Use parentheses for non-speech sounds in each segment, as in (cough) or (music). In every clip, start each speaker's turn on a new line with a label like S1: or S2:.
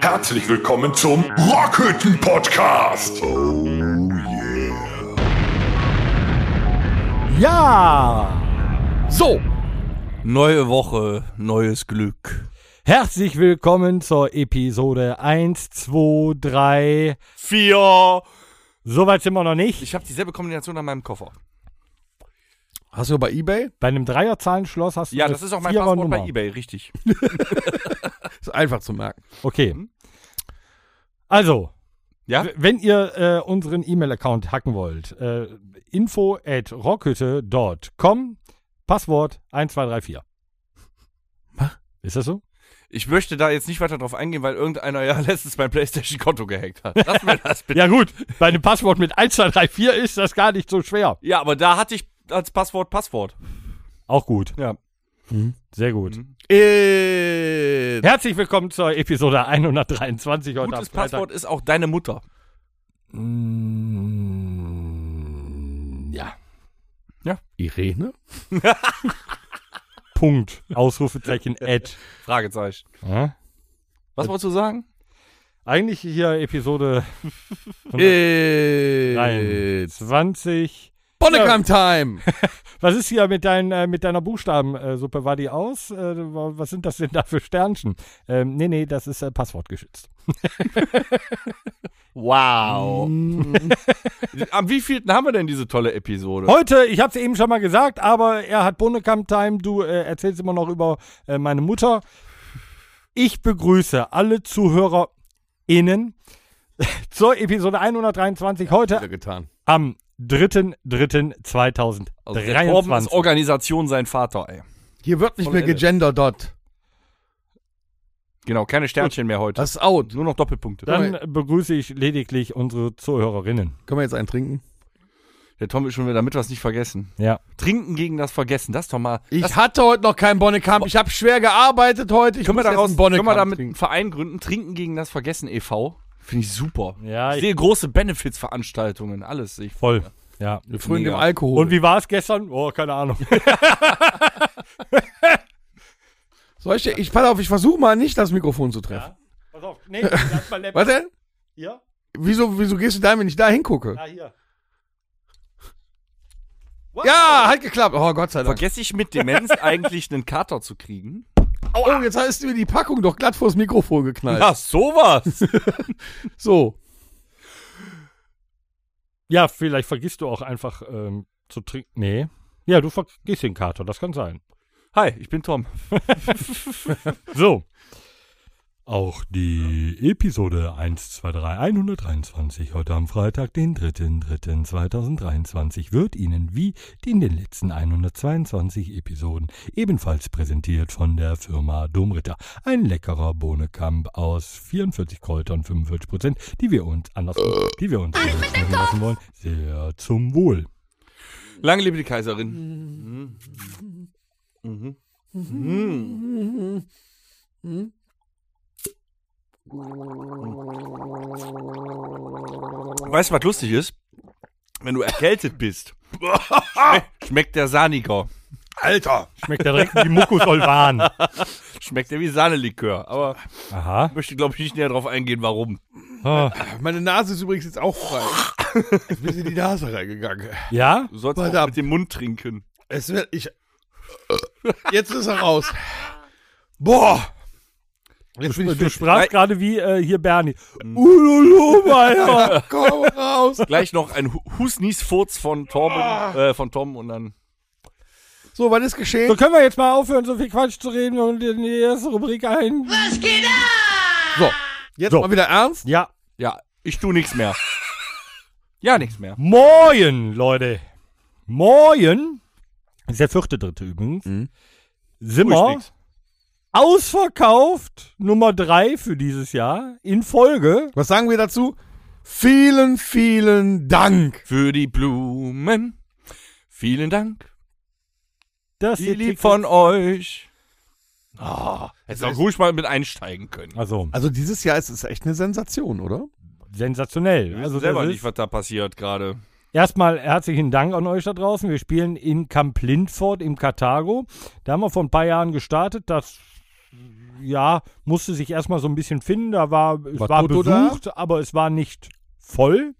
S1: Herzlich willkommen zum Rockhütten Podcast. Oh yeah.
S2: Ja!
S3: So, neue Woche, neues Glück.
S2: Herzlich willkommen zur Episode 1, 2, 3.
S3: Vier.
S2: Soweit sind wir noch nicht.
S3: Ich habe dieselbe Kombination an meinem Koffer.
S4: Hast du bei eBay?
S2: Bei einem Dreierzahlenschloss hast du
S3: Ja,
S2: eine
S3: das ist auch mein
S2: Vierer
S3: Passwort
S2: Nummer.
S3: bei eBay, richtig.
S4: (laughs)
S3: (laughs)
S4: Ist einfach zu merken.
S2: Okay. Also,
S3: Mhm. Ja?
S2: w- wenn ihr äh, unseren E-Mail-Account hacken wollt, äh, info at rockhütte.com, Passwort 1234. Ist das so?
S3: Ich möchte da jetzt nicht weiter drauf eingehen, weil irgendeiner ja (laughs) letztens mein PlayStation-Konto gehackt hat. Lass mir das bitte.
S2: Ja gut, bei einem Passwort mit 1234 ist das gar nicht so schwer.
S3: Ja, aber da hatte ich als Passwort Passwort.
S2: Auch gut.
S3: Ja.
S2: Sehr gut.
S3: Mhm.
S4: Äh,
S2: Herzlich willkommen zur Episode 123 heute
S3: Gutes
S2: am Freitag.
S3: Passwort ist auch deine Mutter.
S2: Ja.
S4: Irene?
S2: Punkt.
S3: (laughs)
S2: Ausrufezeichen Ad.
S3: Fragezeichen.
S2: Ja?
S3: Was wolltest
S4: (laughs)
S3: du sagen?
S2: Eigentlich hier Episode
S4: Äh,
S2: Nein. 20.
S4: Bonnegram Time!
S2: Was ist hier mit, dein, äh, mit deiner Buchstabensuppe? War die aus? Äh, wa- was sind das denn da für Sternchen? Ähm, nee, nee, das ist äh, passwortgeschützt.
S3: Wow.
S4: Hm.
S3: Am wievielten haben wir denn diese tolle Episode?
S2: Heute, ich habe es eben schon mal gesagt, aber er hat Bohnekamp-Time. Du äh, erzählst immer noch über äh, meine Mutter. Ich begrüße alle ZuhörerInnen (laughs) zur Episode 123 heute
S4: Wieder getan.
S2: am 3.3.2023.
S3: Also der Torben ist Organisation sein Vater, ey.
S4: Hier wird nicht
S3: Volle
S4: mehr gegendert. dort.
S3: Genau, keine Sternchen mehr heute.
S4: Das ist out.
S3: Nur noch Doppelpunkte.
S2: Dann begrüße ich lediglich unsere Zuhörerinnen.
S4: Können wir jetzt einen trinken?
S3: der Tom ist schon wieder, damit wir es nicht vergessen.
S2: Ja.
S3: Trinken gegen das Vergessen, das doch mal.
S4: Ich hatte heute noch keinen Bonnekamp. Ich habe schwer gearbeitet heute. Ich
S3: können wir
S4: muss jetzt
S3: daraus,
S4: einen
S3: können wir
S4: Bonnekamp
S3: damit einen
S4: trinken.
S3: Verein gründen? Trinken gegen das Vergessen e.V. Finde ich super.
S2: Ja,
S3: ich
S2: ich-
S3: sehe große Benefits-Veranstaltungen, alles. Ich,
S2: Voll. Ja.
S4: Wir frönen dem
S3: Mega.
S4: Alkohol.
S2: Und wie war es gestern? Oh, keine Ahnung. (laughs)
S4: Soll ich, ich, pass auf, ich versuche mal nicht das Mikrofon zu treffen.
S2: Pass auf. Nee, lass mal
S4: Was denn?
S2: Hier?
S4: Wieso, wieso gehst du da, wenn ich da hingucke?
S2: Ja, hier.
S4: Ja, hat geklappt. Oh, Gott sei Dank.
S3: vergesse ich
S4: (laughs)
S3: mit Demenz eigentlich einen Kater zu kriegen?
S4: Oh, jetzt hast du mir die Packung doch glatt vors Mikrofon geknallt.
S3: sowas.
S4: So.
S2: Ja, vielleicht vergisst du auch einfach ähm, zu trinken. Nee. Ja, du vergisst den Kater, das kann sein.
S3: Hi, ich bin Tom.
S2: So. Auch die Episode 123 heute am Freitag, den 3.3.2023, wird Ihnen wie die in den letzten 122 Episoden ebenfalls präsentiert von der Firma Domritter. Ein leckerer Bohnekamp aus 44 Kräutern, 45 Prozent, die wir uns anders, die wir uns anders schmecken lassen wollen. Sehr zum Wohl.
S3: Lange lebe die Kaiserin. Weißt du, was lustig ist? Wenn du erkältet bist, schme schmeckt der Saniger.
S4: Alter.
S2: Schmeckt ja direkt wie Muckusolvan.
S3: Schmeckt er wie Sahnelikör. Aber
S2: Aha.
S3: ich möchte, glaube ich, nicht näher drauf eingehen, warum.
S2: Ah.
S4: Meine Nase ist übrigens jetzt auch frei. Jetzt bin ich in die Nase reingegangen.
S2: Ja?
S3: Du sollst auch
S4: Verdammt.
S3: mit dem Mund trinken.
S4: Es wird. Ich. äh, Jetzt ist er raus. Boah. Jetzt bin ich
S2: Du
S4: frisch.
S2: sprachst gerade wie äh, hier Bernie.
S3: Hm.
S2: Ululumeier.
S3: (laughs)
S4: Komm raus.
S3: Gleich noch ein Hu- Husniesfurz von, Torben, äh, von Tom und dann.
S4: So, was ist
S2: So
S4: geschehen?
S2: können wir jetzt mal aufhören, so viel Quatsch zu reden und in die erste Rubrik ein.
S4: So. Jetzt
S2: So.
S4: mal wieder ernst.
S2: Ja.
S3: Ja, ich tu nichts mehr. Ja, nichts mehr.
S2: Moin, Leute. Moin. Ist der vierte dritte übrigens.
S4: Mhm.
S2: Sind
S3: Tu Hm. ich
S2: wir
S3: nix.
S2: ausverkauft Nummer drei für dieses Jahr in Folge.
S4: Was sagen wir dazu? Vielen, vielen Dank.
S3: Für die Blumen. Vielen Dank.
S2: Das
S3: Die
S2: hier
S3: lieb
S2: tickt-
S3: von euch. Ah, hätte auch ruhig mal mit einsteigen können.
S2: Also
S4: Also dieses Jahr ist es echt eine Sensation, oder?
S3: Wir
S2: sensationell. Also
S3: wissen
S2: das
S3: selber
S2: ist-
S3: nicht, was da passiert gerade.
S2: Erstmal herzlichen Dank an euch da draußen. Wir spielen in Camp Lindford im Karthago. Da haben wir vor ein paar Jahren gestartet. Das ja, musste sich erstmal so ein bisschen finden. Da war, es
S4: War
S2: war,
S4: Toto da?
S2: besucht, aber es war nicht voll.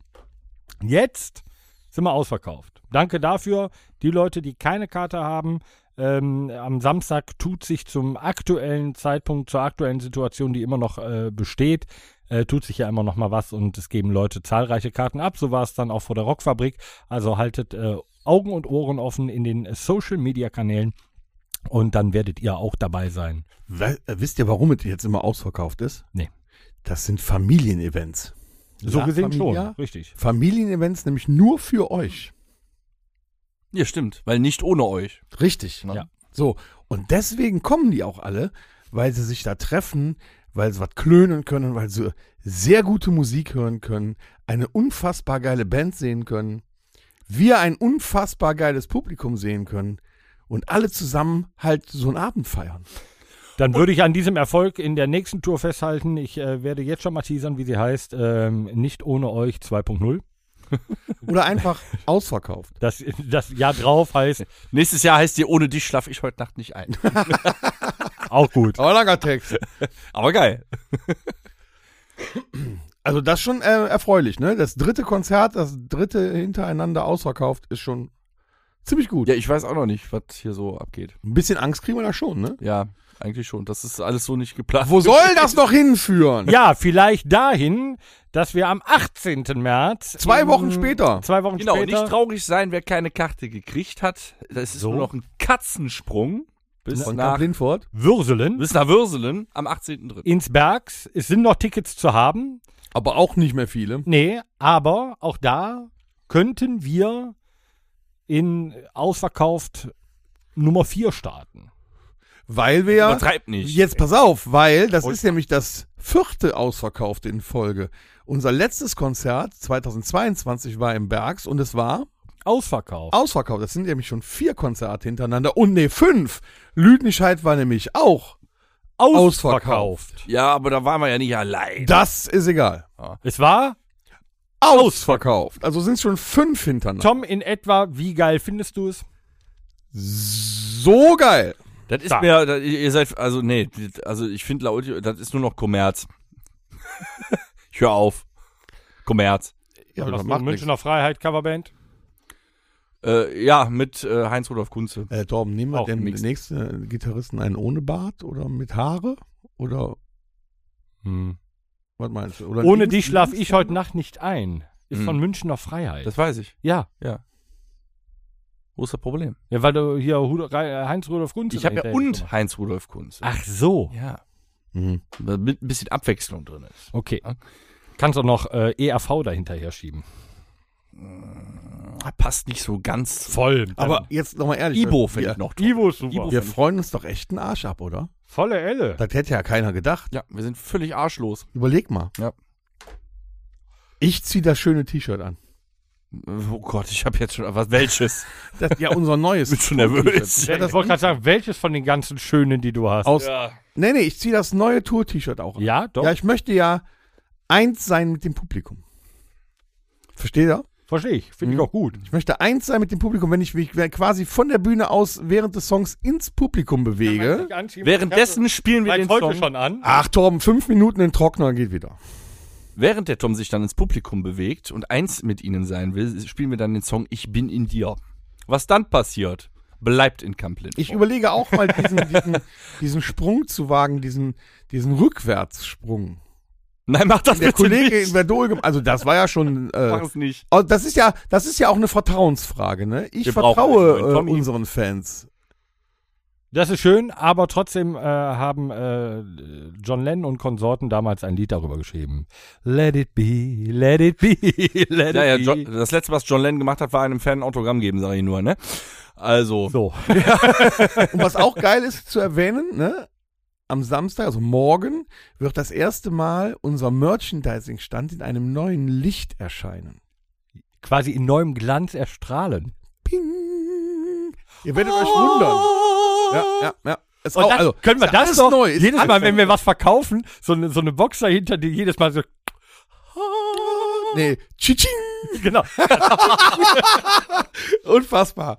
S2: Jetzt sind wir ausverkauft. Danke dafür. Die Leute, die keine Karte haben, ähm, am Samstag tut sich zum aktuellen Zeitpunkt, zur aktuellen Situation, die immer noch äh, besteht, äh, tut sich ja immer noch mal was und es geben Leute zahlreiche Karten ab. So war es dann auch vor der Rockfabrik. Also haltet äh, Augen und Ohren offen in den äh, Social-Media-Kanälen und dann werdet ihr auch dabei sein.
S4: We äh, wisst ihr, warum es jetzt immer ausverkauft ist?
S2: Nee.
S4: Das sind Familienevents.
S2: So
S4: La
S2: gesehen schon,
S4: Familia.
S2: richtig.
S4: Familienevents nämlich nur für euch.
S3: Ja, stimmt. Weil nicht ohne euch.
S4: Richtig.
S3: Ne?
S2: Ja.
S4: So, und deswegen kommen die auch alle, weil sie sich da treffen, weil sie was klönen können, weil sie sehr gute Musik hören können, eine unfassbar geile Band sehen können, wir ein unfassbar geiles Publikum sehen können und alle zusammen halt so einen Abend feiern.
S2: Dann würde ich an diesem Erfolg in der nächsten Tour festhalten. Ich äh, werde jetzt schon mal teasern, wie sie heißt. Ähm, nicht ohne euch 2.0.
S4: Oder (laughs) einfach ausverkauft.
S2: Das, das Jahr drauf heißt
S3: Nächstes Jahr heißt ihr, ohne dich schlaf ich heute Nacht nicht ein.
S2: auch
S4: (laughs)
S2: gut.
S4: Aber langer Text.
S3: (laughs) Aber geil.
S4: Also das ist schon äh, erfreulich, ne? Das dritte Konzert, das dritte hintereinander ausverkauft, ist schon ziemlich gut.
S3: Ja, ich weiß auch noch nicht, was hier so abgeht.
S4: Ein bisschen Angst kriegen wir da schon, ne?
S3: Ja, eigentlich schon. Das ist alles so nicht geplant. (laughs)
S4: Wo soll das noch hinführen?
S2: Ja, vielleicht dahin, dass wir am 18. März.
S4: Zwei
S2: im-
S4: Wochen später.
S2: Zwei Wochen
S3: Genau,
S2: später.
S3: nicht traurig sein, wer keine Karte gekriegt hat. Das ist
S2: So.
S3: nur noch ein Katzensprung bis
S4: Von
S3: nach,
S4: Camp Lindford.
S2: Würselen.
S3: bis nach Würselen am 18.03.
S2: Ins Bergs. Es sind noch Tickets zu haben.
S4: Aber auch nicht mehr viele.
S2: Nee, aber auch da könnten wir in ausverkauft Nummer 4 starten.
S4: Weil wir
S3: Übertreibt nicht.
S4: Jetzt pass auf, weil das ist nämlich das vierte ausverkaufte in Folge. Unser letztes Konzert 2022 war im Bergs und es war
S2: Ausverkauft.
S4: ausverkauft. Das sind nämlich schon vier Konzerte hintereinander und nee, fünf. Lüdenscheid war nämlich auch. ausverkauft.
S3: Ja, aber da waren wir ja nicht allein.
S4: Das ist egal.
S2: Es war,
S4: Ausverkauft. Also sind es schon fünf hintereinander.
S2: Tom, in etwa, wie geil findest du es?
S4: So geil.
S3: das ist
S2: da.
S3: mir, da, ihr seid, also nee, also ich finde Lautio, das ist nur noch Kommerz. (laughs) ich höre auf. Kommerz.
S4: Ja,
S2: Machst
S4: das
S2: du
S4: macht nichts.
S2: Münchner Freiheit Coverband.
S3: Äh, ja, mit äh, Heinz-Rudolf Kunze.
S4: Äh, Torben, nehmen wir
S2: Auch
S4: den
S2: nichts.
S4: nächsten Gitarristen einen ohne Bart oder mit Haare? Oder
S3: Hm.
S4: was meinst du? Oder
S2: Ohne
S4: links-
S2: dich schlaf
S4: links-
S2: ich heute Nacht nicht ein. Ist
S3: Hm.
S2: von Münchner Freiheit.
S3: Das weiß ich.
S2: ja.
S3: Wo ist das Problem?
S2: ja, weil du hier Hudo- Re- Heinz-Rudolf Kunze
S3: Ich habe ja
S2: dahinter
S3: und
S2: gemacht.
S3: Heinz-Rudolf Kunze.
S2: Ach so,
S3: Ja.
S4: Mhm.
S3: Damit ein bisschen Abwechslung drin ist.
S2: okay. Kannst auch noch äh, ERV dahinterher schieben.
S3: Ah, Passt nicht so ganz.
S2: Voll.
S4: Aber jetzt nochmal ehrlich.
S3: Ibo
S4: wir,
S3: finde ich noch toll.
S2: Ivo ist super.
S3: Ivo-
S4: Wir freuen uns doch echt einen Arsch ab, oder?
S2: Volle Elle.
S4: Das hätte ja keiner gedacht.
S3: Ja, wir sind völlig arschlos.
S4: Überleg mal.
S3: Ja.
S4: Ich zieh das schöne T-Shirt an.
S3: Oh Gott, ich habe jetzt schon was. Welches?
S4: Das ist ja unser
S2: (laughs)
S4: neues.
S3: Bin schon nervös.
S4: Ja, das
S2: ich wollte gerade sagen, welches von den ganzen Schönen, die du hast?
S4: aus,
S3: Ja.
S4: Nee, nee, ich zieh das neue Tour-T-Shirt auch an.
S2: ja, doch.
S4: ja, ich möchte ja eins sein mit dem Publikum. Versteht ihr?
S2: Verstehe ich. Finde
S4: Mhm.
S2: ich auch gut.
S4: Ich möchte eins sein mit dem Publikum, wenn ich mich quasi von der Bühne aus während des Songs ins Publikum bewege.
S3: Währenddessen spielen wir
S2: wir
S3: den
S2: heute
S3: Song.
S2: schon an.
S4: Ach Torben, fünf Minuten in den Trockner geht wieder.
S3: Während der Tom sich dann ins Publikum bewegt und eins mit ihnen sein will, spielen wir dann den Song Ich bin in dir. Was dann passiert, bleibt in Kamplin.
S4: Ich überlege auch mal diesen, diesen, diesen Sprung zu wagen, diesen, diesen Rückwärtssprung.
S3: Nein, mach das
S4: Der
S3: bitte
S4: Kollege in
S3: nicht.
S4: Verdol, also das war ja schon, äh,
S3: Mach es nicht.
S4: oh, das ist ja, das ist ja auch eine Vertrauensfrage, ne? Ich
S3: Wir brauchen
S4: vertraue
S3: einen neuen
S4: äh,
S3: Tommy.
S4: unseren Fans.
S2: Das ist schön, aber trotzdem äh, haben äh, John Lennon und Konsorten damals ein Lied darüber geschrieben. Let it be, let it be, (laughs) let
S3: Ja, ja,
S2: it
S3: John,
S2: be.
S3: das letzte, was John Lennon gemacht hat, war einem Fan ein Autogramm geben, sage ich nur, ne? Also,
S2: So,
S4: Und was auch geil ist zu erwähnen, ne? Am Samstag, also morgen, wird das erste Mal unser Merchandising-Stand in einem neuen Licht erscheinen.
S2: quasi in neuem Glanz erstrahlen.
S4: Ping! Ihr werdet euch wundern. Ja, ja, ja. Ist also,
S2: Und Oh, das, können wir
S4: ist ja
S2: das
S4: alles
S2: doch
S4: neu. Ist
S2: jedes Mal,
S4: alles
S2: wenn wir was verkaufen, so eine, so eine Box dahinter, die jedes Mal so
S4: Nee, tschitsching.
S2: (laughs) Genau.
S4: Unfassbar.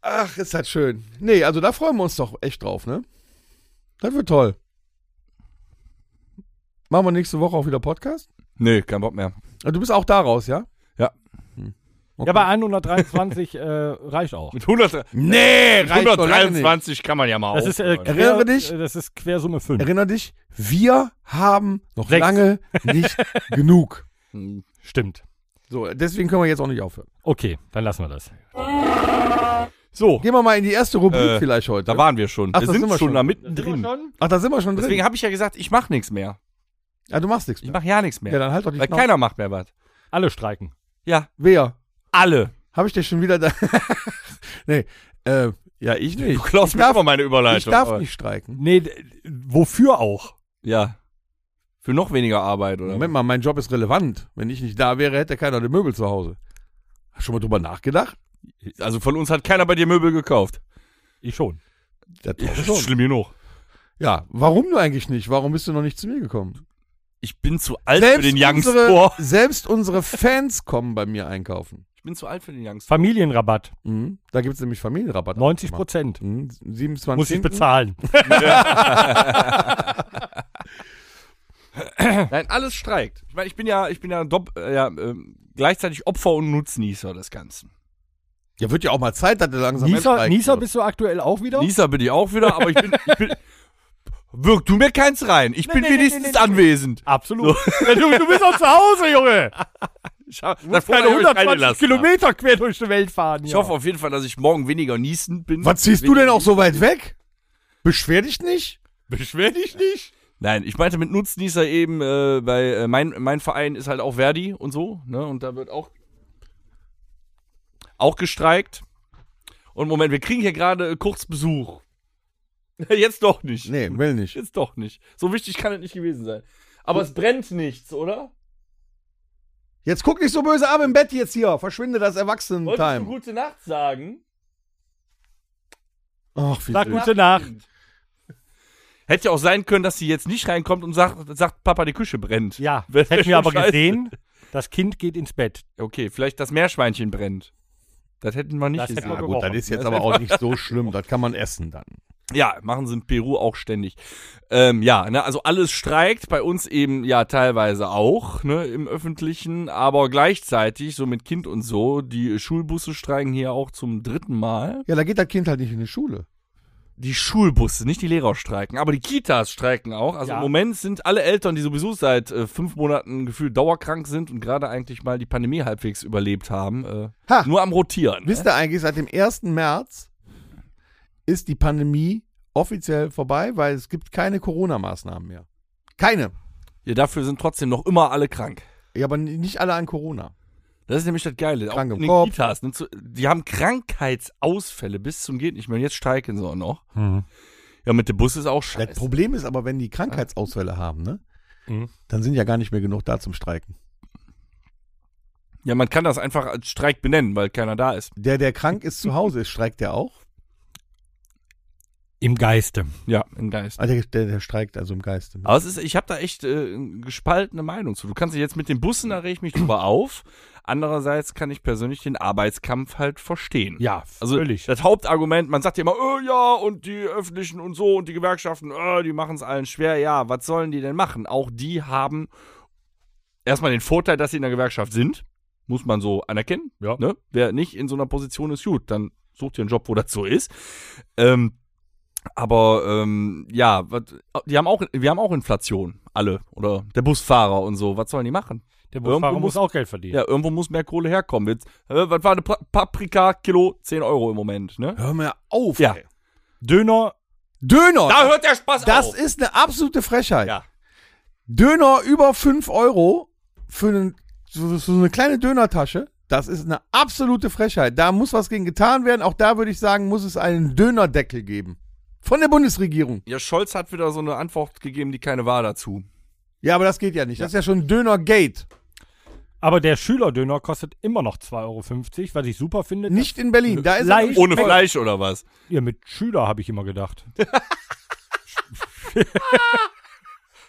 S4: Ach, ist das schön. Nee, also da freuen wir uns doch echt drauf, ne? Das wird toll. Machen wir nächste Woche auch wieder Podcast? Ah,
S3: Nee, kein Bock mehr.
S4: Du bist auch da raus, ja?
S2: Ja, aber 123 äh, reicht auch.
S3: Mit 100,
S4: Nee, reicht doch lange nicht.
S3: 123 kann man ja mal
S2: Das ist, äh,
S3: aufhören.
S2: quer,
S4: Erinnere dich?
S2: äh, das ist Quersumme 5.
S4: Erinner dich, wir haben noch
S2: Sechs.
S4: lange nicht (laughs) genug.
S3: Hm.
S2: Stimmt.
S4: So, deswegen können wir jetzt auch nicht aufhören.
S2: Okay, dann lassen wir das.
S3: so,
S4: Gehen wir mal in die erste Rubrik
S3: Äh,
S4: vielleicht heute.
S3: da waren wir schon.
S4: Ach,
S3: wir
S4: da
S3: sind,
S4: sind wir
S3: schon
S4: schon.
S3: da mittendrin.
S4: Ach, da sind wir schon drin.
S3: Deswegen habe ich ja gesagt, ich mache nichts mehr.
S4: ja, du machst nichts
S3: Ich
S4: mehr.
S3: mache ja nichts mehr.
S4: Ja, dann halt doch die
S3: weil
S4: Schnauze.
S3: keiner macht mehr was.
S2: Alle streiken.
S3: Ja,
S4: Wer?
S3: alle.
S4: Habe ich dir schon wieder da... (laughs) nee, äh, ja, ich nicht.
S3: klaust
S4: Ich darf-
S3: immer meine Überleitung.
S4: Ich darf
S3: aber-
S4: nicht streiken.
S2: Nee, d- wofür auch?
S3: Ja. Für noch weniger Arbeit, oder?
S4: Moment mal, mein Job ist relevant. Wenn ich nicht da wäre, hätte keiner die Möbel zu Hause. Hast du schon mal drüber nachgedacht?
S3: Also von uns hat keiner bei dir Möbel gekauft.
S2: Ich schon.
S4: Ja,
S3: Ja,
S4: doch
S3: das
S4: schon.
S3: ist schlimm genug.
S4: ja, warum du eigentlich nicht? Warum bist du noch nicht zu mir gekommen?
S3: Ich bin zu alt Halt für den
S4: unsere,
S3: Youngstore.
S4: (laughs) selbst unsere Fans kommen bei mir einkaufen.
S3: (laughs) Ich bin zu alt für den Youngstore.
S2: Familienrabatt.
S4: Mhm. Da gibt es nämlich Familienrabatt.
S2: 90 Prozent.
S4: Mhm. 27.
S2: Muss ich bezahlen.
S3: Nein, alles streikt. Ich meine, ich bin ja, ich bin ja, dopp, äh, ja ähm, gleichzeitig Opfer und Nutznießer des Ganzen.
S4: Ja, wird ja auch mal Zeit, dass du langsam
S2: Nieser,
S4: einstreiken
S2: Nieser
S4: wirst.
S2: bist du aktuell auch wieder?
S3: Nieser bin ich auch wieder, aber ich bin, ich bin (laughs) wirk du mir keins rein. Ich bin
S2: nee, nee,
S3: wenigstens
S2: nee, nee, nee.
S3: anwesend.
S2: Absolut. (laughs) Ja, du, du bist auch zu Hause,
S3: (laughs)
S2: Junge.
S3: Ich hab,
S2: Du musst keine 120 Kilometer quer durch die Welt fahren.
S3: Ich
S2: hier.
S3: hoffe auf jeden Fall, dass ich morgen weniger niesend bin.
S4: Was ziehst du
S3: Weniger
S4: denn auch so weit weg? Beschwer dich nicht.
S3: Beschwer dich nicht. Nein, ich meinte mit Nutznießer eben, äh, bei äh, mein, mein Verein ist halt auch Verdi und so, ne? Und da wird auch auch gestreikt. Und Moment, wir kriegen hier gerade äh, kurz Besuch. (laughs) Jetzt doch nicht.
S4: Nee, will nicht.
S3: Jetzt doch nicht. So wichtig kann es nicht gewesen sein. Aber es brennt nichts, oder?
S4: Jetzt guck nicht so böse ab im Bett jetzt hier. Verschwinde das
S3: Wolltest du
S4: Erwachsenen-Time.
S3: gute Nacht sagen?
S4: Ach, wie
S2: Sag
S4: süß.
S2: gute Nacht.
S3: Hätte ja auch sein können, dass sie jetzt nicht reinkommt und sagt, sagt Papa, die Küche brennt. (laughs)
S2: Ja,
S3: Wär-
S2: das hätten wir aber
S3: Scheiße.
S2: gesehen. Das Kind geht ins Bett.
S3: Okay, vielleicht das Meerschweinchen brennt. Das hätten wir nicht
S2: Das hätten
S3: gesehen.
S2: wir
S4: Ja, gut, das
S2: gerochen.
S4: ist jetzt aber auch nicht so schlimm. Das kann man essen dann.
S3: Ja, machen sie in Peru auch ständig. Ähm, ja, ne, also alles streikt, bei uns eben ja teilweise auch, ne, im Öffentlichen, aber gleichzeitig, so mit Kind und so, die Schulbusse streiken hier auch zum dritten Mal.
S4: Ja, da geht das Kind halt nicht in die Schule.
S3: Die Schulbusse, nicht die Lehrer streiken, aber die Kitas streiken auch. Also
S2: Ja.
S3: im Moment sind alle Eltern, die sowieso seit äh, fünf Monaten gefühlt dauerkrank sind und gerade eigentlich mal die Pandemie halbwegs überlebt haben, äh,
S4: Ha.
S3: nur am Rotieren.
S4: Wisst ihr eigentlich, seit dem 1. März ist die Pandemie offiziell vorbei, weil es gibt keine Corona-Maßnahmen mehr. Keine.
S3: Ja, dafür sind trotzdem noch immer alle krank.
S4: Ja, aber nicht alle an Corona.
S3: Das ist nämlich das Geile. Auch in
S4: Krank im
S3: den
S4: Kopf.
S3: Kitas, ne, zu, die haben Krankheitsausfälle bis zum geht nicht mehr. Und jetzt streiken sie auch noch. Ja, mit dem Bus ist auch
S4: Mhm. Das
S3: scheiße.
S4: Problem ist aber, wenn die Krankheitsausfälle haben, ne?
S2: Mhm.
S4: Dann sind ja gar nicht mehr genug da zum Streiken.
S3: Ja, man kann das einfach als Streik benennen, weil keiner da ist.
S4: Der, der krank ist zu Hause, ist, streikt der auch?
S2: Im Geiste.
S3: Ja, im Geist.
S4: Ah, der, der, der streikt also im Geiste.
S3: Aber es ist, ich habe da echt äh, gespaltene Meinung zu. Du kannst dich jetzt mit den Bussen, da reg ich mich drüber auf. Andererseits kann ich persönlich den Arbeitskampf halt verstehen.
S2: Ja,
S3: Also
S2: völlig.
S3: das Hauptargument, man sagt ja immer, äh, ja, und die öffentlichen und so und die Gewerkschaften, äh, die machen es allen schwer. Ja, was sollen die denn machen? Auch die haben erstmal den Vorteil, dass sie in der Gewerkschaft sind. Muss man so anerkennen.
S2: Ja.
S3: Ne? Wer nicht in so einer Position ist, gut, dann sucht ihr einen Job, wo das so ist. Ähm, aber ähm, ja, wat, die haben auch, wir haben auch Inflation, alle. Oder der Busfahrer und so. Was sollen die machen?
S2: Der
S3: irgendwo
S2: Busfahrer
S3: muss-
S2: muss auch Geld verdienen.
S3: Ja, irgendwo muss mehr Kohle herkommen. Jetzt, äh, was war eine Pa- Paprika-Kilo? 10 Euro im Moment, ne?
S4: Hör mir auf.
S3: Ja.
S4: ey.
S2: Döner,
S4: Döner.
S3: Da hört der Spaß
S4: das
S3: auf.
S4: ist eine absolute Frechheit.
S3: Ja.
S4: Döner über 5 Euro für, einen, so, so eine kleine Dönertasche, das ist eine absolute Frechheit. Da muss was gegen getan werden. Auch da würde ich sagen, muss es einen Dönerdeckel geben. Von der Bundesregierung.
S3: Ja, Scholz hat wieder so eine Antwort gegeben, die keine war dazu.
S4: Ja, aber das geht ja nicht. Das ist ja schon Dönergate.
S2: aber der Schülerdöner kostet immer noch 2,50 Euro, was ich super finde.
S4: Nicht in Berlin. Da ist
S2: Leicht.
S4: nämlich-
S3: Ohne Fleisch oder was?
S2: Ja, mit Schüler habe ich immer gedacht.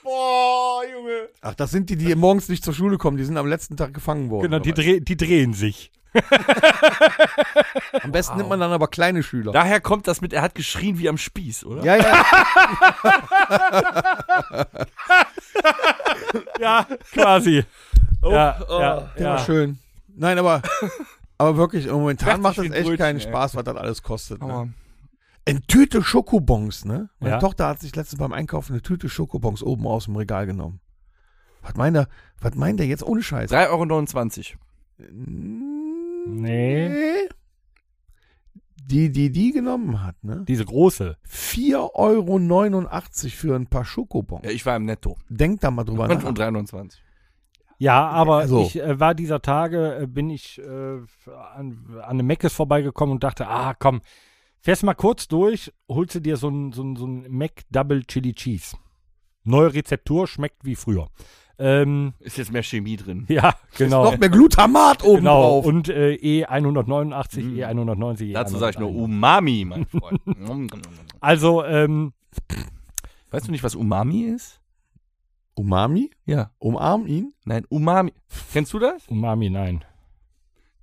S3: Boah, Junge.
S4: Ach, das sind die, die morgens nicht zur Schule kommen. Die sind am letzten Tag gefangen worden.
S2: Genau, die, dreh, die drehen sich.
S4: Am besten nimmt man dann aber kleine Schüler.
S3: Daher kommt das mit, er hat geschrien wie am Spieß, oder?
S4: ja, ja.
S2: Ja, (laughs) quasi. ja,
S3: oh.
S2: ja,
S4: Ja,
S2: ja.
S4: schön. Nein,
S3: (laughs)
S4: aber, aber wirklich, momentan
S3: Fertig
S4: macht das
S3: wie ein
S4: echt
S3: Brötchen,
S4: keinen
S3: ey.
S4: Spaß, was das alles kostet. Ne?
S3: Aua.
S4: Eine Tüte Schokobons, ne? Meine
S2: Ja.
S4: Tochter hat sich letztens beim Einkaufen eine Tüte Schokobons oben aus dem Regal genommen. Was meint er, was meint er jetzt ohne Scheiß?
S3: 3,29 Euro.
S2: Nee.
S4: Nee. Die, die die genommen hat, ne?
S2: Diese große.
S4: 4,89 Euro für ein paar Schokobons.
S3: Ja, ich war im Netto.
S4: Denk da mal drüber
S3: Und
S4: nach.
S3: 3,29.
S2: Ja, aber
S4: Also-
S2: ich äh, war dieser Tage, äh, bin ich äh, an, an einem Meckes vorbeigekommen und dachte, ah, komm, fährst mal kurz durch, holst du dir so ein, so ein, so ein Mac Double Chili Cheese. Neue Rezeptur, schmeckt wie früher. Ähm, (laughs)
S3: Ist jetzt mehr Chemie drin.
S2: ja, genau.
S4: Noch mehr Glutamat oben
S2: Genau,
S4: drauf.
S2: und äh, E189, E190, E191.
S3: Hm. Dazu sage ich nur Umami, (laughs) mein Freund.
S2: Also, ähm,
S3: weißt du nicht, was Umami ist?
S4: Umami?
S3: Ja.
S4: Umarm ihn?
S3: Nein, Umami. Kennst du das?
S2: Umami, nein.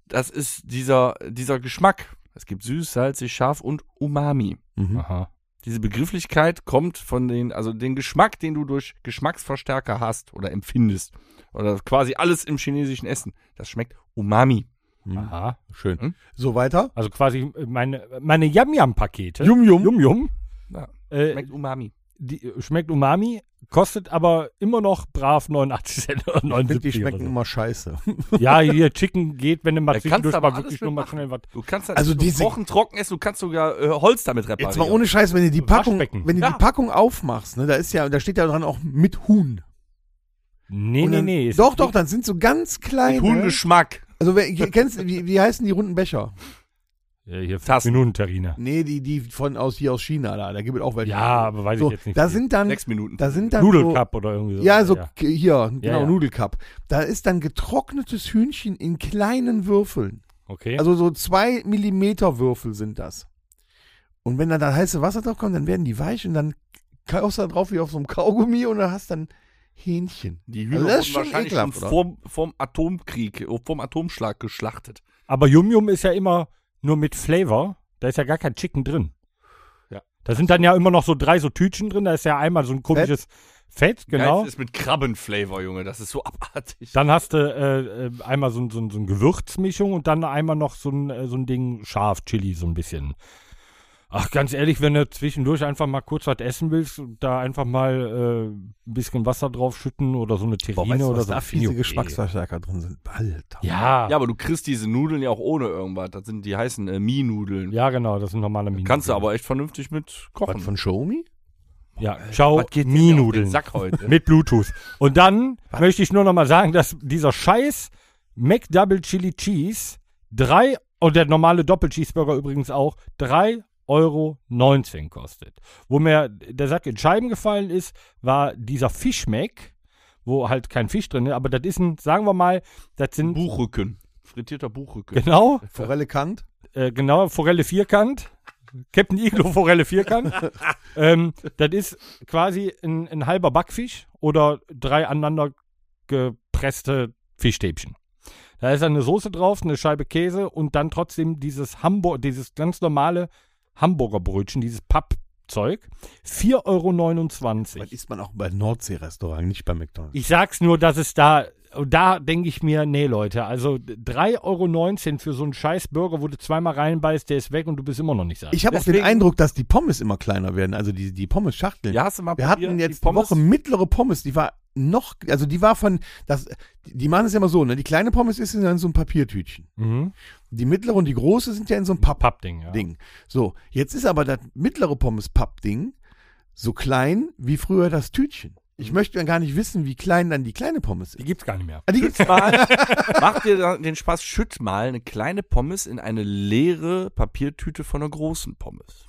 S3: Das ist dieser, dieser Geschmack. Es gibt süß, salzig, scharf und Umami.
S4: Mhm.
S2: Aha.
S3: Diese Begrifflichkeit kommt von den, also den Geschmack, den du durch Geschmacksverstärker hast oder empfindest. Oder quasi alles im chinesischen Essen. Das schmeckt Umami.
S4: Mhm.
S2: Aha.
S4: Schön.
S3: Hm?
S4: So weiter.
S2: Also quasi meine, meine Yam-Yam-Pakete.
S4: Yum-Yum.
S2: Yum-Yum.
S3: Ja.
S2: Äh,
S3: Schmeckt Umami.
S2: die, schmeckt Umami, kostet aber immer noch brav 89 Cent oder
S4: Ich find,
S2: 79
S4: die schmecken
S2: oder so.
S4: immer scheiße.
S2: Ja, hier Chicken geht, wenn du mal
S3: Da kannst
S2: zwischendurch
S3: du aber
S2: mal
S3: alles
S2: wirklich nur mal schnell was.
S3: Du kannst das
S4: Also
S3: nicht nur
S4: diese-
S3: kochen, trocken essen, du kannst sogar äh, Holz damit reparieren.
S4: Jetzt mal ohne Scheiß, wenn du die Packung,
S2: Waschbecken.
S4: wenn du
S3: Ja.
S4: die Packung aufmachst, ne, da ist ja, da steht ja dran auch mit Huhn.
S2: Nee,
S4: Und
S2: nee,
S4: dann,
S2: nee. ist-
S4: Doch, doch, dann sind so ganz kleine.
S3: Hundeschmack.
S4: Also wer, kennst du, wie, wie heißen die runden Becher?
S2: Äh, hier, fünf
S3: Tassen.
S2: Minuten, Terrine.
S4: Nee, die, die von aus hier aus China da, da gibt es auch welche.
S2: Ja, aber weiß ich
S4: so,
S2: jetzt nicht.
S4: Da sind dann,
S3: Sechs Minuten.
S4: da sind dann
S2: Nudelcup oder irgendwie so.
S4: So, ja, so k- hier, genau,
S2: ja.
S4: Nudelcup. Da ist dann getrocknetes Hühnchen in kleinen Würfeln.
S2: Okay.
S4: Also so zwei Millimeter Würfel sind das. Und wenn da dann heiße Wasser drauf kommt, dann werden die weich und dann kaust du da drauf wie auf so einem Kaugummi und dann hast dann Hähnchen.
S3: Die
S4: Also
S3: Hühner
S4: das ist
S3: wurden
S4: schon
S3: wahrscheinlich
S4: ekelhaft,
S3: schon
S4: oder?
S3: vorm, vorm Atomkrieg, äh, vorm Atomschlag geschlachtet.
S2: aber Yum-Yum ist ja immer nur mit Flavor. Da ist ja gar kein Chicken drin.
S3: Ja.
S2: Da sind dann ja immer noch so drei so Tütchen drin. Da ist ja einmal so ein komisches Fett, genau.
S3: Geil ist mit Krabbenflavor, Junge. Das ist so abartig.
S2: Dann hast du äh, äh, einmal so, ein- so, ein- so eine Gewürzmischung und dann einmal noch so ein, äh, so ein Ding scharf, Chili so ein bisschen. Ach, ganz ehrlich, wenn du zwischendurch einfach mal kurz was essen willst, und da einfach mal äh, ein bisschen Wasser drauf schütten oder so eine Terrine
S4: weißt du,
S2: oder
S4: was
S2: so.
S4: da
S2: finde
S4: fiese
S2: ich okay.
S4: Geschmacksverstärker drin sind. Alter.
S2: Ja,
S3: ja,
S2: ja,
S3: aber du kriegst diese Nudeln ja auch ohne irgendwas. Das sind, die heißen äh, Mie-Nudeln.
S2: genau, das sind normale Minen.
S3: Kannst du aber echt vernünftig mit kochen.
S4: Was von Xiaomi?
S2: Ja, ciao,
S3: Was geht denn hier auf den
S2: Mie-Nudeln.
S4: (laughs)
S3: Sack heute.
S2: Mit Bluetooth. Und dann möchte ich nur noch mal sagen, dass dieser scheiß McDouble Chili Cheese drei und der normale Doppel-Cheeseburger übrigens auch 3,19 Euro kostet. Wo mir der Sack in Scheiben gefallen ist, war dieser Fischmeck, wo halt kein Fisch drin ist, aber das ist ein, sagen wir mal, das sind
S3: Buchrücken. Frittierter Buchrücken.
S2: genau,
S4: Forelle Kant?
S2: äh, genau, Forelle Vierkant. Captain Iglo Forelle Vierkant. ähm, das ist quasi ein, ein halber Backfisch oder drei aneinander gepresste Fischstäbchen. Da ist dann eine Soße drauf, eine Scheibe Käse und dann trotzdem dieses Hamburg, dieses ganz normale Hamburgerbrötchen, dieses Pappzeug. 4,29 Euro.
S4: Das isst man auch bei Nordsee-Restaurant, nicht bei McDonalds.
S2: Ich sag's nur, dass es da. Und da denke ich mir, nee, Leute, also 3,19 Euro für so einen scheiß Burger, wo du zweimal reinbeißt, der ist weg und du bist immer noch nicht satt.
S4: Ich habe auch den
S3: Deswegen-
S4: Eindruck, dass die Pommes immer kleiner werden, also die, die Pommes-Schachteln.
S3: Ja, hast du mal
S4: Wir hatten
S3: probiert,
S4: jetzt
S3: die
S4: die
S3: Pommes?
S4: Woche mittlere Pommes, die war noch, also die war von, das, die die machen es ja immer so, ne? Die kleine Pommes ist in so einem Papiertütchen.
S2: Mhm.
S4: Die mittlere und die große sind ja in so einem Papp
S2: Pappding, ja.
S4: Ding. So, jetzt ist aber das mittlere Pommes-Papp-Ding so klein wie früher das Tütchen. Ich möchte ja gar nicht wissen, wie klein dann die kleine Pommes
S2: Die
S4: ist.
S2: gibt's gar nicht mehr.
S4: Ah, die gibt's (laughs)
S3: mal, mach dir da den Spaß, schütt mal eine kleine Pommes in eine leere Papiertüte von einer großen Pommes.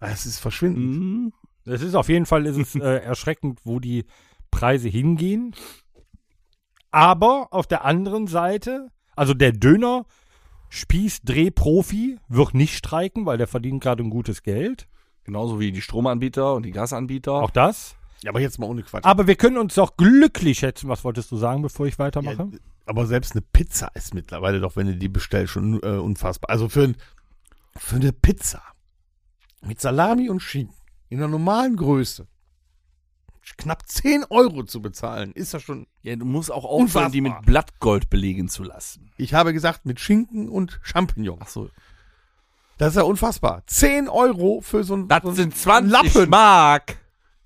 S4: Ah, Es ist verschwindend.
S3: Mhm.
S2: Es ist auf jeden Fall
S4: (laughs)
S2: ist es, äh, erschreckend, wo die Preise hingehen. Aber auf der anderen Seite, also der Döner, Spieß, Drehprofi wird nicht streiken, weil der verdient gerade ein gutes Geld.
S3: Genauso wie die Stromanbieter und die Gasanbieter.
S2: Auch das.
S4: Ja, aber jetzt mal ohne Quatsch.
S2: Aber wir können uns doch glücklich schätzen. Was wolltest du sagen, bevor ich weitermache?
S4: Ja, aber selbst eine Pizza ist mittlerweile doch, wenn du die bestellst, schon äh, unfassbar. Also für, ein, für eine Pizza mit Salami und Schinken in der normalen Größe knapp 10 Euro zu bezahlen, ist das schon.
S3: Ja, du musst auch
S4: Unfassbar.
S3: aufhören, die mit Blattgold belegen zu lassen.
S4: Ich habe gesagt, mit Schinken und Champignons.
S3: Ach so.
S4: Das ist ja unfassbar. 10 Euro für so ein.
S3: Das
S4: so ein-
S3: sind 20
S4: Lappen.
S3: Mark.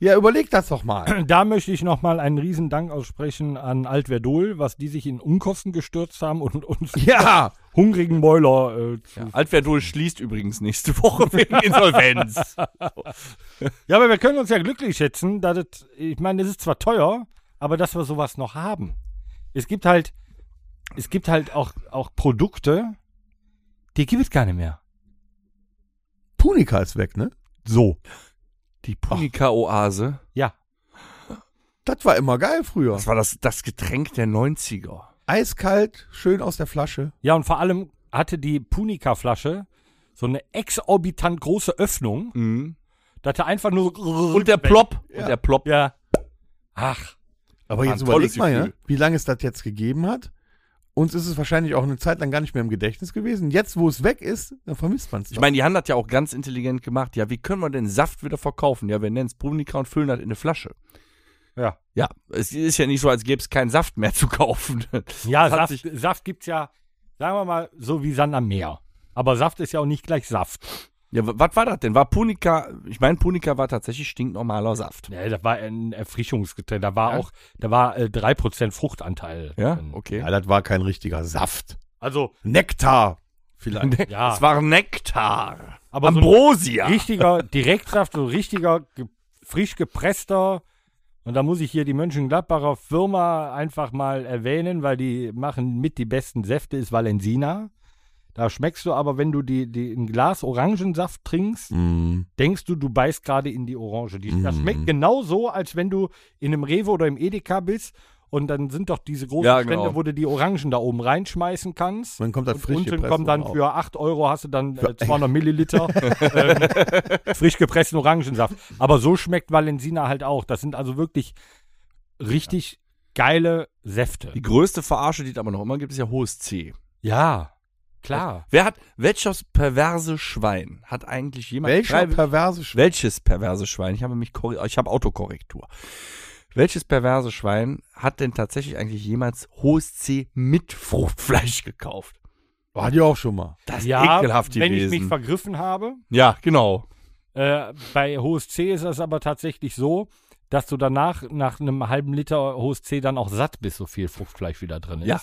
S4: Ja, überleg das doch mal.
S3: (clears throat)
S2: (clears throat) Da möchte ich nochmal einen riesen Dank aussprechen an Altwerdohl, was die sich in Unkosten gestürzt haben und uns
S3: (laughs)
S4: Ja,
S2: hungrigen Mäuler äh, zu. Ja.
S3: Altwerdul schließt übrigens nächste Woche wegen
S4: (laughs)
S3: Insolvenz.
S2: aber wir können uns ja glücklich schätzen, dass es, ich meine, es ist zwar teuer, aber dass wir sowas noch haben. Es gibt halt, es gibt halt auch, auch Produkte, die gibt es keine mehr.
S4: Punika ist weg, ne?
S2: So.
S3: Die Punika-Oase.
S2: Ja.
S4: Das war immer geil früher.
S3: Das war das, das Getränk der 90er.
S4: Eiskalt, schön aus der Flasche.
S2: Ja, und vor allem hatte die Punika-Flasche so eine exorbitant große Öffnung,
S3: Mhm.
S2: dass er einfach nur so
S3: Und der Plop.
S4: Ja.
S3: Und der Plop.
S2: Ja. Ach,
S4: Aber
S3: War
S4: jetzt
S3: ein
S4: überleg
S3: tolles
S4: mal, ja,
S3: Gefühl.
S4: wie lange es das jetzt gegeben hat. Uns ist es wahrscheinlich auch eine Zeit lang gar nicht mehr im Gedächtnis gewesen. Jetzt, wo es weg ist, dann vermisst man es.
S3: Ich meine, die haben das ja auch ganz intelligent gemacht. Ja, wie können wir den Saft wieder verkaufen? Ja, wir nennen es Brunica und füllen das in eine Flasche.
S2: ja.
S3: Ja, es ist ja nicht so, als gäbe es keinen Saft mehr (laughs) zu kaufen.
S2: Ja,
S3: Das hat
S2: Saft, Saft gibt's ja, sagen wir mal, so wie Sand am Meer. Aber Saft ist ja auch nicht gleich Saft.
S3: Ja, wa- was war das denn? War Punica, ich meine, Punica war tatsächlich stinknormaler Saft.
S2: Nee, das war ein Erfrischungsgetränk. Da war auch, da war äh, 3% Fruchtanteil.
S3: Ja,
S2: drin.
S3: okay.
S4: ja, das war kein richtiger Saft.
S2: Also,
S4: Nektar vielleicht.
S3: (laughs)
S2: ja.
S3: Das war Nektar.
S2: Aber so ein
S3: Ambrosia.
S2: richtiger Direktsaft, so richtiger ge frisch gepresster. Und da muss ich hier die Mönchengladbacher Firma einfach mal erwähnen, weil die machen mit die besten Säfte, ist Valensina. Da schmeckst du aber, wenn du die, die ein Glas Orangensaft trinkst,
S4: Mm.
S2: denkst du, du beißt gerade in die Orange. Die, Das
S3: Mhm.
S2: schmeckt genau so, als wenn du in einem Rewe oder im Edeka bist und dann sind doch diese großen
S3: Ja,
S2: Stände,
S3: genau.
S2: wo du die Orangen da oben reinschmeißen kannst.
S4: Dann kommt das
S2: Und
S4: frisch
S2: unten
S4: gepresst
S2: kommt dann
S4: drauf.
S2: für 8 Euro hast du dann äh, 200 Milliliter ähm, frisch gepressten Orangensaft. Aber so schmeckt Valensina halt auch. Das sind also wirklich richtig geile Säfte.
S3: Die größte Verarsche, die es aber noch immer gibt, ist ja hohes C.
S2: Ja, klar.
S3: Wer hat, welches perverse Schwein hat eigentlich jemand?
S4: Welcher
S3: Schreibe-
S4: perverse Sch
S3: welches perverse Schwein? Ich habe mich, korre- ich habe Autokorrektur. Welches perverse Schwein hat denn tatsächlich eigentlich jemals hohes C mit Fruchtfleisch gekauft?
S4: War die auch schon mal.
S3: Das ist
S2: ja,
S3: ekelhaft
S2: wenn ich
S3: gewesen.
S2: mich vergriffen habe.
S3: ja, genau.
S2: Äh, bei Hohes C ist das aber tatsächlich so, dass du danach nach einem halben Liter Hohes C dann auch satt bist, so viel Fruchtfleisch wieder drin ist.
S3: Ja.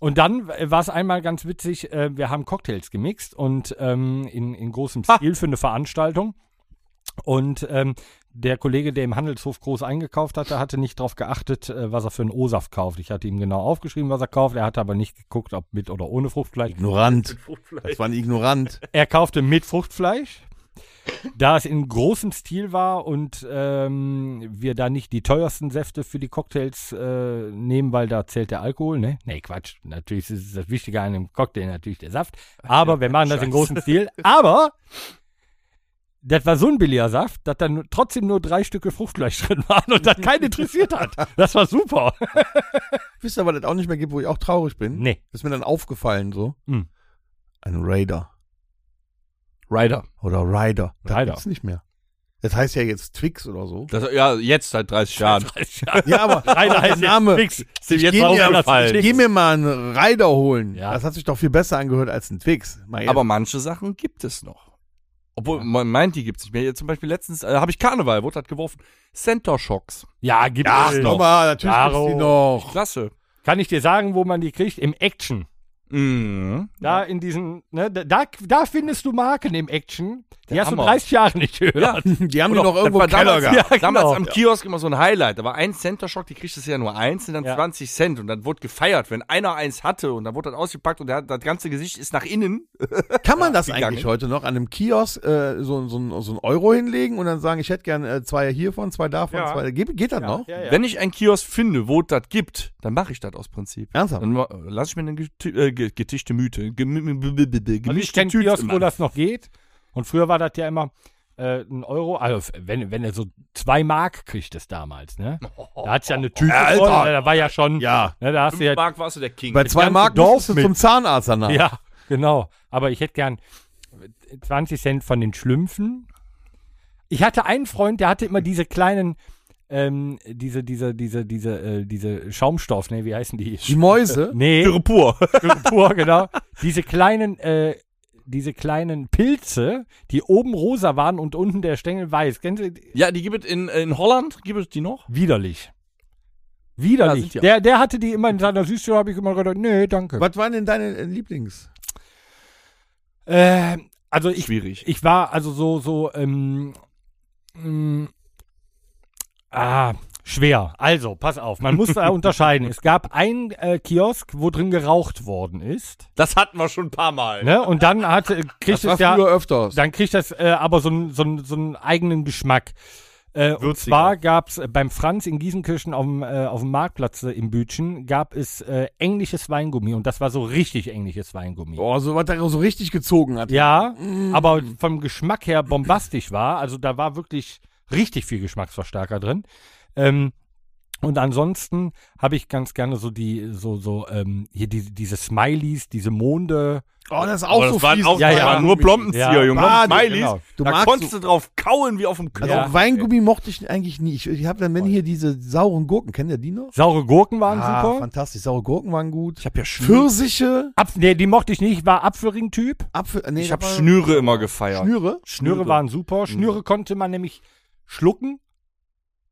S2: Und dann äh, war es einmal ganz witzig, äh, wir haben Cocktails gemixt und ähm, in, in großem
S3: Ha.
S2: Stil für eine Veranstaltung. Und ähm, der Kollege, der im Handelshof groß eingekauft hatte, hatte nicht darauf geachtet, äh, was er für einen O-Saft kauft. Ich hatte ihm genau aufgeschrieben, was er kauft. Er hatte aber nicht geguckt, ob mit oder ohne
S4: (laughs)
S2: Fruchtfleisch.
S4: Ignorant. Das war ein Ignorant.
S2: Er kaufte mit Fruchtfleisch. Da es in großem Stil war und ähm, wir da nicht die teuersten Säfte für die Cocktails äh, nehmen, weil da zählt der Alkohol, ne? Nee, Quatsch. Natürlich ist das Wichtige an einem Cocktail natürlich der Saft. Aber wir machen das in
S4: (laughs)
S2: großem Stil. Aber das war so ein billiger Saft, dass dann trotzdem nur drei Stücke Fruchtfleisch (laughs) drin waren und das keinen interessiert hat. Das war super.
S4: (laughs) Wisst ihr, was das auch nicht mehr gibt, wo ich auch traurig bin?
S2: Nee.
S4: Ist mir dann aufgefallen so.
S2: Hm.
S4: Ein Raider
S3: Ryder.
S4: oder Rider. Das
S2: Rider.
S4: gibt's nicht mehr. Das heißt ja jetzt Twix oder so.
S3: Das, ja, jetzt seit 30
S2: (laughs)
S3: Jahren.
S4: Ja, aber
S2: Einer heißt
S4: der Name.
S2: Jetzt fix.
S3: Ist dir jetzt
S4: geh
S3: mal
S4: mir,
S3: aufgefallen?
S4: ich geh mir mal einen Rider holen.
S2: Ja.
S4: Das hat sich doch viel besser angehört als ein Twix. Mal ehrlich.
S3: Aber manche Sachen gibt es noch. Obwohl man meint, die gibt es nicht mehr. Jetzt Zum Beispiel letztens äh, habe ich Karneval, wurde das geworfen. Center Shocks.
S2: Ja, gibt
S4: Ach,
S2: es noch.
S4: nochmal, natürlich
S2: Caro.
S4: gibt's die
S3: (laughs)
S4: noch.
S3: Klasse.
S2: Kann ich dir sagen, wo man die kriegt? Im Action.
S3: Mhm.
S2: Da in diesen, ne, da- da, da findest du Marken im Action. Die
S3: Der
S2: hast du
S3: Hammer.
S2: 30 Jahre nicht gehört.
S4: Die haben die
S3: Oder-
S4: noch
S3: das
S4: irgendwo
S3: war
S4: im Keller
S3: damals,
S4: gehabt.
S2: Ja, genau.
S3: Damals am Kiosk immer so ein Highlight. Da war ein Center Shock, die kriegst du ja nur eins und dann
S2: Ja.
S3: 20 Cent. Und dann wurde gefeiert, wenn einer eins hatte und dann wurde das ausgepackt und der, hat- das ganze Gesicht ist nach innen.
S4: Kann man das
S3: gegangen.
S4: eigentlich heute noch an einem Kiosk äh, so, so, ein- so ein Euro hinlegen und dann sagen, ich hätte gern äh, zwei hiervon, zwei davon,
S2: Ja.
S4: zwei. Geht, geht das noch?
S2: Ja, Also ja.
S3: Wenn ich einen Kiosk finde, wo das gibt, dann mache ich das aus Prinzip.
S4: Ernsthaft?
S3: Dann lasse ich mir eine geti- äh, ge- getischte Mythe. Gemi-
S2: also ich
S3: Gemischte
S2: kenne
S3: Tüte
S2: Kiosk,
S3: machen.
S2: wo das noch geht. Und früher war das ja immer, äh, einen Euro, also wenn, wenn er so zwei Mark kriegt es damals, ne? Da hat's ja eine Tüte
S4: Ja,
S2: voll,
S4: Alter.
S2: ne, da war ja schon,
S4: Ja.
S2: ne, da hast du ja,
S3: Fünf Mark warst du der King.
S4: Bei zwei
S2: ganze
S4: Mark
S2: Dorf
S4: musstest du
S2: mit.
S4: zum Zahnarzt danach.
S2: ja, genau. Aber ich hätte gern 20 Cent von den Schlümpfen. Ich hatte einen Freund, der hatte immer diese kleinen, ähm, diese, diese, diese, diese, äh, diese Schaumstoff, ne, wie heißen die?
S4: Die
S2: (laughs)
S4: Mäuse.
S2: nee,
S3: Dürre pur.
S2: pur, genau. Diese kleinen, äh, diese kleinen Pilze, die oben rosa waren und unten der Stängel weiß. Kennst du,
S3: Ja, die gibt es in, in Holland, gibt es die noch?
S2: Widerlich.
S3: Da
S2: Widerlich.
S3: sind die auch.
S2: Der, der hatte die immer in seiner Süße, habe ich immer gedacht, nee, danke.
S4: Was waren denn deine äh, Lieblings?
S2: Ähm, also ich,
S3: Schwierig.
S2: ich war also so, so, ähm, ähm, ah, schwer. Also, pass auf, man muss
S4: (laughs)
S2: da unterscheiden. Es gab einen äh, Kiosk, wo drin geraucht worden ist.
S3: Das hatten wir schon ein paar Mal.
S2: Ne? Und dann hatte, kriegt
S4: Das war
S2: es ja.
S4: früher öfters.
S2: Dann kriegt das äh, aber so einen so einen- so einen eigenen Geschmack. Äh, und
S3: Würziger.
S2: zwar gab es beim Franz in Giesenkirchen auf dem, äh, auf dem Marktplatz äh, im Bütchen gab es äh, englisches Weingummi und das war so richtig englisches Weingummi.
S4: Boah, Oh, so was da so richtig gezogen hat.
S2: Ja, aber vom Geschmack her bombastisch war. Also da war wirklich richtig viel Geschmacksverstärker drin. Ähm, und ansonsten habe ich ganz gerne so die, so, so, ähm, hier diese, diese Smileys, diese Monde.
S4: Oh, das ist auch
S3: Aber das
S4: so
S3: waren
S4: fies.
S3: auch
S2: Ja,
S3: das
S2: ja.
S3: waren nur Blompenzieher,
S2: Ja.
S3: Junge.
S4: Bade,
S3: Smileys.
S2: genau.
S4: Du
S3: da
S4: magst
S3: konntest du drauf kauen wie auf dem
S4: Also
S3: Kaffee.
S2: Ja.
S4: Weingummi mochte ich eigentlich nie. Ich, ich habe dann, wenn hier diese sauren Gurken, kennt ihr die noch?
S2: Saure Gurken waren
S4: ah,
S2: super.
S4: fantastisch. Saure Gurken waren gut.
S3: Ich habe ja Schnüre.
S4: Pfirsiche,
S2: Apf nee, die mochte ich nicht, war Apfelringtyp.
S4: Apfel, nee,
S3: Ich habe
S4: aber-
S3: Schnüre immer gefeiert.
S4: Schnüre.
S2: Schnüre, waren super. Schnüre konnte man nämlich schlucken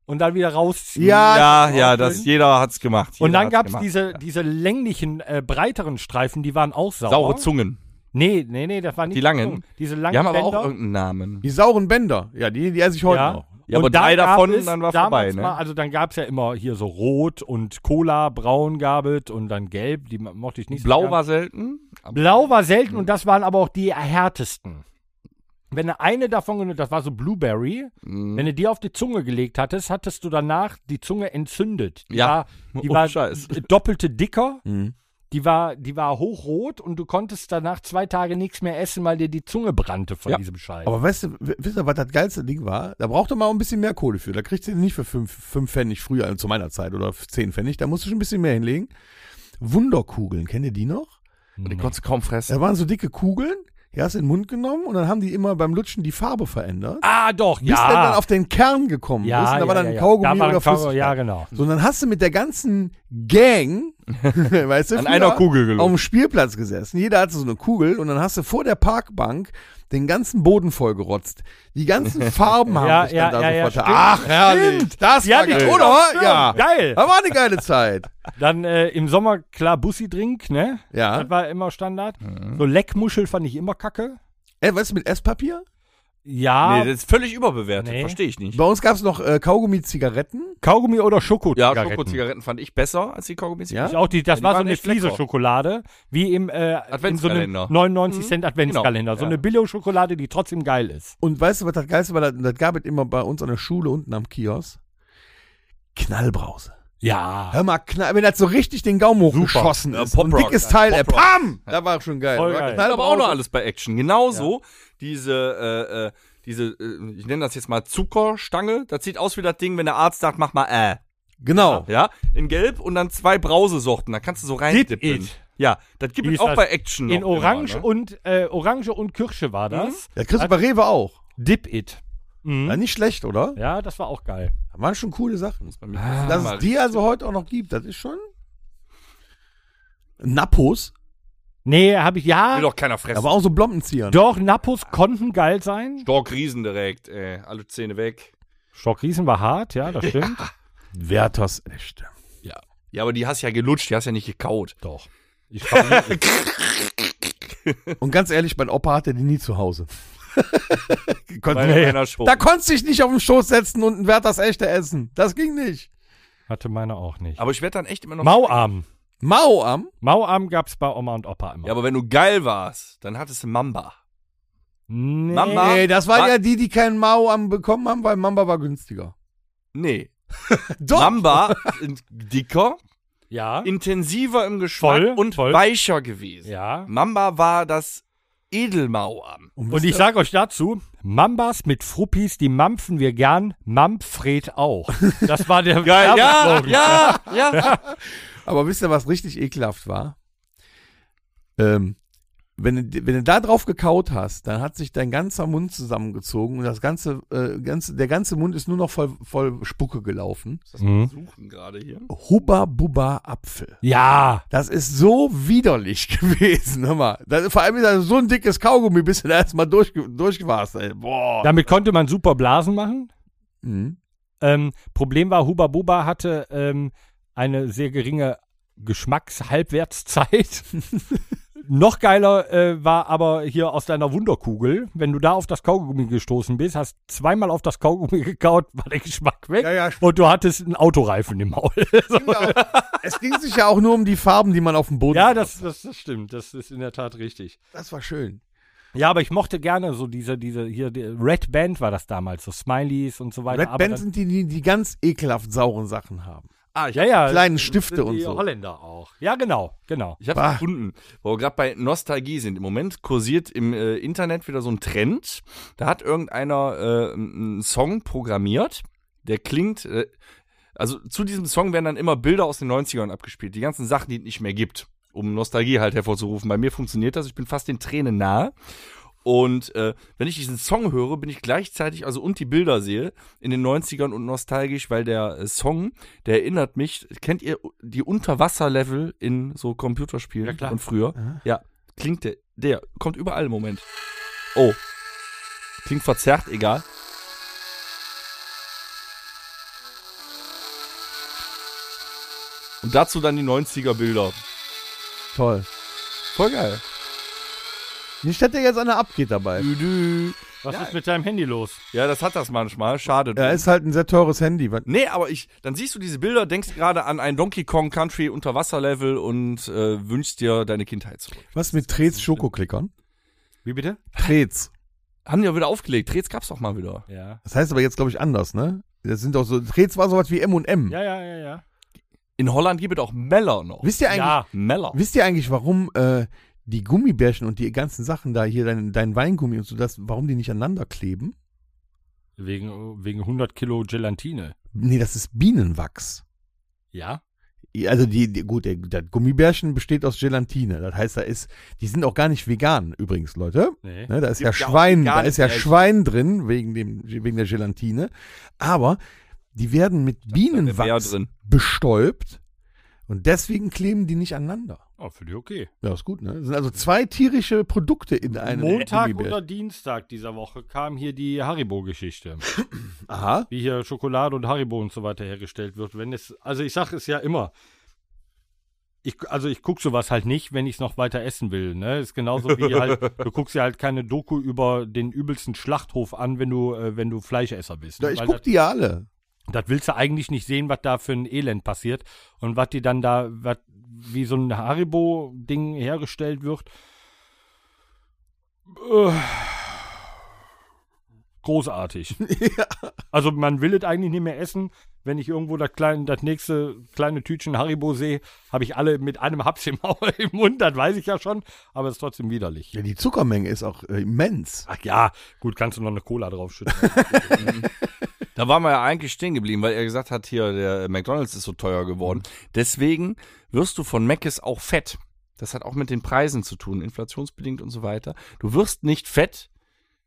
S2: und dann wieder rausziehen.
S4: Ja,
S3: Ja, ja, das, jeder hat's gemacht.
S2: und
S3: Jeder
S2: dann
S3: hat's
S2: gab es
S3: gemacht.
S2: diese, diese länglichen, äh, breiteren Streifen, die waren auch sauer.
S3: saure Zungen.
S2: Nee, nee, nee, das waren nicht
S3: Die langen?
S2: Zungen. Diese langen
S3: Die haben aber auch
S2: Bänder.
S3: irgendeinen Namen.
S4: Die sauren Bänder. Ja, die, die esse ich heute
S2: ja.
S4: noch.
S3: Ja,
S2: Und
S3: aber
S2: da
S3: drei
S2: gab
S3: davon,
S2: es
S3: dann war's
S2: damals
S3: vorbei, ne?
S2: Mal, also dann gab es ja immer hier so rot und Cola, braun gab es und dann gelb, die mochte ich nicht so
S3: Blau
S2: gern.
S3: war selten.
S2: Blau war
S4: Hm.
S2: selten und das waren aber auch die härtesten. Wenn du eine davon genommen das war so Blueberry,
S4: Hm.
S2: wenn du die auf die Zunge gelegt hattest, hattest du danach die Zunge entzündet.
S4: (laughs)
S2: Die
S3: Ja.
S2: war, die
S3: Oh,
S2: war
S3: Scheiß.
S2: doppelte dicker,
S4: Hm.
S2: die war, die war hochrot und du konntest danach zwei Tage nichts mehr essen, weil dir die Zunge brannte von
S3: Ja.
S2: diesem Scheiß.
S4: Aber weißt du, w- wisst ihr, was das geilste Ding war? Da brauchte man auch ein bisschen mehr Kohle für. Da kriegst du nicht für fünf fünf Pfennig früher, also zu meiner Zeit, oder zehn Pfennig. Da musst du schon ein bisschen mehr hinlegen. Wunderkugeln, kennt ihr die noch?
S3: Und die konntest du kaum fressen.
S4: Da waren so dicke Kugeln, die hast du in den Mund genommen und dann haben die immer beim Lutschen die Farbe verändert.
S2: ah, doch,
S4: Bis
S2: ja.
S4: dann, dann auf den Kern gekommen
S2: ja,
S4: ist. Und da
S2: ja,
S4: war dann
S2: ja, ja.
S4: Kaugummi
S2: da war
S4: oder
S2: dann Kaugummi,
S4: Flüssigkeit.
S2: Ja, genau.
S4: So, und dann hast du mit der ganzen
S2: (laughs)
S4: Gang, weißt du,
S3: An
S4: früher
S3: einer Kugel gelogen.
S4: auf dem Spielplatz gesessen. Jeder hatte so eine Kugel und dann hast du vor der Parkbank den ganzen Boden vollgerotzt. Die
S2: (laughs)
S4: ganzen Farben haben
S2: Ja,
S4: sich
S2: ja,
S4: dann da
S2: ja, ja,
S4: sofort. Ach, herrlich. Das
S2: Ja,
S4: war
S2: die
S4: geil,
S2: Kugel
S4: oder?
S2: auf Film.
S4: Ja.
S2: Geil.
S4: Das war eine geile Zeit.
S2: Dann äh, im Sommer klar Bussi-Drink, ne?
S4: Ja.
S2: Das war immer Standard.
S3: Mhm.
S2: So Leckmuschel fand ich immer kacke.
S4: Ey, weißt du, mit Esspapier?
S2: Ja,
S3: Nee, das ist völlig überbewertet.
S2: Nee.
S3: Verstehe ich nicht.
S4: Bei uns gab es noch äh, Kaugummi-Zigaretten.
S2: Kaugummi oder Schoko.
S3: Ja, Schokozigaretten fand ich besser als die Kaugummis.
S4: Ja?
S2: Ich auch die, das
S3: Ja, die
S2: war so
S3: waren
S2: eine
S3: echt lecker.
S2: fiese Schokolade, wie im äh, in so
S3: Adventskalender.
S2: einem
S3: Mhm. Genau.
S2: 99 Cent Adventskalender. So
S3: Ja.
S2: eine Billo-Schokolade, die trotzdem geil ist.
S4: Und weißt du, was das Geilste war? Das, das gab es immer bei uns an der Schule unten am Kiosk. Knallbrause.
S2: Ja.
S4: Hör mal, knall, wenn das so richtig den Gaumen hochgeschossen
S3: Ja,
S4: ist. so ein
S3: Pop-Rock.
S4: dickes Teil, ey,
S3: Pop-Rock.
S4: pam! Da war schon geil.
S2: Voll
S4: War
S2: geil.
S4: knallbrause.
S3: aber auch noch alles bei Action. Genauso diese, äh, äh, diese, äh, ich nenne das jetzt mal Zuckerstange. Das sieht aus wie das Ding, wenn der Arzt sagt, mach mal äh.
S4: Genau.
S3: Ja, in Gelb und dann zwei Brausesorten. Da kannst du so reindippen.
S2: it.
S3: Ja, das gibt
S2: Wie
S3: es
S2: ist
S3: auch
S2: das?
S3: bei Action.
S2: In
S3: noch
S2: Orange
S3: immer, ne? Mhm.
S2: und äh, Orange und Kirsche war das.
S4: Das kriegst du bei Rewe auch.
S2: Dip it.
S4: War nicht schlecht, oder?
S2: Hm? Ja, das war auch geil.
S4: Das waren schon coole Sachen.
S3: Bei mir ist
S4: Dass
S3: immer
S4: es die also heute auch noch gibt, das ist schon. Nappos,
S2: Nee, habe ich ja.
S3: Will doch keiner fressen.
S4: aber auch so Blompenziehern.
S2: Doch, Nappos konnten geil sein.
S3: Stockriesen direkt, ey. Alle Zähne weg.
S2: Stockriesen war hart, ja,
S3: (laughs)
S2: das stimmt.
S4: Werthers echte.
S3: Ja, aber die hast ja gelutscht, die hast ja nicht gekaut.
S2: Doch. Ich fand-
S4: Und ganz ehrlich, mein Opa hatte die nie zu Hause.
S3: Bei
S4: (laughs) Konnte-
S3: einer Show.
S4: Da konntest du dich nicht auf den Schoß setzen und ein Werthers echte essen. Das ging nicht.
S2: hatte meine auch nicht.
S3: aber ich werde dann echt immer noch.
S2: Mauarm.
S4: Mauam?
S2: Mauarm gab es bei Oma und Opa immer.
S3: ja, aber wenn du geil warst, dann hattest du Mamba.
S2: nee.
S3: Mama.
S4: Nee, das waren
S3: Was?
S4: ja die, die keinen Mauam bekommen haben, weil Mamba war günstiger.
S3: Nee.
S4: Doch.
S3: Mamba in- dicker,
S2: Ja.
S3: intensiver im Geschmack
S2: Voll,
S3: und
S2: voll.
S3: weicher gewesen.
S2: Ja.
S3: Mamba war das Edelmauer.
S2: Und ich sage euch dazu, Mambas mit Fruppis, die mampfen wir gern, Mampfred auch. Das war der
S3: Geil, ja,
S2: Werbeslogan.
S3: ja, ja.
S4: Aber wisst ihr, was richtig ekelhaft war? Ähm, wenn, du- wenn du da drauf gekaut hast, dann hat sich dein ganzer Mund zusammengezogen und das ganze, äh, ganze, der ganze Mund ist nur noch voll, voll Spucke gelaufen.
S3: Das
S2: Mhm.
S3: suchen gerade hier.
S4: Oh. Hubba Bubba Apfel.
S2: Ja,
S4: Das ist so widerlich (laughs) gewesen, hör mal. Das, vor allem ist das so ein dickes Kaugummi, bis du da erstmal durch, durch warst, ey. Boah.
S2: damit konnte man super Blasen machen.
S4: Mhm.
S2: Ähm, Problem war, Huba Buba hatte ähm, eine sehr geringe (laughs) Geschmackshalbwertszeit. Noch geiler äh, war aber hier aus deiner Wunderkugel. Wenn du da auf das Kaugummi gestoßen bist, hast zweimal auf das Kaugummi gekaut, war der Geschmack weg.
S4: Ja, ja,
S2: Und du hattest einen Autoreifen im Maul.
S4: Genau. es ging sich ja auch nur um die Farben, die man auf dem Boden
S2: (laughs) ja,
S4: hat.
S2: (laughs) das, das, das stimmt. Das ist in der Tat richtig.
S4: das war schön.
S2: Ja, aber ich mochte gerne so diese, diese, hier, die Red Band war das damals, so Smileys und so weiter.
S4: Red
S2: aber
S4: Bands
S2: dann-
S4: sind die, die, die ganz ekelhaft sauren Sachen haben.
S3: Ah, ich
S2: ja, ja.
S4: Kleinen
S2: die
S4: Stifte und so.
S2: Holländer auch. Ja, genau, genau.
S3: Ich habe
S4: Bah.
S3: gefunden, wo wir gerade bei Nostalgie sind. Im Moment kursiert im äh, Internet wieder so ein Trend. Da hat irgendeiner äh, einen Song programmiert, der klingt. Äh, also zu diesem Song werden dann immer Bilder aus den 90ern abgespielt, die ganzen Sachen, die es nicht mehr gibt, um Nostalgie halt hervorzurufen. Bei mir funktioniert das, ich bin fast den Tränen nahe. Und äh, wenn ich diesen Song höre, bin ich gleichzeitig, also und die Bilder sehe, in den 90ern und nostalgisch, weil der äh, Song, der erinnert mich, kennt ihr die Unterwasserlevel in so Computerspielen
S2: Ja, klar.
S3: und früher?
S4: Aha.
S3: Ja, klingt der, der kommt überall im Moment. Oh, klingt verzerrt, egal. Und dazu dann die 90er Bilder.
S4: Toll.
S3: Voll geil.
S4: Nicht, dass der jetzt einer abgeht dabei.
S3: Dü -dü.
S2: Was ist mit deinem Handy los?
S3: Ja, das hat das manchmal. Schade.
S4: Ja, ist halt ein sehr teures Handy. Was-
S3: Nee, aber ich, dann siehst du diese Bilder, denkst gerade an ein Donkey Kong Country Unterwasserlevel und äh, wünschst dir deine Kindheit zurück.
S4: Was mit Trez Schokoklickern?
S2: Wie bitte?
S4: Trez.
S3: Haben die ja wieder aufgelegt. Trez gab's doch mal wieder.
S2: Ja.
S4: Das heißt aber jetzt, glaube ich, anders, ne? Das sind doch so, Trez war sowas wie M&M.
S2: Ja, ja, ja, ja.
S3: In Holland gibt es auch Meller noch.
S4: Wisst ihr eigentlich,
S2: Ja.
S3: Meller.
S4: wisst ihr eigentlich, warum, äh, die Gummibärchen und die ganzen Sachen da hier, dein, dein Weingummi und so, das, warum die nicht aneinander kleben?
S2: Wegen, wegen 100 Kilo Gelatine.
S4: Nee, das ist Bienenwachs.
S2: Ja.
S4: Also die, die gut, der, das Gummibärchen besteht aus Gelatine. Das heißt, da ist, die sind auch gar nicht vegan übrigens, Leute.
S2: Nee.
S4: Ne, da ist ja,
S3: Gibt ja auch
S4: Schwein,
S3: gar
S4: da
S3: nicht
S4: ist ja
S3: mehr.
S4: Schwein drin wegen dem wegen der Gelatine, aber die werden mit
S3: Bär
S4: Bienenwachs
S3: drin.
S4: bestäubt und deswegen kleben die nicht aneinander.
S2: Oh, für die okay.
S4: Ja, ist gut, ne? Das sind also zwei tierische Produkte in einem
S2: Montag
S4: Gummibär.
S2: oder Dienstag dieser Woche kam hier die Haribo-Geschichte.
S4: (clears throat) Aha.
S2: wie hier Schokolade und Haribo und so weiter hergestellt wird. Wenn es, also ich sage es ja immer. Ich, also ich gucke sowas halt nicht, wenn ich es noch weiter essen will. Ne? Ist genauso
S4: (laughs)
S2: wie halt, du guckst dir halt keine Doku über den übelsten Schlachthof an, wenn du, äh, wenn du Fleischesser bist.
S4: Ja,
S2: ne?
S4: ich
S2: Weil
S4: guck die ja alle.
S2: das willst du eigentlich nicht sehen, was da für ein Elend passiert und was die dann da, was wie so ein Haribo-Ding hergestellt wird. Äh, Großartig. Also man will es eigentlich nicht mehr essen. Wenn ich irgendwo das, kleine, das nächste kleine Tütchen Haribo sehe, habe ich alle mit einem Haps im, (laughs) Maul- im Mund, das weiß ich ja schon, aber es ist trotzdem widerlich.
S4: Ja, die Zuckermenge ist auch äh, immens.
S2: Ach ja, gut, kannst du noch eine Cola draufschütten.
S3: Da waren wir ja eigentlich stehen geblieben, weil er gesagt hat, hier, der McDonalds ist so teuer geworden. Deswegen wirst du von Mc's auch fett. Das hat auch mit den Preisen zu tun, inflationsbedingt und so weiter. Du wirst nicht fett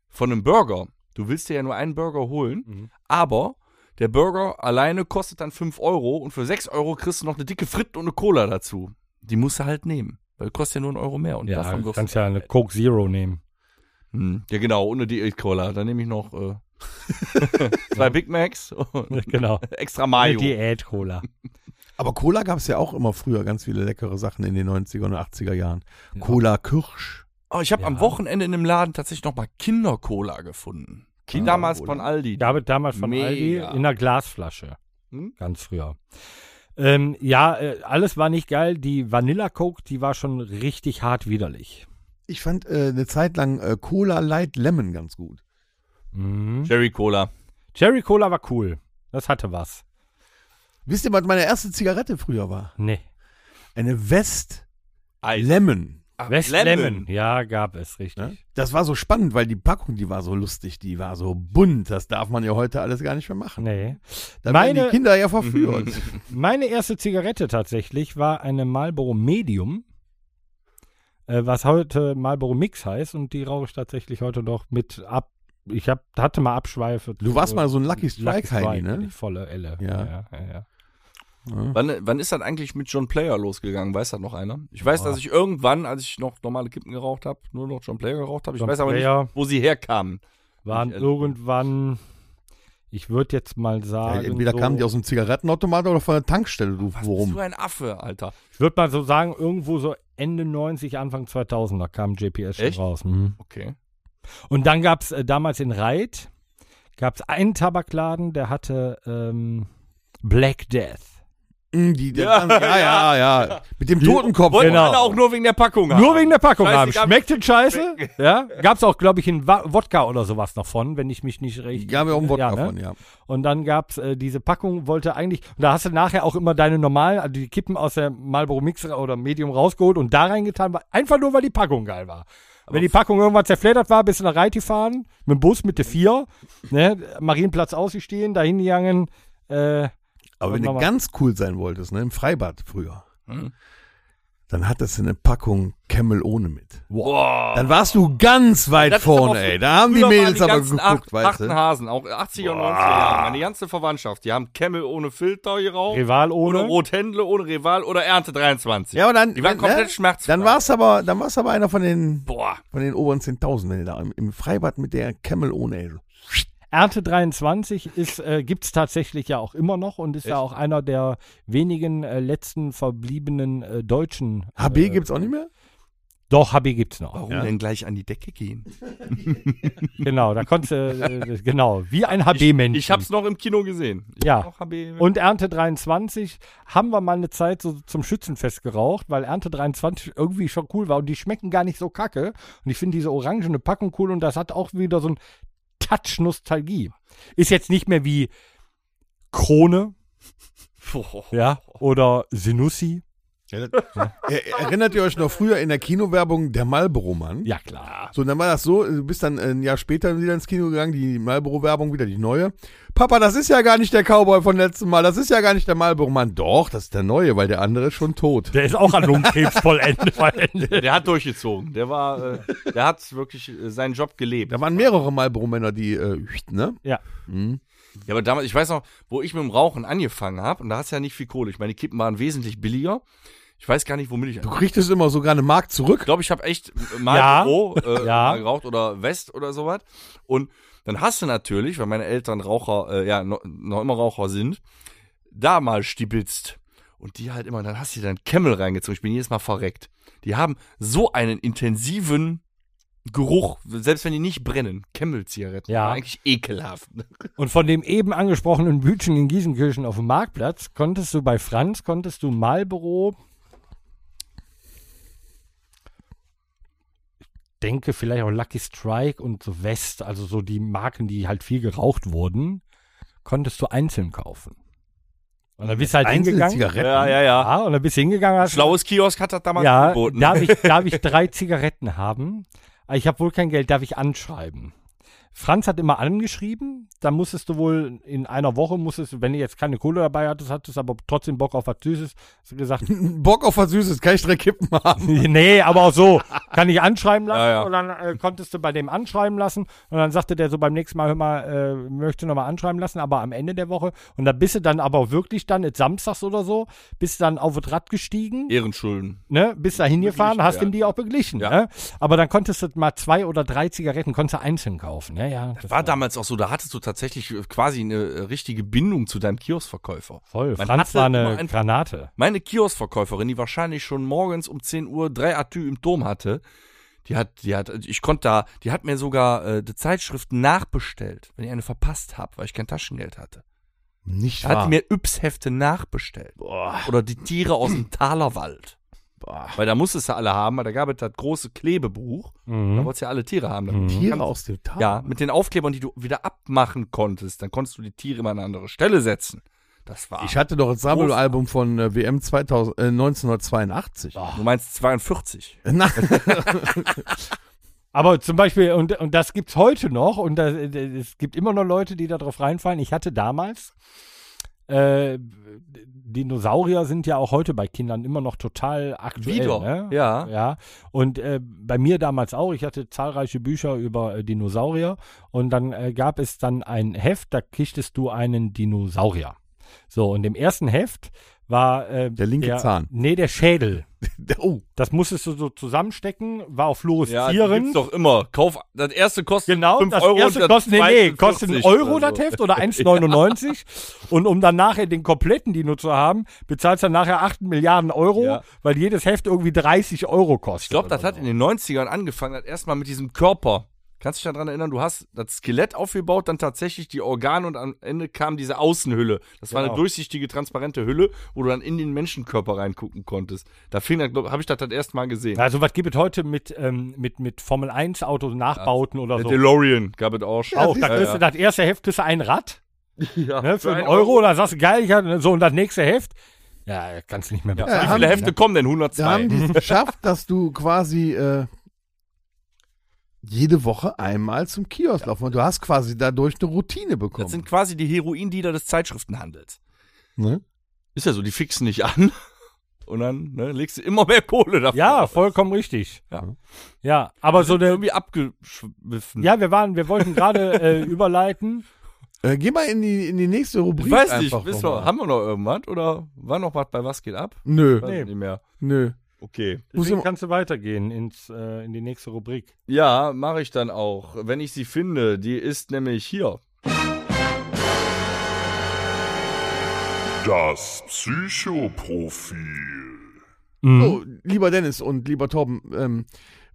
S3: von einem Burger. Du willst dir ja nur einen Burger holen, aber der Burger alleine kostet dann 5 Euro und für 6 Euro kriegst du noch eine dicke Fritte und eine Cola dazu. Die musst du halt nehmen, weil kostet ja nur einen Euro mehr und davon wirst
S2: kannst (laughs) ja eine Coke Zero nehmen.
S3: Hm, Ja genau, ohne Diät Cola. Dann nehme ich noch äh, (laughs) zwei Big Macs und
S2: (laughs) Genau.
S3: extra Mayo.
S2: Diät-Cola.
S4: Aber Cola gab es ja auch immer früher ganz viele leckere Sachen in den 90er und 80er Jahren. Cola Kirsch.
S3: Oh, ich habe
S2: Ja.
S3: am Wochenende in einem Laden tatsächlich nochmal Kindercola gefunden.
S4: Kinder-
S3: Damals
S4: Cola.
S3: von Aldi.
S2: Gab es damals von
S3: Mega.
S2: Aldi in einer Glasflasche.
S3: Hm?
S2: Ganz früher. Ähm, ja, äh, alles war nicht geil. Die Vanilla Coke, die war schon richtig hart widerlich.
S4: Ich fand äh, eine Zeit lang äh, Cola Light Lemon ganz gut.
S2: Mhm.
S3: Cherry Cola.
S2: Cherry Cola war cool. Das hatte was.
S4: Wisst ihr, was meine erste Zigarette früher war?
S2: Nee.
S4: Eine West
S3: Eis.
S4: Lemon.
S2: West
S3: Lemon.
S2: Lemon. Ja, gab es, richtig.
S4: Ne? Das war so spannend, weil die Packung, die war so lustig, die war so bunt. Das darf man ja heute alles gar nicht mehr machen.
S2: Nee.
S4: Da werden
S2: Meine-
S4: die Kinder ja verführt.
S2: Meine erste Zigarette tatsächlich war eine Marlboro Medium, äh, was heute Marlboro Mix heißt und die rauche ich tatsächlich heute noch mit ab. Ich hab, hatte mal Abschweife.
S4: Du warst mal so ein Lucky Strike, Heini,
S2: Die
S4: ne?
S2: volle Elle.
S4: Ja.
S2: ja, ja, ja.
S4: Ja.
S3: Wann, wann ist das eigentlich mit John Player losgegangen? Weiß das noch einer? Ich weiß,
S2: Boah.
S3: dass ich irgendwann, als ich noch normale Kippen geraucht habe, nur noch John Player geraucht habe. Ich
S2: John
S3: weiß aber
S2: Player.
S3: nicht, wo sie herkamen.
S2: Waren
S3: Ich, äh,
S2: irgendwann, ich würde jetzt mal sagen.
S4: Entweder
S2: so,
S4: kamen die aus dem Zigarettenautomaten oder von der Tankstelle, du
S3: Was bist
S4: Wurm.
S3: du ein Affe, Alter?
S2: Ich würde mal so sagen, irgendwo so Ende 90, Anfang 2000er kam GPS schon
S3: Echt?
S2: raus. Mhm.
S3: Okay.
S2: Und dann gab es äh, damals in Reit gab's einen Tabakladen, der hatte ähm, Black Death.
S4: Mm, Die, der,
S3: Ja,
S4: ja, ja, ja, Mit dem
S2: Die-
S4: Totenkopf.
S3: Wollten
S2: Genau.
S3: alle auch nur wegen der Packung
S2: Nur wegen der Packung haben.
S3: Scheißegal.
S2: Schmeckt denn
S3: (laughs)
S2: scheiße? ja. Gab es auch, glaube ich, in Wa- Wodka oder sowas noch von, wenn ich mich nicht
S4: Die
S2: recht.
S4: gaben ja auch einen Wodka
S2: Ja, ne?
S4: von, ja.
S2: Und dann gab es äh, diese Packung, wollte eigentlich, und da hast du nachher auch immer deine normalen, also die Kippen aus der Marlboro Mixer oder Medium rausgeholt und da reingetan, war, einfach nur, weil die Packung geil war. Wenn die Packung irgendwann zerfleddert war, bist du nach Reit gefahren, mit dem Bus, mit der Vier, ne, Marienplatz ausgestehen, dahin gegangen, äh,
S4: Aber
S2: Warte
S4: wenn du
S2: mal.
S4: ganz cool sein wolltest, ne, im Freibad früher,
S3: Mhm.
S4: dann hattest du eine Packung Camel ohne mit.
S3: Boah.
S4: Dann warst du ganz weit
S3: Das ist aber
S4: vorne,
S3: frü-
S4: ey. Da haben die
S3: früher waren
S4: Mädels aber
S3: ganzen
S4: geguckt,
S3: acht,
S4: weißt
S3: achten
S4: du.
S3: Hasen, auch 80er und 90er Jahre. Meine ganze Verwandtschaft. Die haben Camel ohne Filter geraucht.
S2: Rival
S3: Ohne
S2: ohne.
S3: Rothändle, ohne Rival oder Ernte 23.
S4: Ja, aber dann,
S3: Die waren
S4: ne?
S3: komplett schmerzfrei.
S4: Dann war's aber, dann war's aber einer von den,
S3: Boah.
S4: von den oberen 10.000, wenn du da im, im Freibad mit der Camel ohne, ey.
S2: Ernte 23 ist, äh, gibt es tatsächlich ja auch immer noch und ist ja auch einer der wenigen äh, letzten verbliebenen äh, deutschen.
S4: HB
S2: äh,
S4: gibt's auch nicht mehr?
S2: Doch, HB gibt es noch.
S3: Warum denn gleich an die Decke gehen?
S2: Genau, da konntest du, äh, das- genau, wie ein HB-Mensch.
S3: Ich hab's noch im Kino gesehen. Ich
S2: Ja.
S3: hab Noch HB.
S2: Und Ernte 23 haben wir mal eine Zeit so zum Schützenfest geraucht, weil Ernte 23 irgendwie schon cool war und die schmecken gar nicht so kacke. Und ich finde diese orangene Packung cool und das hat auch wieder so ein Touch Nostalgie. Ist jetzt nicht mehr wie Krone,
S3: Boah.
S2: ja, oder Sinussi.
S4: (laughs) Er- Erinnert ihr euch noch früher in der Kinowerbung der Marlboro-Mann?
S2: Ja, klar.
S4: So, und dann war das so, äh, du bist dann ein Jahr später wieder ins Kino gegangen, die Marlboro-Werbung, wieder die neue. Papa, das ist ja gar nicht der Cowboy von letztem Mal, das ist ja gar nicht der Marlboro-Mann. Doch, das ist der neue, weil der andere ist schon tot.
S2: Der ist auch an Lungenkrebs vollendet. vollendet.
S3: Der hat durchgezogen. Der war, äh, der hat wirklich äh, seinen Job gelebt.
S4: Da waren mehrere Marlboro-Männer, die, äh, ne?
S2: Ja.
S4: Mhm.
S3: Ja, aber damals, ich weiß noch, wo ich mit dem Rauchen angefangen habe, und da hast du ja nicht viel Kohle. Ich meine, die Kippen waren wesentlich billiger. Ich weiß gar nicht, womit ich.
S4: Du
S3: Ich
S4: kriegtest immer sogar eine Mark zurück.
S3: glaube, ich habe echt mal
S2: Ja.
S3: Büro äh,
S2: Ja.
S3: mal geraucht oder West oder sowas. Und dann hast du natürlich, weil meine Eltern Raucher, äh, ja, noch, noch immer Raucher sind, da mal stibitzt. Und die halt immer, dann hast du dir deinen Kemmel reingezogen. Ich bin jedes Mal verreckt. Die haben so einen intensiven Geruch, selbst wenn die nicht brennen. Kemmel-Zigaretten.
S2: Ja.
S3: War Eigentlich ekelhaft.
S2: Und von dem eben angesprochenen Bütchen in Gießenkirchen auf dem Marktplatz konntest du bei Franz, konntest du Marlboro, ich denke vielleicht auch Lucky Strike und so West, also so die Marken, die halt viel geraucht wurden, konntest du einzeln kaufen. Und dann bist du halt
S4: Einzelne
S2: hingegangen.
S4: Zigaretten.
S3: ja, ja.
S2: Ja, und dann bist du hingegangen. Hast,
S3: Schlaues Kiosk hat das damals
S2: ja,
S3: angeboten. (laughs)
S2: darf ich, darf ich drei Zigaretten haben? Ah, Ich habe wohl kein Geld, darf ich anschreiben? Franz hat immer angeschrieben, da musstest du wohl in einer Woche, musstest, wenn du jetzt keine Kohle dabei hattest, hattest aber trotzdem Bock auf was Süßes, hast
S3: (laughs)
S2: du gesagt,
S4: Bock auf was Süßes, kann ich drei Kippen haben.
S2: nee, aber auch so, kann ich anschreiben lassen
S3: Ja, ja.
S2: und dann äh, konntest du bei dem anschreiben lassen und dann sagte der so beim nächsten Mal, hör mal, äh, möchte nochmal anschreiben lassen, aber am Ende der Woche und da bist du dann aber auch wirklich dann, jetzt samstags oder so, bist du dann auf das Rad gestiegen
S3: Ehrenschulden.
S2: ne, bist da hingefahren,
S3: Beglichen,
S2: hast
S3: ja.
S2: ihm die auch beglichen.
S3: Ja.
S2: Ne? Aber dann konntest du mal zwei oder drei Zigaretten konntest du einzeln kaufen. Ja, ja. Das
S3: War damals auch so, da hattest du tatsächlich äh, quasi eine äh, richtige Bindung zu deinem Kioskverkäufer.
S2: voll.
S3: Man
S2: Franz
S3: hatte
S2: war
S3: immer
S2: eine
S3: ein-
S2: Granate.
S3: Meine Kioskverkäuferin, die wahrscheinlich schon morgens um 10 Uhr drei Atü im Turm hatte, die hat, die hat, ich konnte da, die hat mir sogar äh, die Zeitschriften nachbestellt, wenn ich eine verpasst habe, weil ich kein Taschengeld hatte.
S4: Nicht
S3: Da hat die mir Yps-Hefte nachbestellt.
S4: Boah,
S3: Oder die Tiere aus dem Talerwald.
S4: boah.
S3: Weil da musstest du alle haben, weil da gab es das große Klebebuch. Da
S2: Mhm.
S3: wolltest du ja alle Tiere haben.
S2: Mhm.
S4: Tiere aus dem Tal.
S3: Ja, mit den Aufklebern, die du wieder abmachen konntest, dann konntest du die Tiere immer an eine andere Stelle setzen. Das war.
S4: Ich hatte doch das Sammelalbum von äh, WM 2000, äh, 1982.
S3: du meinst 42.
S4: Nein.
S2: Aber zum Beispiel, und, und das gibt's heute noch, und das, äh, es gibt immer noch Leute, die da drauf reinfallen. Ich hatte damals, äh, Dinosaurier sind ja auch heute bei Kindern immer noch total aktuell.
S3: Wieder,
S2: Ne?
S3: ja.
S2: ja. Und äh, bei mir damals auch, ich hatte zahlreiche Bücher über äh, Dinosaurier und dann äh, gab es dann ein Heft, da kriegtest du einen Dinosaurier. So, und im ersten Heft war äh,
S4: Der linke Zahn.
S2: Nee, der Schädel.
S4: (laughs) oh,
S2: Das musstest du so zusammenstecken, war auf
S3: Ja, die
S2: fluoreszierend.
S3: gibt's doch immer. Kauf, das erste kostet
S2: Genau,
S3: 5
S2: das
S3: Euro und
S2: erste
S3: das
S2: kostet, nee, nee,
S3: zweite Also.
S2: kostet einen
S3: 40
S2: Euro
S3: oder so.
S2: das
S3: (laughs)
S2: Heft oder 1,99. Und um dann nachher den kompletten Dino zu haben, bezahlst du dann nachher 8 Milliarden Euro,
S3: Ja.
S2: weil jedes Heft irgendwie 30 Euro kostet.
S3: Ich glaube, das hat in den 90ern angefangen, hat erstmal mit diesem Körper. Kannst dich daran erinnern, du hast das Skelett aufgebaut, dann tatsächlich die Organe und am Ende kam diese Außenhülle. Das war eine
S2: Genau.
S3: durchsichtige, transparente Hülle, wo du dann in den Menschenkörper reingucken konntest. Da fing dann, glaube habe ich das das erste Mal gesehen.
S2: Also, was gibt es heute mit, ähm, mit, mit Formel 1 Autos, Nachbauten oder
S3: Der
S2: so?
S3: DeLorean gab es auch schon.
S2: Auch, da
S3: Ja,
S2: kriegst
S3: ja.
S2: du das erste Heft, kriegst du ein Rad
S3: Ja,
S2: ne, für einen Euro, da sagst du, geil, ich hatte so, und das nächste Heft, ja, kannst du nicht mehr bezahlen.
S3: Wie
S4: haben-
S3: viele Hefte kommen denn?
S4: da
S3: 102.
S4: haben die es (laughs) geschafft, dass du quasi äh, jede Woche einmal zum Kiosk laufen und du hast quasi dadurch eine Routine bekommen.
S3: Das sind quasi die Heroindealer des Zeitschriftenhandels.
S4: ne?
S3: Ist ja so, die fixen nicht an. (laughs) Und dann ne, legst du immer mehr Kohle davon.
S2: Ja, vollkommen richtig.
S3: Ja.
S2: ja aber
S3: also (laughs)
S2: so eine,
S3: irgendwie abgeschwiffen.
S2: ja, wir waren, wir wollten gerade äh, überleiten.
S4: äh, geh mal in die, in die nächste Rubrik.
S3: Ich weiß nicht,
S4: einfach
S3: wissen
S4: noch
S3: wir,
S4: mal.
S3: haben wir noch irgendwas oder war noch was bei Was geht ab?
S4: Nö,
S3: Weiß
S2: Nee.
S3: Nicht mehr.
S4: nö.
S3: Okay.
S4: Muss
S2: Deswegen
S4: immer-
S2: kannst du weitergehen ins, äh, in die nächste Rubrik.
S3: Ja, mache ich dann auch, wenn ich sie finde. Die ist nämlich hier.
S1: Das Psychoprofil.
S3: Hm?
S4: So, Oh, lieber Dennis und lieber Torben, ähm,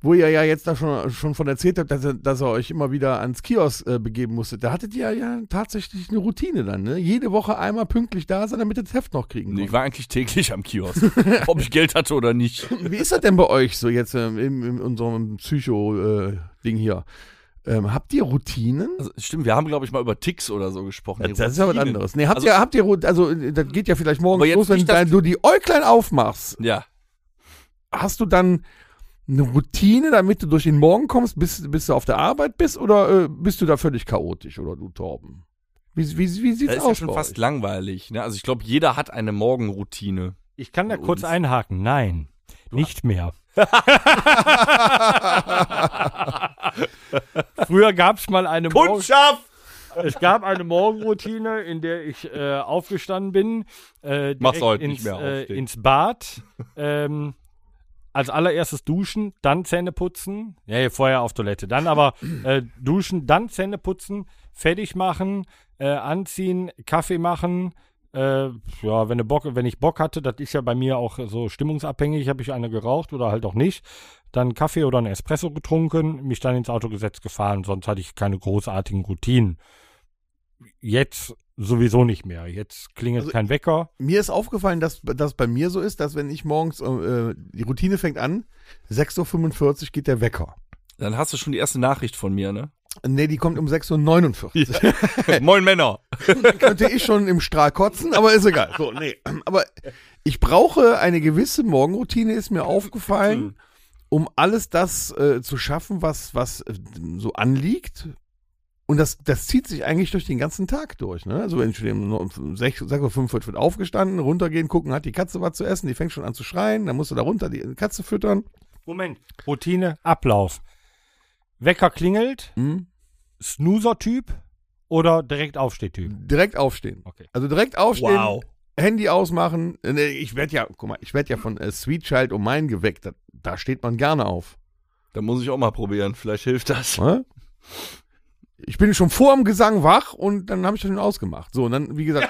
S4: wo ihr ja jetzt da schon, schon von erzählt habt, dass, ihr- dass ihr euch immer wieder ans Kiosk äh, begeben musstet, da hattet ihr ja tatsächlich eine Routine dann, ne? Jede Woche einmal pünktlich da sein, damit ihr das Heft noch kriegen
S3: Ich
S4: könnt.
S3: war eigentlich täglich am Kiosk, (laughs) ob ich Geld hatte oder nicht.
S4: Wie ist das denn bei euch so jetzt ähm, in, in unserem Psycho-Ding hier? Ähm, habt ihr Routinen?
S3: Also, stimmt, wir haben, glaube ich, mal über Ticks oder so gesprochen.
S4: das ist ja was
S3: Routinen.
S4: anderes. Nee, habt
S3: Also-
S4: ihr, habt ihr, Rot- also äh, das geht ja vielleicht
S3: Aber
S4: morgens
S3: jetzt
S4: los, wenn
S3: nicht, dass-
S4: dein- du die Äuglein aufmachst,
S3: Ja,
S4: hast du dann eine Routine, damit du durch den Morgen kommst, bis, bis du auf der Arbeit bist oder äh, bist du da völlig chaotisch oder du Torben? Wie, wie, wie sieht's
S3: das ist ja
S4: aus?
S3: schon
S4: bei
S3: fast
S4: euch?
S3: langweilig. Ne? Also ich glaube, jeder hat eine Morgenroutine.
S2: Ich kann da
S3: Bei
S2: kurz
S3: uns.
S2: einhaken. Nein, nicht mehr. Früher gab es mal eine Morgen-
S3: Kundschaft!
S2: es gab eine Morgenroutine, in der ich äh, aufgestanden bin, äh, direkt
S3: Mach's heute
S2: ins,
S3: nicht mehr
S2: äh,
S3: aufstehen.
S2: ins Bad, ähm, als allererstes duschen, dann Zähne putzen, ja, ja, vorher auf Toilette, dann aber äh, duschen, dann Zähne putzen, fertig machen, äh, anziehen, Kaffee machen. Äh, ja, wenn, du Bock, wenn ich Bock hatte, das ist ja bei mir auch so stimmungsabhängig, habe ich eine geraucht oder halt auch nicht. Dann Kaffee oder einen Espresso getrunken, mich dann ins Auto gesetzt gefahren, sonst hatte ich keine großartigen Routinen jetzt sowieso nicht mehr. Jetzt klingelt
S4: Also-
S2: kein Wecker.
S4: Mir ist aufgefallen, dass das bei mir so ist, dass wenn ich morgens, äh, die Routine fängt an, 6.45 Uhr geht der Wecker.
S3: Dann hast du schon die erste Nachricht von mir, ne?
S4: Nee, die kommt um 6.49 Uhr. (laughs)
S3: Moin Männer!
S4: könnte ich schon im Strahl kotzen, aber ist egal. So, nee. Aber ich brauche eine gewisse Morgenroutine, ist mir aufgefallen, um alles das äh, zu schaffen, was, was äh, so anliegt. Und das, das zieht sich eigentlich durch den ganzen Tag durch. Ne? Also wenn ich um neun- um sechs- sechs Uhr fünfundvierzig wird aufgestanden, runtergehen, gucken, hat die Katze was zu essen, die fängt schon an zu schreien, dann musst du da runter die Katze füttern.
S2: Moment. Routine, Ablauf. Wecker klingelt,
S4: Hm?
S2: Snoozer-Typ oder
S4: (laughs)
S2: direkt Aufstehtyp?
S4: Direkt aufstehen.
S2: Okay.
S4: Also direkt aufstehen, Handy ausmachen. Äh, nee, Ich werde ja, guck mal, ich werde ja von äh, Sweet Child um meinen geweckt. Da, da steht man gerne auf.
S3: Da muss ich auch mal probieren, vielleicht hilft das.
S4: Ne? Ich bin schon vor dem Gesang wach und dann habe ich das schon ausgemacht. So, und dann, wie gesagt,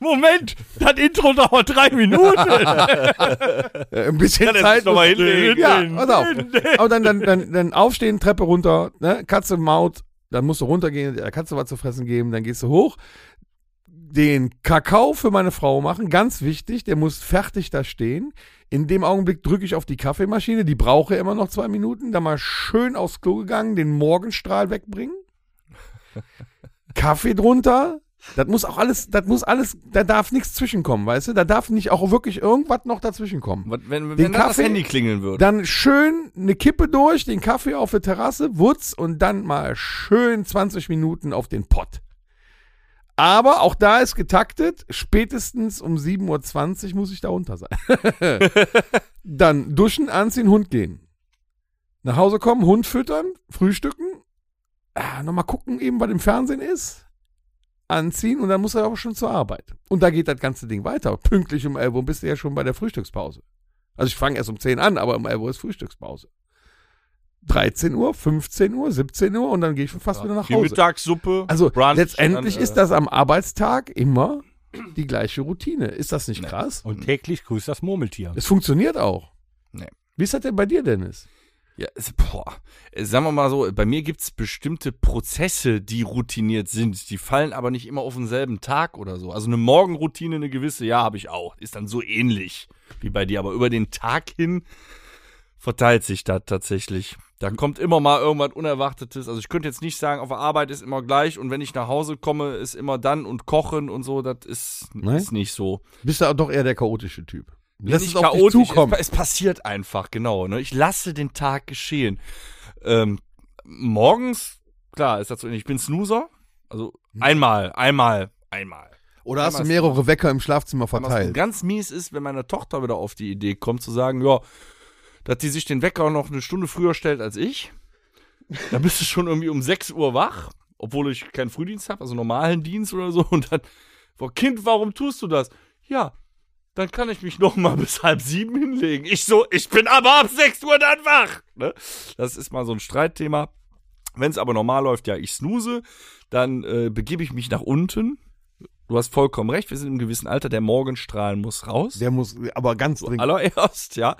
S2: Moment, das Intro dauert drei (laughs) Minuten.
S4: äh, ein bisschen
S3: Ja, das
S4: Zeit.
S3: ist noch mal hinlegen.
S4: ja, pass auf. Aber dann, dann, dann, dann aufstehen, Treppe runter, ne? Katze maut, dann musst du runtergehen, der Katze was zu fressen geben, dann gehst du hoch. Den Kakao für meine Frau machen, ganz wichtig, der muss fertig da stehen. In dem Augenblick drücke ich auf die Kaffeemaschine, die brauche immer noch zwei Minuten, dann mal schön aufs Klo gegangen, den Morgenstrahl wegbringen. Kaffee drunter, Das muss auch alles, das muss alles, da darf nichts zwischenkommen, weißt du? Da darf nicht auch wirklich irgendwas noch dazwischenkommen.
S3: Was, wenn
S4: Den
S3: wenn dann das
S4: Kaffee-
S3: Handy klingeln würde.
S4: Dann schön eine Kippe durch, den Kaffee auf der Terrasse, Wutz und dann mal schön 20 Minuten auf den Pott. Aber auch da ist getaktet, spätestens um 7.20 Uhr muss ich da runter sein. (laughs) dann duschen, anziehen, Hund gehen. Nach Hause kommen, Hund füttern, frühstücken, ah, nochmal gucken eben, was im Fernsehen ist, anziehen und dann muss er auch schon zur Arbeit. Und da geht das ganze Ding weiter. Pünktlich um 11 Uhr bist du ja schon bei der Frühstückspause. Also ich fange erst um 10 an, aber um 11 Uhr ist Frühstückspause. 13 Uhr, 15 Uhr, 17 Uhr und dann gehe ich schon fast wieder nach
S3: die
S4: Hause.
S3: Mittagssuppe.
S4: Also
S3: Brunch,
S4: letztendlich
S3: dann,
S4: ist
S3: äh,
S4: das am Arbeitstag immer die gleiche Routine. Ist das nicht krass?
S2: Und täglich grüßt das Murmeltier.
S4: Es funktioniert auch.
S3: Nee.
S4: Wie ist das denn bei dir, Dennis?
S3: Ja, es- boah. Äh, Sagen wir mal so, bei mir gibt's bestimmte Prozesse, die routiniert sind. Die fallen aber nicht immer auf denselben Tag oder so. Also eine Morgenroutine, eine gewisse, ja, habe ich auch. Ist dann so ähnlich wie bei dir. Aber über den Tag hin verteilt sich das tatsächlich. Da kommt immer mal irgendwas Unerwartetes. Also ich könnte jetzt nicht sagen, auf der Arbeit ist immer gleich und wenn ich nach Hause komme, ist immer dann und kochen und so. Das ist,
S4: Nein?
S3: ist nicht so.
S4: Bist du doch eher der chaotische Typ. Lass
S3: nicht
S4: es auf dich
S3: chaotisch,
S4: zukommen.
S3: Es, es passiert einfach, genau. Ne? Ich lasse den Tag geschehen. Ähm, morgens, klar, ist das so. Ich bin Snoozer. Also
S4: Mhm.
S3: einmal, einmal, einmal.
S4: Oder hast du
S3: Einmal-
S4: mehrere Wecker im Schlafzimmer
S3: Was
S4: verteilt?
S3: ganz mies ist, wenn meine Tochter wieder auf die Idee kommt, zu sagen, ja, dass die sich den Wecker noch eine Stunde früher stellt als ich. Da bist du schon irgendwie um 6 Uhr wach, obwohl ich keinen Frühdienst habe, also normalen Dienst oder so. Und dann, boah, Kind, warum tust du das? Ja, dann kann ich mich noch mal (laughs) bis halb sieben hinlegen. Ich so, ich bin aber ab 6 Uhr dann wach. Ne? Das ist mal so ein Streitthema. Wenn es aber normal läuft, ja, ich snooze, dann äh, begebe ich mich nach unten. Du hast vollkommen recht, wir sind im gewissen Alter, der Morgenstrahlen muss raus.
S4: Der muss aber ganz dringend.
S3: Allererst, ja.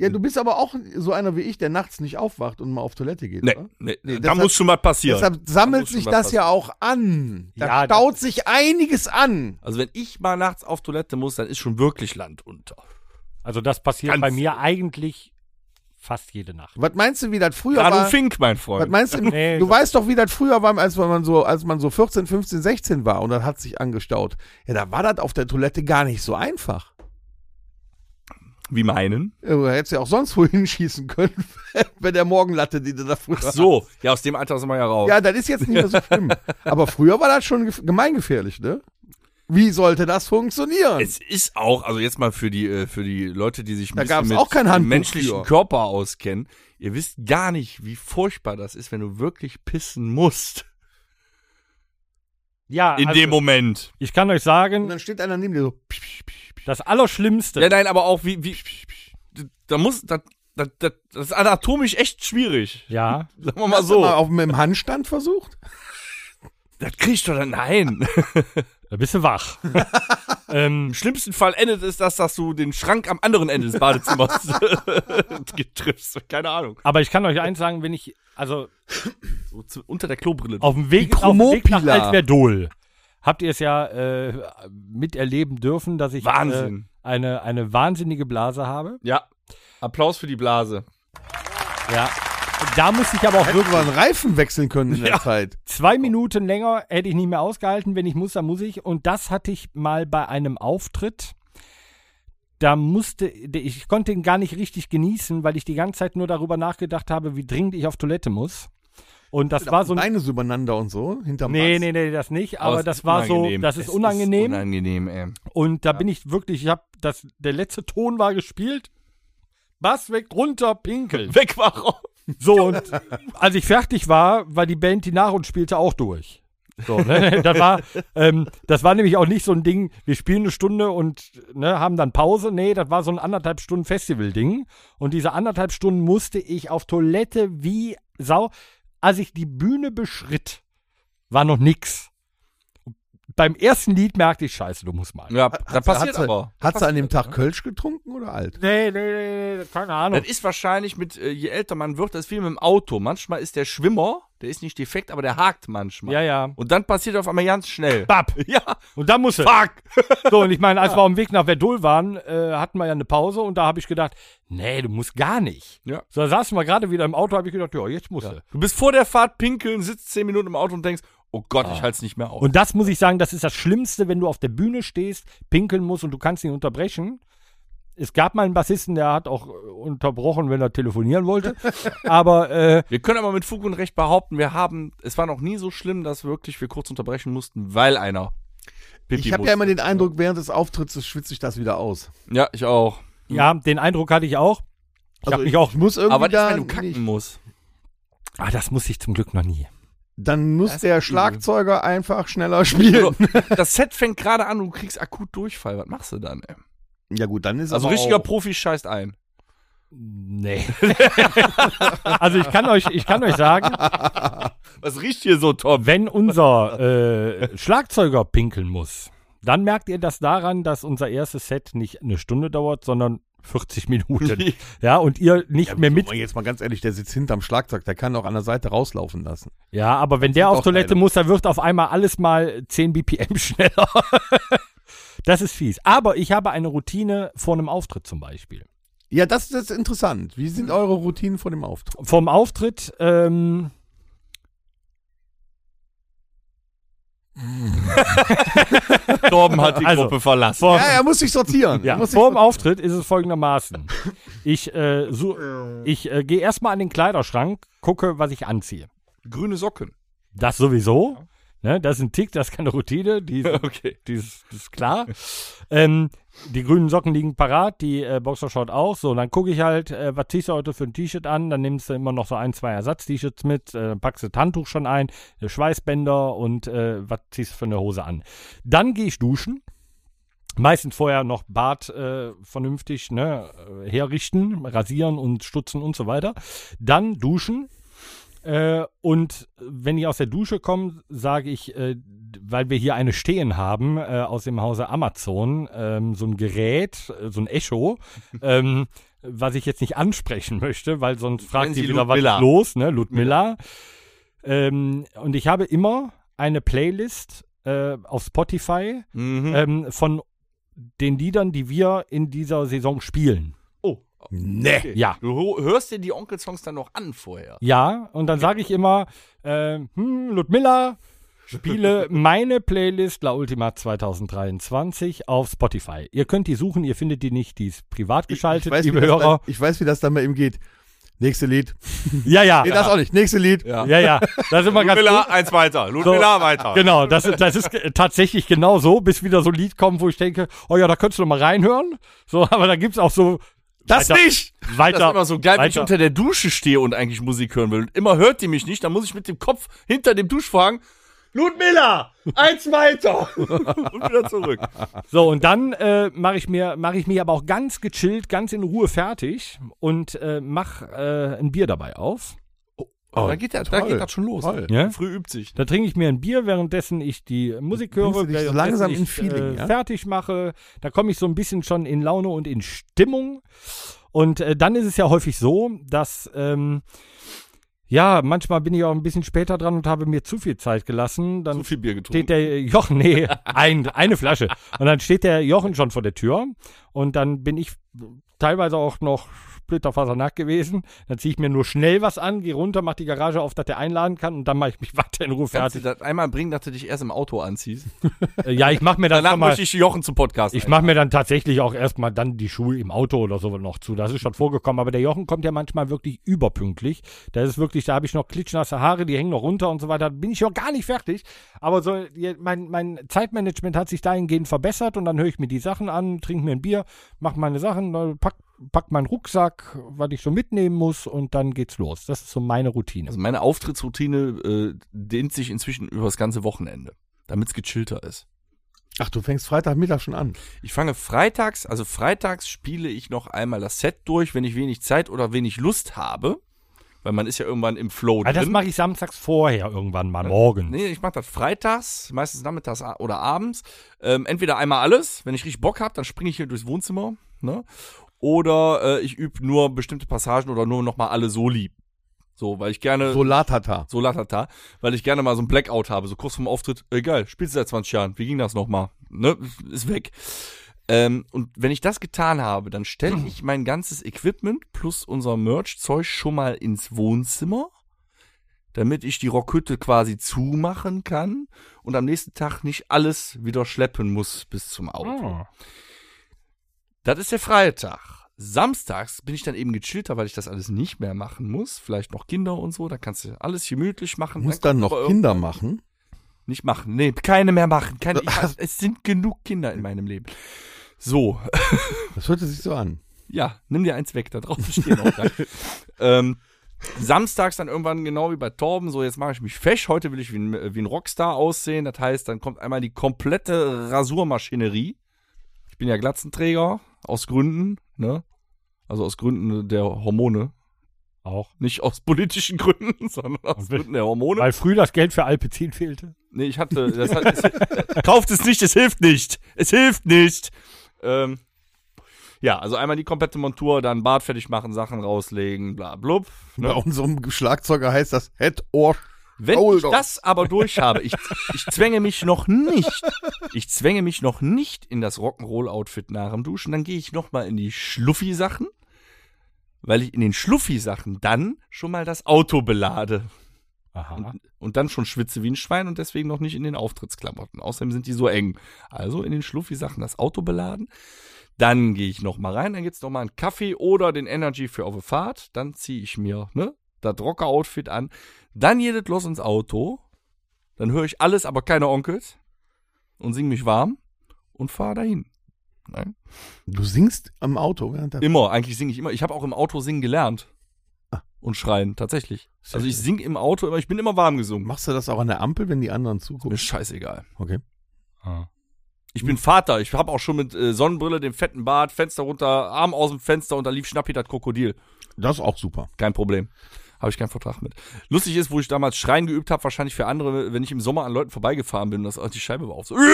S4: Ja, du bist aber auch so einer wie ich, der nachts nicht aufwacht und mal auf Toilette geht.
S3: Nee,
S4: oder?
S3: Ne? nee,
S4: Nee,
S3: da
S4: deshalb-
S3: muss schon was passieren.
S4: Deshalb
S3: Da
S4: sammelt
S3: muss schon
S4: sich
S3: was
S4: das
S3: passieren.
S4: ja auch an. Da
S2: Ja,
S4: staut sich einiges an.
S3: Also wenn ich mal nachts auf Toilette muss, dann ist schon wirklich Land unter.
S2: Also das passiert
S3: Ganz-
S2: bei mir eigentlich fast jede Nacht.
S4: Was meinst du, wie das früher
S3: Ranu
S4: war?
S3: Fink, mein
S4: Was
S3: Freund.
S4: meinst du,
S2: Nee,
S4: du
S2: das-
S4: weißt doch, wie das früher war, als man so, als man so 14, 15, 16 war und dann hat sich angestaut. Ja, da war das auf der Toilette gar nicht so einfach. (laughs)
S3: Wie meinen?
S4: Ja, Du hättest ja auch sonst wohin (laughs) schießen können, bei der Morgenlatte, die du da früher
S3: Ach so, ja, aus dem Alter sind wir ja raus.
S4: Ja, das ist jetzt nicht mehr so
S3: (laughs)
S4: schlimm. Aber früher war das schon gef- gemeingefährlich, ne? Wie sollte das funktionieren?
S3: Es ist auch, also jetzt mal für die, äh, für die Leute, die sich ein
S4: Da
S3: bisschen
S4: gab's auch kein
S3: dem
S4: Handbuch
S3: menschlichen
S4: für.
S3: Körper auskennen, ihr wisst gar nicht, wie furchtbar das ist, wenn du wirklich pissen musst.
S2: Ja,
S3: In
S2: also,
S3: dem Moment.
S2: ich kann euch
S4: und
S2: sagen,
S4: dann steht einer neben dir so,
S2: das Allerschlimmste.
S3: Ja, nein, aber auch wie, wie, da muss, da, da, da, das ist anatomisch echt schwierig.
S2: ja,
S3: Sagen wir mal
S4: hast du mal
S3: so.
S4: auf dem Handstand versucht?
S3: Das kriegst du dann, (laughs) nein.
S2: da bist du wach. ähm,
S3: Im schlimmsten Fall endet es das, dass du den Schrank am anderen Ende des (laughs) Badezimmers triffst. Keine Ahnung.
S2: aber ich kann euch eins sagen, wenn ich, also
S3: So zu, unter der Klobrille.
S2: auf dem Weg, auf dem Weg nach
S4: Chromopila.
S2: Altwerdol habt ihr es ja äh, miterleben dürfen, dass ich äh,
S3: Wahnsinn.
S2: eine, eine wahnsinnige Blase habe.
S3: Ja. Applaus für die Blase.
S2: Ja. Da muss ich aber auch
S4: Hätten
S2: wirklich
S4: wir einen Reifen wechseln können in der
S3: Ja.
S4: Zeit.
S2: Zwei Minuten länger hätte ich nicht mehr ausgehalten. Wenn ich muss, dann muss ich. Und das hatte ich mal bei einem Auftritt. Da musste ich konnte ihn gar nicht richtig genießen, weil ich die ganze Zeit nur darüber nachgedacht habe, wie dringend ich auf Toilette muss. Und das war so ein.
S4: Beine so übereinander und so, hinterm
S2: Nee,
S4: Bass.
S2: nee, nee, das nicht.
S3: Aber
S2: Aber
S3: es
S2: das
S3: ist
S2: war
S3: unangenehm.
S2: so, das
S3: Es
S2: ist unangenehm.
S3: unangenehm, ey.
S2: und da bin ich wirklich, ich habe das, der letzte Ton war gespielt. Bass weg,
S3: (laughs)
S2: runter, pinkeln.
S3: Weg war raus.
S2: So, und als ich fertig war, war die Band, die nach uns spielte, auch durch. So, ne? das, war, ähm, das war nämlich auch nicht so ein Ding, wir spielen eine Stunde und ne, haben dann Pause. Nee, das war so ein anderthalb Stunden Festival-Ding. Und diese anderthalb Stunden musste ich auf Toilette wie Sau. Als ich die Bühne beschritt, war noch nix. Beim ersten Lied merkte ich, scheiße, du musst mal.
S3: Ja,
S4: Hat
S3: das
S4: sie-
S3: passiert
S4: hat halt sie,
S3: aber. ne?
S4: Hat sie an dem Tag Kölsch getrunken oder alt?
S2: Nee, nee, nee, nee, keine Ahnung.
S3: Das ist wahrscheinlich mit, äh, je älter man wird, das ist wie mit dem Auto. Manchmal ist der Schwimmer, der ist nicht defekt, aber der hakt manchmal.
S2: Ja, ja.
S3: Und dann passiert auf einmal ganz schnell.
S2: (laughs) Bap.
S3: Ja,
S2: Und dann musste.
S3: fuck.
S2: So, und ich meine, als wir auf dem Weg nach Verdol waren, äh, hatten wir ja eine Pause und da habe ich gedacht, nee, du musst gar nicht.
S3: Ja.
S2: So, da saßen wir gerade wieder im Auto, habe ich gedacht, ja, jetzt musst du.
S3: Du bist vor der Fahrt pinkeln, sitzt zehn Minuten im Auto und denkst, Oh Gott, ich halte es nicht mehr auf.
S2: Und das muss ich sagen, das ist das Schlimmste, wenn du auf der Bühne stehst, pinkeln musst und du kannst ihn unterbrechen. Es gab mal einen Bassisten, der hat auch äh, unterbrochen, wenn er telefonieren wollte. Aber äh,
S3: wir können aber mit Fug und Recht behaupten, wir haben, es war noch nie so schlimm, dass wirklich wir kurz unterbrechen mussten, weil einer Pipi
S4: Ich habe
S3: musste.
S4: ja immer den Eindruck, während des Auftritts schwitze ich das wieder aus.
S3: Ja, ich auch.
S2: ja, den Eindruck hatte ich auch. Ich
S4: Also
S2: habe mich auch.
S4: Ich muss irgendwie
S3: Aber was ist,
S4: da
S3: wenn du kacken
S4: nicht-
S3: musst?
S2: Ah, das muss ich zum Glück noch nie.
S4: dann muss
S3: Das
S4: der
S3: ist übel.
S4: Schlagzeuger einfach schneller (laughs) spielen.
S3: Oder Also, das Set fängt gerade an und du kriegst akut Durchfall. Was machst du dann, ey?
S4: Ja gut, dann ist
S3: Also
S4: aber
S3: richtiger
S4: auch,
S3: Profi scheißt ein.
S2: Nee. (laughs) also ich kann euch, ich kann euch sagen,
S3: Was riecht hier so, Tom?
S2: wenn unser äh, Schlagzeuger pinkeln muss, dann merkt ihr das daran, dass unser erstes Set nicht eine Stunde dauert, sondern 40 (laughs) Minuten. ja, und ihr nicht mehr mit.
S4: Aber jetzt mal ganz ehrlich, der sitzt hinterm Schlagzeug, der kann auch an der Seite rauslaufen lassen.
S2: Ja, aber wenn der auf
S4: doch
S2: Toilette
S4: eine.
S2: muss, dann wird auf einmal alles mal 10 BPM (laughs) schneller. das ist fies. Aber ich habe eine Routine vor einem Auftritt zum Beispiel.
S4: Ja, das, das ist interessant. Wie sind eure Routinen vor dem Auftritt?
S2: Vom Auftritt, ähm.
S3: (laughs) Torben hat die
S2: Also,
S3: Gruppe verlassen.
S2: Vor,
S4: Ja, er muss sich sortieren.
S2: Ja,
S4: Er muss sich
S2: vor dem Auftritt ist es folgendermaßen. Ich, äh, so, ich äh, gehe erstmal an den Kleiderschrank, gucke, was ich anziehe.
S3: Grüne Socken.
S2: Das sowieso. Ne, das ist ein Tick, das ist keine Routine, die, ist-
S3: Okay.
S2: die ist, das ist klar. ähm, die grünen Socken liegen parat, die äh, Boxershort auch. So, dann gucke ich halt, äh, was ziehst du heute für ein T-Shirt an? Dann nimmst du immer noch so ein, zwei Ersatz-T-Shirts mit, äh, packst das Handtuch schon ein, äh, Schweißbänder und äh, was ziehst du für eine Hose an? Dann gehe ich duschen. Meistens vorher noch Bart äh, vernünftig ne, äh, herrichten, rasieren und stutzen und so weiter. Dann duschen. Äh, und wenn ich aus der Dusche komme, sage ich, äh, d- weil wir hier eine stehen haben äh, aus dem Hause Amazon, ähm, so ein Gerät, äh, so ein Echo, ähm, was ich jetzt nicht ansprechen möchte, weil sonst fragt
S3: Nennen
S2: die
S3: Sie
S2: wieder, was
S3: Ludmilla.
S2: ist los, ne? Ludmilla. Ähm, und ich habe immer eine Playlist äh, auf Spotify
S3: Mhm.
S2: ähm, von den Liedern, die wir in dieser Saison spielen.
S3: oh.
S4: Nee.
S2: Ja.
S3: Du ho- hörst dir die Onkel-Songs dann noch an vorher.
S2: Ja, und dann sage ich immer, äh, hm, Ludmilla,
S4: (laughs)
S2: spiele meine Playlist La Ultima 2023 auf Spotify. Ihr könnt die suchen, ihr findet die nicht, die ist privat geschaltet,
S4: ich, weiß, wie
S2: liebe
S4: das dann,
S2: Hörer.
S4: ich weiß, wie das dann bei ihm geht. Nächste Lied.
S2: Ja, ja.
S4: Nee, das auch nicht. Nächste Lied.
S2: Ja, ja. Das
S4: (laughs)
S2: ist immer ganz gut.
S3: eins weiter.
S2: Ludmilla,
S3: weiter.
S2: Genau, das, ist- das ist ge- tatsächlich genau so, bis wieder so ein Lied kommt, wo ich denke, oh ja, da könntest du noch mal reinhören. So, aber da gibt's auch so
S4: Das
S2: Weiter.
S4: nicht!
S2: weiter.
S3: Das ist immer so geil, wenn ich
S2: weiter.
S3: unter der Dusche stehe und eigentlich Musik hören will. Und immer hört die mich nicht, dann muss ich mit dem Kopf hinter dem Duschvorhang Ludmilla, eins weiter. (laughs) und wieder zurück.
S2: So, und dann äh, mache ich mir mache ich mich aber auch ganz gechillt, ganz in Ruhe fertig und äh, mach äh, ein Bier dabei auf.
S4: Oh,
S3: da, geht der, da
S4: toll.
S3: geht das schon los.
S4: Toll.
S2: Ja?
S3: Früh übt sich.
S2: Da trinke ich mir ein Bier, währenddessen ich die Musik höre,
S4: bringst du dich so
S2: währenddessen
S4: langsam
S2: ich,
S4: in Feeling,
S2: äh,
S4: ja?
S2: fertig mache. Da komme ich so ein bisschen schon in Laune und in Stimmung. Und äh, dann ist es ja häufig so, dass ähm, ja, manchmal bin ich auch ein bisschen später dran und habe mir zu viel Zeit gelassen. Dann
S3: So viel Bier getrunken.
S2: steht der Jochen, nee, ein, eine Flasche. Und dann steht der Jochen schon vor der Tür und dann bin ich teilweise auch noch splitterfasernackt gewesen. Dann ziehe ich mir nur schnell was an, gehe runter, mach die Garage auf, dass der einladen kann und dann mache ich mich (laughs) weiter in Ruhe
S3: Kannst du
S2: fertig.
S3: das einmal bringen, dass du dich erst im Auto anziehst?
S2: Äh, Ja, ich mache mir dann
S3: Danach
S2: schon mal,
S3: möchte ich Jochen zum Podcast.
S2: ich
S3: ein.
S2: mache mir dann tatsächlich auch erstmal dann die Schuhe im Auto oder so noch zu. Das ist schon vorgekommen, aber der Jochen kommt ja manchmal wirklich überpünktlich. Da ist wirklich, da habe ich noch klitschnasse Haare, die hängen noch runter und so weiter. Da Bin ich noch gar nicht fertig. Aber so je- mein, mein Zeitmanagement hat sich dahingehend verbessert und dann höre ich mir die Sachen an, trinke mir ein Bier, mache meine Sachen, äh, pack, pack meinen Rucksack, was ich so mitnehmen muss und dann geht's los. Das ist so meine Routine.
S3: Also meine Auftrittsroutine äh, dehnt sich inzwischen übers ganze Wochenende, damit es gechillter ist.
S4: Ach, du fängst Freitagmittag schon an.
S3: Ich fange freitags, also freitags spiele ich noch einmal das Set durch, wenn ich wenig Zeit oder wenig Lust habe, weil man ist ja irgendwann im Flow
S2: Also das
S3: drin.
S2: mache ich samstags vorher irgendwann mal, morgen.
S3: Nee, ich mache das freitags, meistens nachmittags a- oder abends. Ähm, entweder einmal alles, wenn ich richtig Bock habe, dann springe ich hier durchs Wohnzimmer. Ne? Oder äh, ich übe nur bestimmte Passagen oder nur nochmal alle Soli. So, weil ich
S4: Äh.
S3: gerne.
S4: Solartata.
S3: So latata, weil ich gerne mal so ein Blackout habe, so kurz vorm Auftritt, egal, spielst du seit 20 Jahren, wie ging das nochmal? Ne, ist weg. Ähm, und wenn ich das getan habe, dann stelle ich mein ganzes Equipment plus unser Merch-Zeug schon mal ins Wohnzimmer. damit ich die Rockhütte quasi zumachen kann und am nächsten Tag nicht alles wieder schleppen muss bis zum Auto.
S2: Ah.
S3: Das ist der Freitag. Samstags bin ich dann eben gechillter, weil ich das alles nicht mehr machen muss. Vielleicht noch Kinder und so, da kannst du alles gemütlich machen.
S4: Muss dann
S3: kommt aber
S4: noch
S3: irgend-
S4: Kinder machen.
S3: Nicht machen, nee, keine mehr machen. Keine, ich, hab- es sind genug Kinder in meinem Leben. So, (laughs)
S4: Das hörte sich so an.
S3: ja, nimm dir eins weg, da drauf stehen auch gleich. ähm, samstags dann irgendwann genau wie bei Torben, so jetzt mache ich mich fesch, heute will ich wie ein, wie ein Rockstar aussehen. Das heißt, dann kommt einmal die komplette Rasurmaschinerie. Ich bin ja Glatzenträger, aus Gründen, ne? Also aus Gründen der Hormone.
S2: Auch.
S3: Nicht aus politischen Gründen, (laughs) sondern aus
S2: Und wel-
S3: Gründen der Hormone.
S2: Weil früh das Geld für Alpecin fehlte.
S3: Nee, ich hatte. Das hat, es, kauft es nicht, es hilft nicht. Es hilft nicht. Ähm, ja, also einmal die komplette Montur, dann Bart fertig machen, Sachen rauslegen, bla blub.
S4: Bei unserem Schlagzeuger heißt das Head or
S3: Wenn ich
S4: Shoulder.
S3: das aber durch habe, ich, ich zwänge mich noch nicht, ich zwänge mich noch nicht in das Rock'n'Roll-Outfit nach dem Duschen, dann gehe ich nochmal in die Schluffi-Sachen, weil ich in den Schluffi-Sachen dann schon mal das Auto belade.
S2: Aha.
S3: Und, und dann schon schwitze wie ein Schwein und deswegen noch nicht in den Auftrittsklamotten. Außerdem sind die so eng. Also in den Schluffi-Sachen das Auto beladen. Dann gehe ich noch mal rein, dann gibt's noch mal einen Kaffee oder den Energy für auf die Fahrt. Dann ziehe ich mir ne, das Rocker-Outfit an. Dann geht es los ins Auto. Dann höre ich alles, aber keine Onkels. Und singe mich warm und fahre dahin. Nein.
S4: Du singst am Auto während der
S3: Immer, eigentlich singe ich immer. Ich habe auch im Auto singen gelernt. Und schreien, tatsächlich. Also ich singe im Auto immer, ich bin immer warm gesungen.
S4: Machst du das auch an der Ampel, wenn die anderen zugucken?
S3: Mir scheißegal.
S4: Okay.
S2: Ah.
S3: Ich bin Vater. Ich habe auch schon mit äh, Sonnenbrille, dem fetten Bart, Fenster runter, Arm aus dem Fenster und da lief Schnappi das Krokodil.
S4: Das ist auch super.
S3: Kein Problem. Habe ich keinen Vertrag mit. Lustig ist, wo ich damals Schreien geübt habe, wahrscheinlich für andere, wenn ich im Sommer an Leuten vorbeigefahren bin, dass die Scheibe war auf. So. (laughs)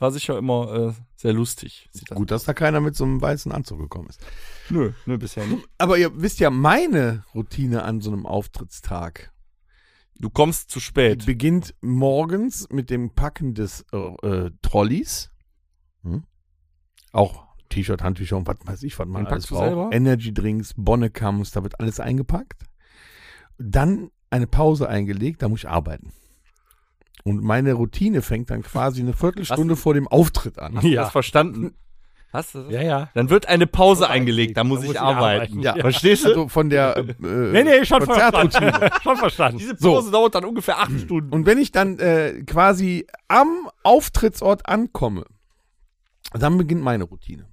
S3: War sicher immer äh, sehr lustig. Sieht das-
S4: Gut, dass da keiner mit so einem weißen Anzug gekommen ist.
S3: Nö, nö, bisher nicht.
S4: Aber ihr wisst ja, meine Routine an so einem Auftrittstag
S3: Du kommst zu
S4: die
S3: spät.
S4: beginnt morgens mit dem Packen des äh, äh, Trolleys. Hm? Auch T-Shirt, Handtücher und was weiß ich, was man
S3: Den
S4: alles
S3: packst du selber?
S4: braucht. Energy Drinks, Bonnecams, da wird alles eingepackt. Dann eine Pause eingelegt, da muss ich arbeiten. Und meine Routine fängt dann quasi eine Viertelstunde vor dem Auftritt an.
S3: Hast du das verstanden? (laughs) Hast du das?
S2: Ja, ja.
S3: Dann wird eine Pause eingelegt, da muss, ich arbeiten.
S4: Ja, verstehst du? Also von der äh,
S2: Nee, nee, schon
S4: Konzertroutine.
S2: verstanden. (laughs) schon verstanden.
S3: Diese
S4: So.
S3: Pause dauert dann ungefähr (clears throat) acht Stunden.
S4: Mhm. Und wenn ich dann äh, quasi am Auftrittsort ankomme, dann beginnt meine Routine.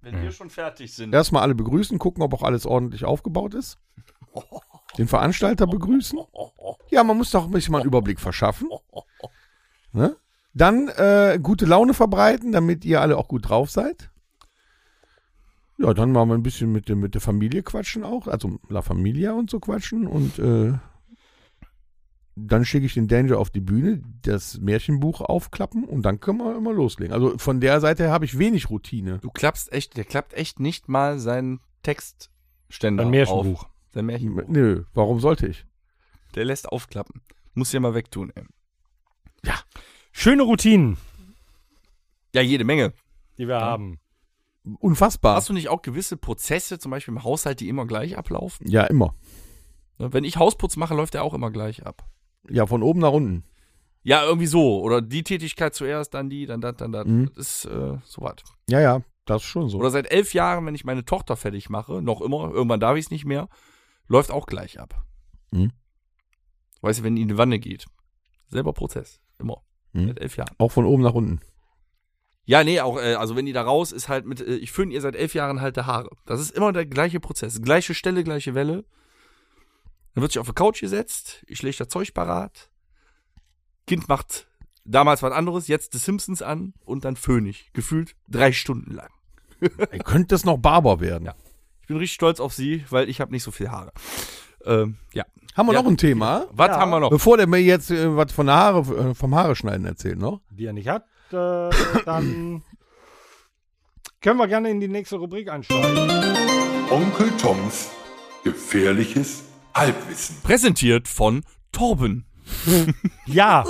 S3: Wenn wir schon fertig sind.
S4: Erstmal alle begrüßen, gucken, ob auch alles ordentlich aufgebaut ist. Den Veranstalter begrüßen. Ja, man muss doch ein bisschen mal einen Überblick verschaffen. Ne? Dann äh, gute Laune verbreiten, damit ihr alle auch gut drauf seid. Ja, dann mal ein bisschen mit, der- mit der Familie quatschen auch, also La Familia und so quatschen. Und äh, dann schicke ich den Danger auf die Bühne, das Märchenbuch aufklappen und dann können wir immer loslegen. Also von der Seite her habe ich wenig Routine.
S3: Du klappst echt, der klappt echt nicht mal seinen Textständer
S2: Ein Märchenbuch.
S3: auf. Sein Märchenbuch.
S4: Nö, warum sollte ich?
S3: Der lässt aufklappen. Muss ja mal wegtun, ey.
S2: Schöne Routinen,
S3: Ja, jede Menge.
S2: die wir haben.
S4: Unfassbar.
S3: Hast du nicht auch gewisse Prozesse, zum Beispiel im Haushalt, die immer gleich ablaufen?
S4: Ja, immer.
S3: Ne? Wenn ich Hausputz mache, läuft der auch immer gleich ab.
S4: Ja, von oben nach unten.
S3: Ja, irgendwie so. Oder die Tätigkeit zuerst, dann die, dann das, dann das.
S4: Mhm.
S3: Das ist äh, so was.
S4: Ja, ja, das ist schon so.
S3: Oder seit elf Jahren, wenn ich meine Tochter fertig mache, noch immer, irgendwann darf ich es nicht mehr, läuft auch gleich ab.
S4: Mhm.
S3: Weißt du, wenn die in die Wanne geht. Selber Prozess. Immer.
S4: Mhm.
S3: Seit elf Jahren.
S4: Auch von oben nach
S3: (laughs)
S4: unten.
S3: Ja, nee, auch, äh, also wenn die da raus ist, halt mit, äh, ich föhne ihr seit elf Jahren halt die Haare. Das ist immer der gleiche Prozess. Gleiche Stelle, gleiche Welle. Dann wird sich auf die Couch gesetzt, ich lege das Zeug parat. Kind macht damals was anderes, jetzt The Simpsons an und dann föhne ich. Gefühlt drei Stunden lang.
S4: Ey, könnte es noch Barber werden.
S3: Ja. Ich bin richtig stolz auf sie, weil ich habe nicht so viel Haare. Ähm, ja.
S4: Haben wir
S3: Ja.
S4: noch ein Thema?
S3: Was haben wir noch?
S4: Bevor der mir jetzt äh, was von der Haare, äh, vom Haare schneiden erzählt, ne? noch?
S2: Die er nicht hat, äh, (laughs) dann können wir gerne in die nächste Rubrik einsteigen.
S1: Onkel Toms gefährliches Halbwissen.
S3: Präsentiert von Torben.
S2: Ja,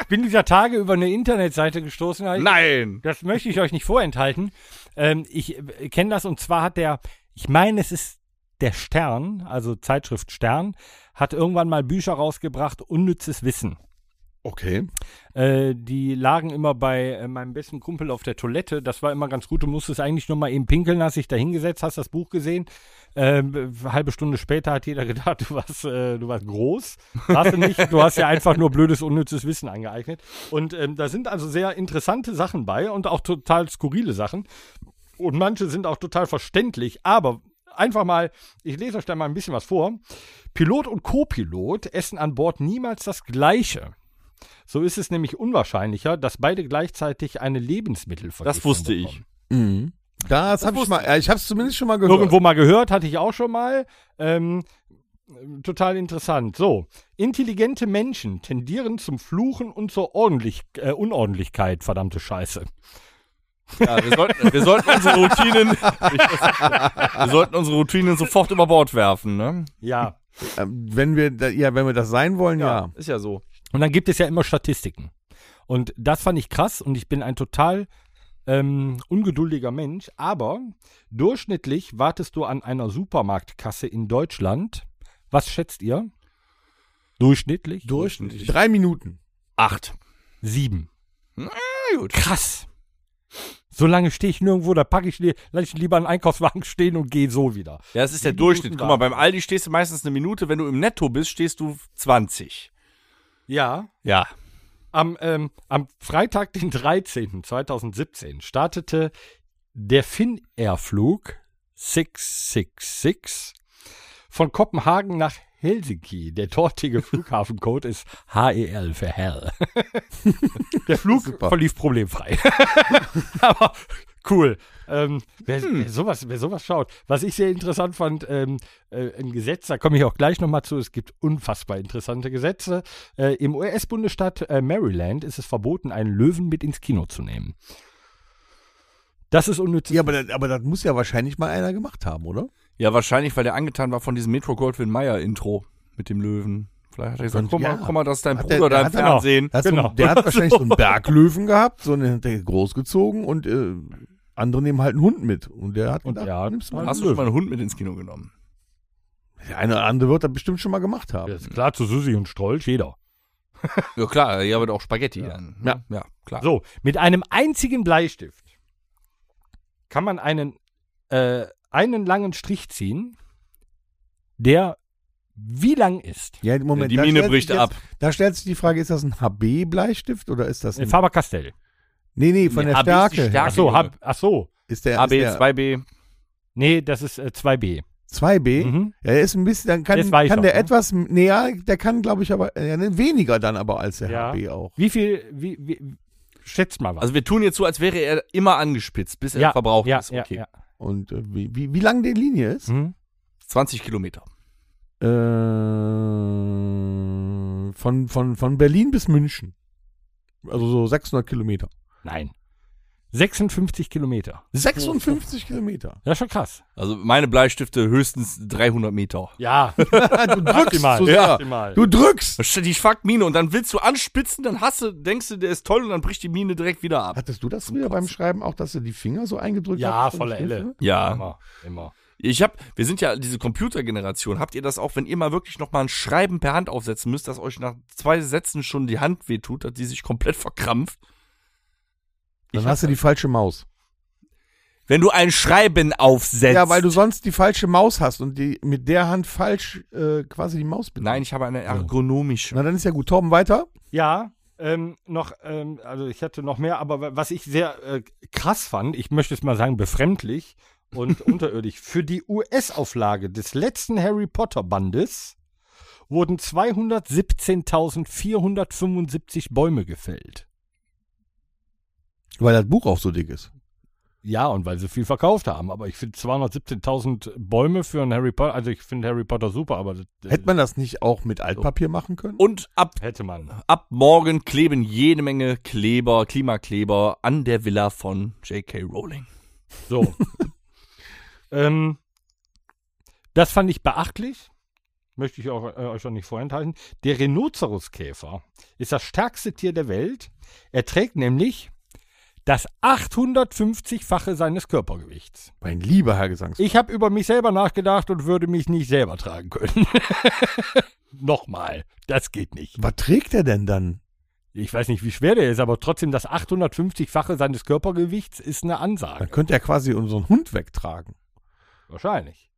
S2: ich bin dieser Tage über eine Internetseite gestoßen. Ich-
S3: Nein!
S2: Das möchte ich euch nicht vorenthalten. Ähm, ich äh, kenne das und zwar hat der, ich meine, es ist Der Stern, also Zeitschrift Stern, hat irgendwann mal Bücher rausgebracht, unnützes Wissen.
S4: Okay.
S2: Äh, die lagen immer bei äh, meinem besten Kumpel auf der Toilette. Das war immer ganz gut. Du musstest eigentlich nur mal eben pinkeln, hast dich da hingesetzt, hast das Buch gesehen. Ähm, halbe Stunde später hat jeder (laughs) gedacht, du warst, äh, du warst groß. Warst du nicht. Du hast ja einfach nur blödes, unnützes Wissen angeeignet. Und ähm, da sind also sehr interessante Sachen bei und auch total skurrile Sachen. Und manche sind auch total verständlich. Aber einfach mal, ich lese euch da mal ein bisschen was vor. Pilot und Copilot essen an Bord niemals das Gleiche. So ist es nämlich unwahrscheinlicher, dass beide gleichzeitig eine Lebensmittelvergiftung
S3: Das wusste ich.
S4: Mhm. Das, habe ich mal, äh, ich habe es zumindest schon mal gehört.
S2: Irgendwo mal gehört, hatte ich auch schon mal. Ähm, total interessant. So, intelligente Menschen tendieren zum Fluchen und zur Ordentlich äh, Unordentlichkeit, verdammte Scheiße.
S3: Ja, wir, sollten, wir sollten unsere Routinen, wir sollten unsere Routinen sofort über Bord werfen, ne?
S2: Ja.
S4: Ähm, wenn wir, da, ja, wenn wir das sein wollen, ja.
S3: Ist ja so.
S2: Und dann gibt es ja immer Statistiken. Und das fand ich krass und ich bin ein total ähm, ungeduldiger Mensch, aber durchschnittlich wartest du an einer Supermarktkasse in Deutschland. Was schätzt ihr? Durchschnittlich?
S4: Durchschnittlich. Drei Minuten.
S3: Acht.
S2: Sieben.
S3: Na gut.
S2: Krass. So lange stehe ich nirgendwo, da packe ich, li lass ich lieber einen Einkaufswagen stehen und gehe so wieder.
S3: Ja, das ist der
S2: Sieben
S3: Durchschnitt.
S2: Minuten
S3: Guck mal,
S2: warten.
S3: beim Aldi stehst du meistens eine Minute. Wenn du im Netto bist, stehst du 20.
S2: Ja,
S3: Ja.
S2: Am, ähm, am Freitag, den 13. 2017, startete der Finnair-Flug 666 von Kopenhagen nach Helsinki. Der dortige (laughs) Flughafencode ist HEL für Hell. der Flug
S4: Super.
S2: verlief problemfrei. (laughs) Aber cool. Ähm, wer,
S4: Hm.
S2: wer, sowas, wer sowas schaut. Was ich sehr interessant fand, ähm, äh, ein Gesetz, da komme ich auch gleich nochmal zu, es gibt unfassbar interessante Gesetze. Äh, Im US-Bundesstaat äh, Maryland ist es verboten, einen Löwen mit ins Kino zu nehmen. Das ist unnütz.
S4: Ja, aber das, aber das muss ja wahrscheinlich mal einer gemacht haben, oder?
S3: Ja, wahrscheinlich, weil der angetan war von diesem Metro Goldwyn Mayer Intro mit dem Löwen. Vielleicht hat er gesagt,
S4: Und
S3: guck mal,
S4: ja.
S3: guck mal, das ist dein
S4: Hat der-
S3: Bruder da
S4: der
S3: im
S4: hat dann
S2: auch-
S3: Fernsehen.
S4: Der hat so
S2: Genau.
S4: einen- der hat wahrscheinlich
S3: (laughs)
S4: so einen Berglöwen gehabt, so einen der großgezogen und äh, andere nehmen halt einen Hund mit. Und der hat
S2: Und ja,
S4: nimmst du mal
S3: Hast
S4: einen
S3: du schon mal
S4: Löwen.
S3: einen Hund mit ins Kino genommen?
S4: Der eine oder andere wird das bestimmt schon mal gemacht haben.
S2: Ja, ist klar, zu Susi und Strolch, jeder.
S3: Ja, klar, ihr habt auch Spaghetti dann. ne?
S4: Ja.
S3: ja, klar.
S2: So, mit einem einzigen Bleistift kann man einen, äh, einen langen Strich ziehen, der wie lang ist?
S4: Ja, Moment,
S3: Die
S4: da
S3: Mine
S4: stellt sich
S3: bricht
S4: jetzt,
S3: ab.
S4: Da stellt sich die Frage, ist das ein HB-Bleistift oder ist das
S2: Äh,
S4: ein...
S2: Faber-Castell.
S4: Nee, nee, von
S3: Nee,
S4: der
S3: HB ist die
S4: Stärke.
S3: Stärke.
S2: Ach so, hab, ach so.
S4: Ist der,
S3: AB,
S4: ist der
S3: 2B.
S2: Nee, das ist äh, 2b.
S4: 2B?
S2: Mhm.
S4: Ja, der ist ein bisschen, dann kann,
S2: Der ist weicher,
S4: kann der
S2: ne?
S4: etwas, nee, ja, der kann, glaube ich, aber äh, ne, weniger dann aber als der
S2: Ja.
S4: HB auch.
S2: Wie viel, wie, wie, schätzt mal was.
S3: Also wir tun jetzt so, als wäre er immer angespitzt, bis er
S2: ja,
S3: verbraucht
S2: ja,
S3: ist. Okay.
S2: Ja,
S4: Und äh, wie, wie, wie lang die Linie ist?
S2: ja. Mhm.
S3: 20 Kilometer.
S4: Äh, von, von, von Berlin bis München. Also so 600 Kilometer.
S2: Nein. 56 Kilometer.
S4: 56 Kilometer.
S2: Das ist schon krass.
S3: Also meine Bleistifte höchstens 300 Meter.
S2: Ja,
S4: du drückst
S2: (laughs) maximal.
S4: zu sehr.
S2: maximal.
S4: Du drückst.
S3: Die Schwackmine und dann willst du anspitzen, dann hast du, denkst du, der ist toll und dann bricht die Mine direkt wieder ab.
S4: Hattest du das früher beim Schreiben auch, dass du die Finger so eingedrückt
S2: ja,
S4: hast?
S2: volle Elle.
S3: Ja,
S2: (laughs) Immer, immer.
S3: ich hab, wir sind ja diese Computergeneration. Habt ihr das auch, wenn ihr mal wirklich nochmal ein Schreiben per Hand aufsetzen müsst, dass euch nach zwei Sätzen schon die Hand wehtut, dass die sich komplett verkrampft?
S4: Dann
S3: Ich
S4: hast du die falsche Maus.
S3: Wenn du ein Schreiben aufsetzt.
S4: Ja, weil du sonst die falsche Maus hast und die mit der Hand falsch äh, quasi die Maus benutzt.
S3: Nein, ich habe eine ergonomische.
S4: Na, dann ist ja gut. Torben, weiter.
S2: Ja, ähm, noch, ähm, also ich hatte noch mehr, aber wa- was ich sehr äh, krass fand, ich möchte es mal sagen, befremdlich und unterirdisch, für die US-Auflage des letzten Harry Potter-Bandes wurden 217.475 Bäume gefällt.
S4: Weil das Buch auch so dick ist.
S2: Ja, und weil sie viel verkauft haben, aber ich finde 217.000 Bäume für einen Harry Potter, also ich finde Harry Potter super, aber das, äh,
S4: Hätte man das nicht auch mit Altpapier machen können?
S3: Und ab
S2: hätte man.
S3: Ab morgen kleben jede Menge Kleber, Klimakleber an der Villa von J.K. Rowling.
S2: So. ähm, das fand ich beachtlich. Möchte ich auch, äh, euch auch nicht vorenthalten. Der Rhinoceros-Käfer ist das stärkste Tier der Welt. Er trägt nämlich das 850-fache seines Körpergewichts.
S4: Mein lieber Herr Gesangs.
S2: Ich habe über mich selber nachgedacht und würde mich nicht selber tragen können. (laughs) Nochmal, das geht nicht.
S4: Was trägt er denn dann?
S2: Ich weiß nicht, wie schwer der ist, aber trotzdem das 850-fache seines Körpergewichts ist eine Ansage.
S4: Dann könnte er quasi unseren Hund wegtragen.
S2: Wahrscheinlich.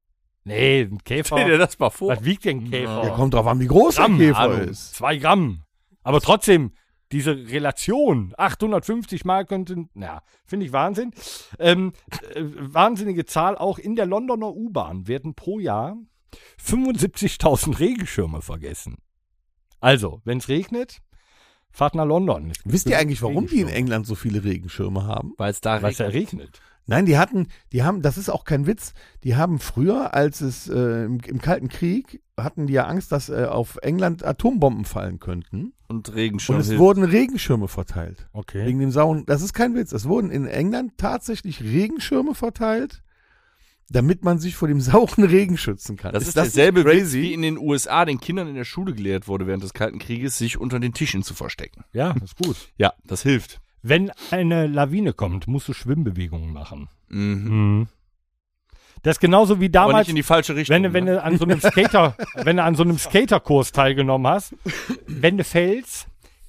S2: Nee, ein
S3: (laughs) Stell dir
S2: Käfer.
S3: das mal vor.
S2: Was wiegt denn ein
S3: Oh.
S2: Käfer?
S4: Ja, kommt drauf an, wie groß der
S2: Gramm,
S4: Käfer
S2: Ahnung,
S4: ist.
S2: zwei Gramm. Aber trotzdem, diese Relation, 850 Mal könnten, na, finde ich Wahnsinn. Ähm, äh, wahnsinnige Zahl, auch in der Londoner U-Bahn werden pro Jahr 75.000 Regenschirme vergessen. Also, wenn es regnet, fahrt nach London. Es gibt
S4: Wisst
S3: Hm,
S4: ihr eigentlich, warum die in
S2: Regenschirme.
S4: England so viele Regenschirme haben?
S3: Weil es da
S2: Weil es ja
S3: regnet.
S2: regnet.
S4: Nein, die hatten, die haben, das ist auch kein Witz, die haben früher, als es äh, im, im Kalten Krieg, hatten die ja Angst, dass äh, auf England Atombomben fallen könnten.
S3: Und
S4: und
S3: Regenschirm
S4: es
S3: hilft.
S4: wurden Regenschirme verteilt.
S2: Okay.
S4: Wegen dem sauren, das ist kein Witz. Es wurden in England tatsächlich Regenschirme verteilt, damit man sich vor dem sauren Regen schützen kann.
S3: Das ist,
S4: das
S3: derselbe
S4: nicht
S3: Witz, wie in den USA den Kindern in der Schule gelehrt wurde während des Kalten Krieges, sich unter den Tischen zu verstecken.
S2: Ja, ist gut.
S3: Ja, das hilft.
S2: Wenn eine Lawine kommt, musst du Schwimmbewegungen machen.
S3: Mhm.
S2: Mhm. Das ist genauso wie
S3: Aber
S2: damals
S3: nicht in die falsche Richtung.
S2: Wenn, du- wenn
S3: ne?
S2: du an so
S3: (laughs)
S2: einem Skater, wenn du an so einem Skaterkurs teilgenommen hast, wenn du fällst,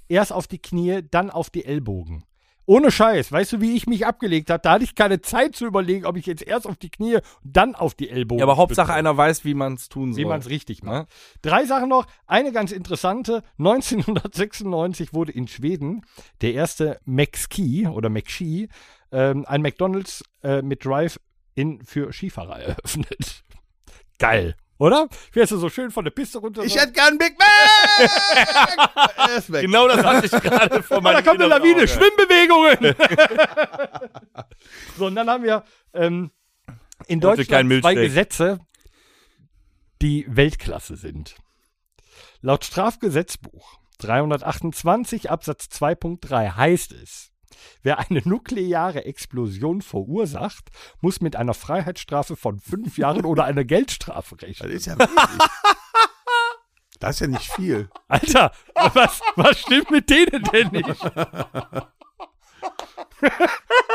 S2: erst auf die Knie, dann auf die Ellbogen. Ohne Scheiß, weißt du, wie ich mich abgelegt habe? Da hatte ich keine Zeit zu überlegen, ob ich jetzt erst auf die Knie, dann auf die Ellbogen.
S3: ja, aber Hauptsache
S2: spitze.
S3: einer weiß, wie man es tun soll.
S2: Wie man es richtig macht. Ne? Drei Sachen noch. Eine ganz interessante. (laughs) 1996 wurde in Schweden der erste McSki oder McSki, ähm, ein McDonalds äh, mit Drive-In für Skifahrer (laughs) eröffnet. Geil, oder? Wärst du so schön von der Piste runter?
S4: Ich
S2: so-
S4: hätte gern Big
S3: (laughs)
S4: Mac! er ist weg.
S3: Genau das hatte ich gerade vor
S2: Ah,
S3: meinem
S2: da kommt eine Lawine, Schwimmbewegungen. so, und dann haben wir ähm, in
S3: Heute kein
S2: Deutschland zwei
S3: Milchshake.
S2: Gesetze, die Weltklasse sind. Laut Strafgesetzbuch 328 Absatz 2.3 heißt es, wer eine nukleare Explosion verursacht, muss mit einer Freiheitsstrafe von fünf Jahren oder einer Geldstrafe
S4: Das
S2: rechnen.
S4: ist ja wenig. Das ist ja nicht viel.
S2: Alter, was, was stimmt mit denen denn nicht?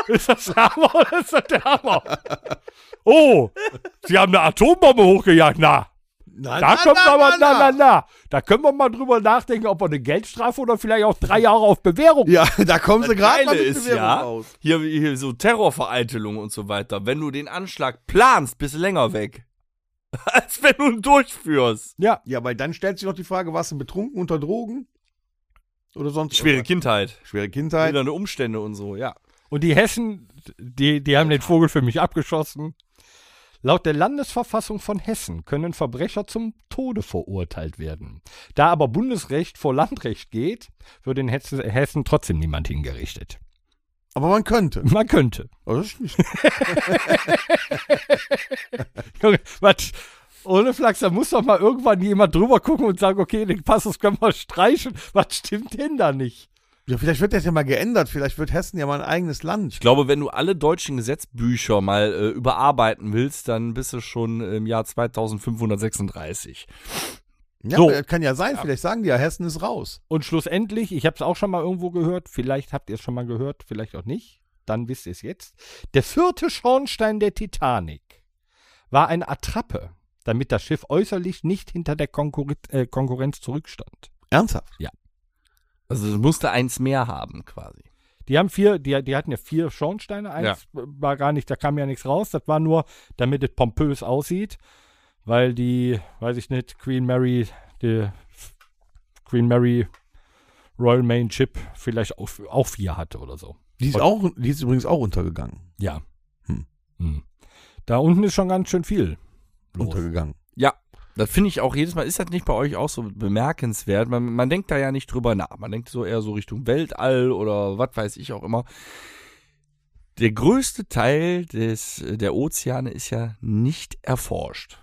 S2: ist das der Hammer oder ist das der Hammer? Oh, sie haben eine Atombombe hochgejagt. Na,
S4: Na,
S2: da können wir aber, na, na, na, da können wir mal drüber nachdenken, ob wir eine Geldstrafe oder vielleicht auch drei Jahre auf Bewährung.
S4: Ja, da kommen sie gerade mal
S3: Geile
S4: mit
S3: ist
S4: Bewerbung
S3: ja,
S4: raus.
S3: hier, hier so Terrorvereitelung und so weiter. Wenn du den Anschlag planst, bist du länger weg. (laughs) Als wenn du ihn durchführst.
S2: Ja,
S4: Ja, weil dann stellt sich noch die Frage, warst du betrunken unter Drogen? Oder sonst
S3: Schwere
S4: irgendwas?
S3: Kindheit.
S4: Schwere Kindheit.
S3: Wildernde Umstände und so, ja.
S2: Und die Hessen, die, die haben den Vogel für mich abgeschossen. Laut der Landesverfassung von Hessen können Verbrecher zum Tode verurteilt werden. Da aber Bundesrecht vor Landrecht geht, wird in Hessen, Hessen trotzdem niemand hingerichtet.
S4: Aber man könnte.
S2: Man könnte. (laughs)
S4: Aber das ist nicht
S2: Junge, was? Ohne Flachs, da muss doch mal irgendwann jemand drüber gucken und sagen, okay, den Passus können wir streichen. Was stimmt denn da nicht?
S4: Ja, vielleicht wird das ja mal geändert. Vielleicht wird Hessen ja mal ein eigenes Land.
S3: Ich glaube, wenn du alle deutschen Gesetzbücher mal äh, überarbeiten willst, dann bist du schon im Jahr 2536.
S4: Ja, äh,
S2: So.
S4: kann ja sein. Vielleicht sagen die ja, Hessen ist raus.
S2: Und schlussendlich, ich habe es auch schon mal irgendwo gehört, vielleicht habt ihr es schon mal gehört, vielleicht auch nicht, dann wisst ihr es jetzt. Der vierte Schornstein der Titanic war eine Attrappe, damit das Schiff äußerlich nicht hinter der Konkurrenz, äh, Konkurrenz zurückstand.
S4: Ernsthaft?
S3: Also du musst da eins mehr haben, quasi.
S2: Die haben vier, die, die hatten ja vier Schornsteine, eins war gar nicht, da kam ja nichts raus, das war nur, damit es pompös aussieht, weil die, weiß ich nicht, Queen Mary, die Queen Mary Royal Main Ship vielleicht auch, auch vier hatte oder so.
S4: Die ist, auch, die ist übrigens auch untergegangen.
S2: Ja.
S4: Hm.
S2: Hm. Da unten ist schon ganz schön viel. Los.
S4: Untergegangen.
S3: Ja, das finde ich auch jedes Mal. Ist das nicht bei euch auch so bemerkenswert? Man, man denkt da ja nicht drüber nach. Man denkt so eher so Richtung Weltall oder was weiß ich auch immer. Der größte Teil des, der Ozeane ist ja nicht erforscht.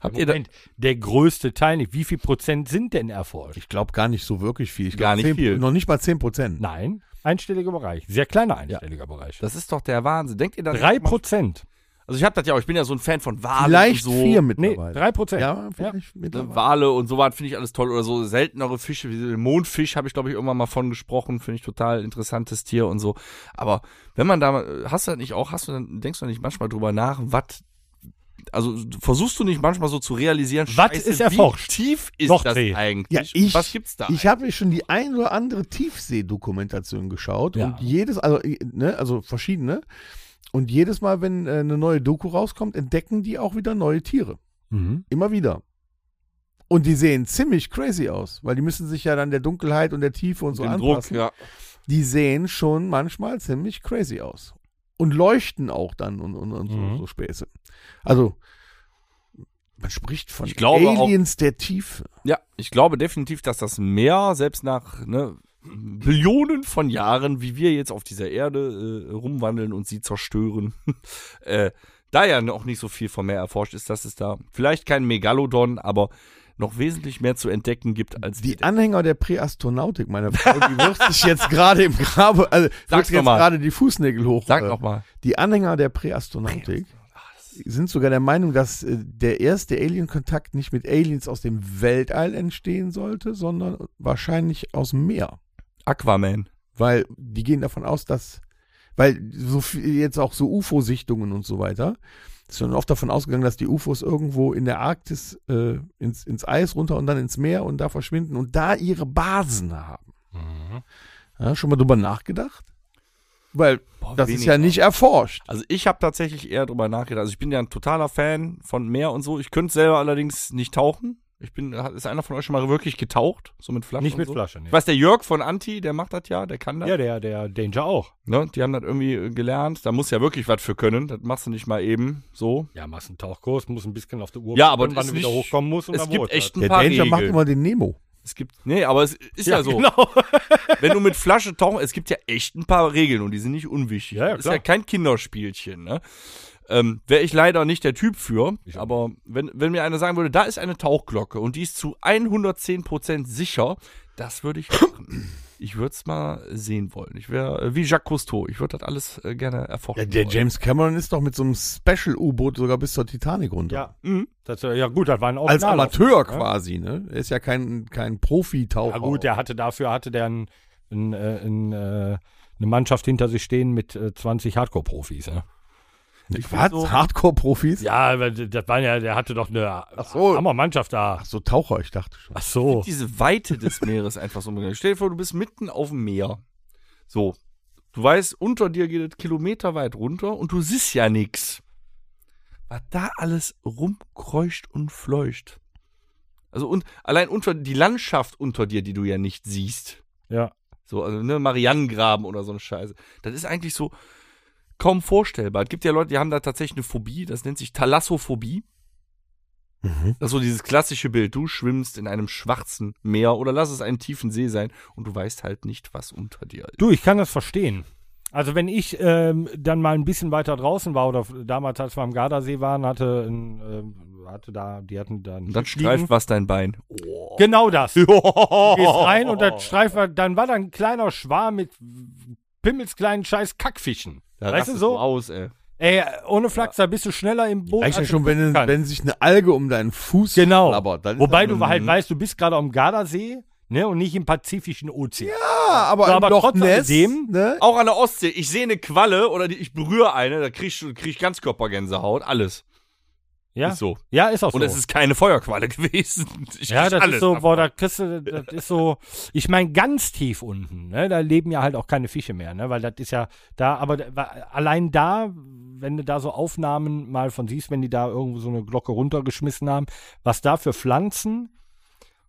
S3: Habt ihr da,
S2: Moment, der größte Teil nicht. Wie viel Prozent sind denn erforscht?
S4: Ich glaube gar nicht so wirklich viel. Ich
S3: Gar
S4: glaub,
S3: nicht viel.
S4: Noch nicht mal 10 Prozent.
S2: Nein, einstelliger Bereich. Sehr kleiner einstelliger Bereich.
S3: das ist doch der Wahnsinn. Denkt ihr da
S2: Drei
S3: nicht mal-
S2: Prozent.
S3: Also ich habe das ja auch, ich bin ja so ein Fan von Wale
S4: Vielleicht
S3: und so.
S4: vier
S2: Nee,
S4: mittlerweile.
S2: 3%.
S4: Ja, vielleicht
S3: Ne,
S4: mittlerweile.
S3: Wale und sowas finde ich alles toll. Oder so seltenere Fische, wie den Mondfisch habe ich, glaube ich, irgendwann mal von gesprochen. Finde ich total interessantes Tier und so. Aber wenn man da, mal- hast du das nicht auch, hast du dann, denkst du da nicht manchmal drüber nach, was, also versuchst du nicht manchmal so zu realisieren,
S2: Was ist erforscht?
S3: Wie tief ist das
S2: Nordsee.
S4: Ja,
S3: eigentlich?
S4: ich,
S3: was gibt's da?
S4: Ich habe mir schon die ein oder andere Tiefsee-Dokumentation geschaut
S2: Ja.
S4: und jedes, also, äh, ne, also verschiedene. Und jedes Mal, wenn äh, eine neue Doku rauskommt, entdecken die auch wieder neue Tiere.
S2: Mhm.
S4: Immer wieder. Und die sehen ziemlich crazy aus, weil die müssen sich ja dann der Dunkelheit und der Tiefe und so
S3: Den Druck,
S4: anpassen.
S3: ja.
S4: Die sehen schon manchmal ziemlich crazy aus. Und leuchten auch dann und, und, und
S2: Mhm.
S4: so, so Späße. Also, man spricht von
S3: Ich glaube auch-
S4: Aliens der Tiefe.
S3: Ja, ich glaube definitiv, dass das Meer selbst nach ne, Billionen von Jahren, wie wir jetzt auf dieser Erde äh, rumwandeln und sie zerstören, (laughs) äh, da ja noch nicht so viel vom Meer erforscht ist, dass es da vielleicht kein Megalodon, aber noch wesentlich mehr zu entdecken gibt als
S4: Die Anhänger der Präastronautik, meine Frau, die wirft sich jetzt gerade im Grabe, also wirft
S3: Sag's
S4: jetzt
S3: noch mal.
S4: gerade die Fußnägel hoch.
S3: Sag
S4: Äh,
S3: noch mal.
S4: Die Anhänger der Präastronautik sind sogar der Meinung, dass äh, der erste Alien-Kontakt nicht mit Aliens aus dem Weltall entstehen sollte, sondern wahrscheinlich aus dem Meer.
S3: Aquaman.
S4: Weil die gehen davon aus, dass, weil so viel, jetzt auch so UFO-Sichtungen und so weiter, ist schon oft davon ausgegangen, dass die UFOs irgendwo in der Arktis äh, ins, ins Eis runter und dann ins Meer und da verschwinden und da ihre Basen haben. Ja, schon mal drüber nachgedacht? Weil
S3: Boah,
S4: das ist
S3: weniger.
S4: ja nicht erforscht.
S3: Also ich habe tatsächlich eher drüber nachgedacht. Also ich bin ja ein totaler Fan von Meer und so. Ich könnte selber allerdings nicht tauchen. Ich bin, ist einer von euch schon mal wirklich getaucht? So mit Flaschen
S2: Nicht
S3: und
S2: mit
S3: so?
S2: Flasche, nee.
S3: Ich weiß, der Jörg von Anti, der macht das ja, der kann das.
S2: Ja, der, der Danger auch.
S3: Ne? Die haben das irgendwie äh, gelernt. Da muss ja wirklich was für können. Das machst du nicht mal eben so.
S2: Ja, machst einen Tauchkurs, muss ein bisschen auf der Uhr
S3: Ja, aber
S2: gucken, wann
S3: ist
S2: du wieder
S3: nicht-
S2: hochkommen musst und
S3: es
S2: dann
S3: gibt
S2: beurteilt.
S3: echt ein
S4: Der
S3: paar
S4: Danger
S3: Regeln.
S4: macht immer den Nemo.
S3: Es gibt, nee, aber es ist ja, so.
S2: Genau.
S3: Wenn du mit Flasche tauchen, es gibt ja echt ein paar Regeln und die sind nicht unwichtig.
S2: Ja, ja,
S3: das ist
S2: klar.
S3: ja kein Kinderspielchen. Ne? Ähm, Wäre ich leider nicht der Typ für.
S2: Ich auch
S3: aber wenn, wenn mir einer sagen würde, da ist eine Tauchglocke und die ist zu 110% sicher, das würde ich machen. Ich würde es mal sehen wollen. Ich wäre äh, wie Jacques Cousteau. Ich würde das alles äh, gerne erforschen.
S4: Ja, der
S3: wollen.
S4: James Cameron ist doch mit so einem Special-U-Boot sogar bis zur Titanic runter.
S2: (laughs) Ja,
S3: Mhm.
S2: das, äh, ja gut, das war ein
S4: Als
S2: Original-
S4: Amateur
S2: Ja.
S4: quasi, ne? Er ist ja kein, kein Profi-Taucher.
S2: Ja gut, der hatte dafür hatte der ein, ein, äh, ein, äh, eine Mannschaft hinter sich stehen mit äh, 20 Hardcore-Profis. Ne?
S4: Ich
S3: find
S4: Was?
S3: so-
S4: Hardcore-Profis?
S2: Ja, aber d- das war ja, der hatte doch eine Ach
S4: so.
S2: Hammermannschaft da.
S4: Ach so, Taucher, ich dachte schon.
S2: Ach so.
S3: diese Weite des Meeres einfach so umgegangen. Stell dir vor, du bist mitten auf dem Meer. So. Du weißt, unter dir geht es kilometerweit runter und du siehst ja nix. Was da alles rumkreucht und fleucht. Also und allein unter die Landschaft unter dir, die du ja nicht siehst.
S2: Ja.
S3: So, also ne, Marianengraben oder so eine Scheiße. Das ist eigentlich so kaum vorstellbar. Es gibt ja Leute, die haben da tatsächlich eine Phobie, das nennt sich Thalassophobie.
S2: Mhm.
S3: Das ist so dieses klassische Bild, du schwimmst in einem schwarzen Meer oder lass es einen tiefen See sein und du weißt halt nicht, was unter dir ist.
S2: Du, ich kann das verstehen. Also wenn ich ähm, dann mal ein bisschen weiter draußen war oder f- damals, als wir am Gardasee waren, hatte, ein, ähm, hatte da, die hatten da einen
S3: Und dann
S2: Schiff liegen.
S3: streift was dein Bein.
S2: Genau das. Du gehst rein und dann streift, dann war da ein kleiner Schwarm mit pimmelskleinen scheiß Kackfischen.
S3: Da
S2: weißt du
S3: rastest
S2: so?
S3: aus, ey.
S2: Ey, ohne Flachs, da bist du schneller im Boot.
S4: Reicht ja
S2: als
S4: schon,
S2: du
S4: wenn,
S2: kannst.
S4: wenn sich eine Alge um deinen Fuß
S2: also Genau.
S4: klappert, dann ist
S2: Wobei
S4: das-
S2: du halt weißt, du bist gerade am Gardasee ne, und nicht im Pazifischen Ozean.
S4: Ah, aber,
S2: So,
S4: im
S2: aber
S4: Loch
S2: trotz
S4: Ness,
S2: alledem-
S4: ne?
S3: Auch an der Ostsee, ich sehe eine Qualle oder die, ich berühre eine, da krieg ich, krieg ich Ganzkörpergänsehaut, alles.
S2: Ja,
S3: Ist so.
S2: ja ist auch
S3: Und
S2: so.
S3: es ist keine Feuerqualle (laughs) gewesen. Ich
S2: ja,
S3: krieg
S2: das
S3: alles
S2: ist so,
S3: davon.
S2: boah, da kriegst du, das ist so, ich meine, ganz tief unten, ne, da leben ja halt auch keine Fische mehr, ne, weil das ist ja da, aber da- wa- allein da, wenn du da so Aufnahmen mal von siehst, wenn die da irgendwo so eine Glocke runtergeschmissen haben, was da für Pflanzen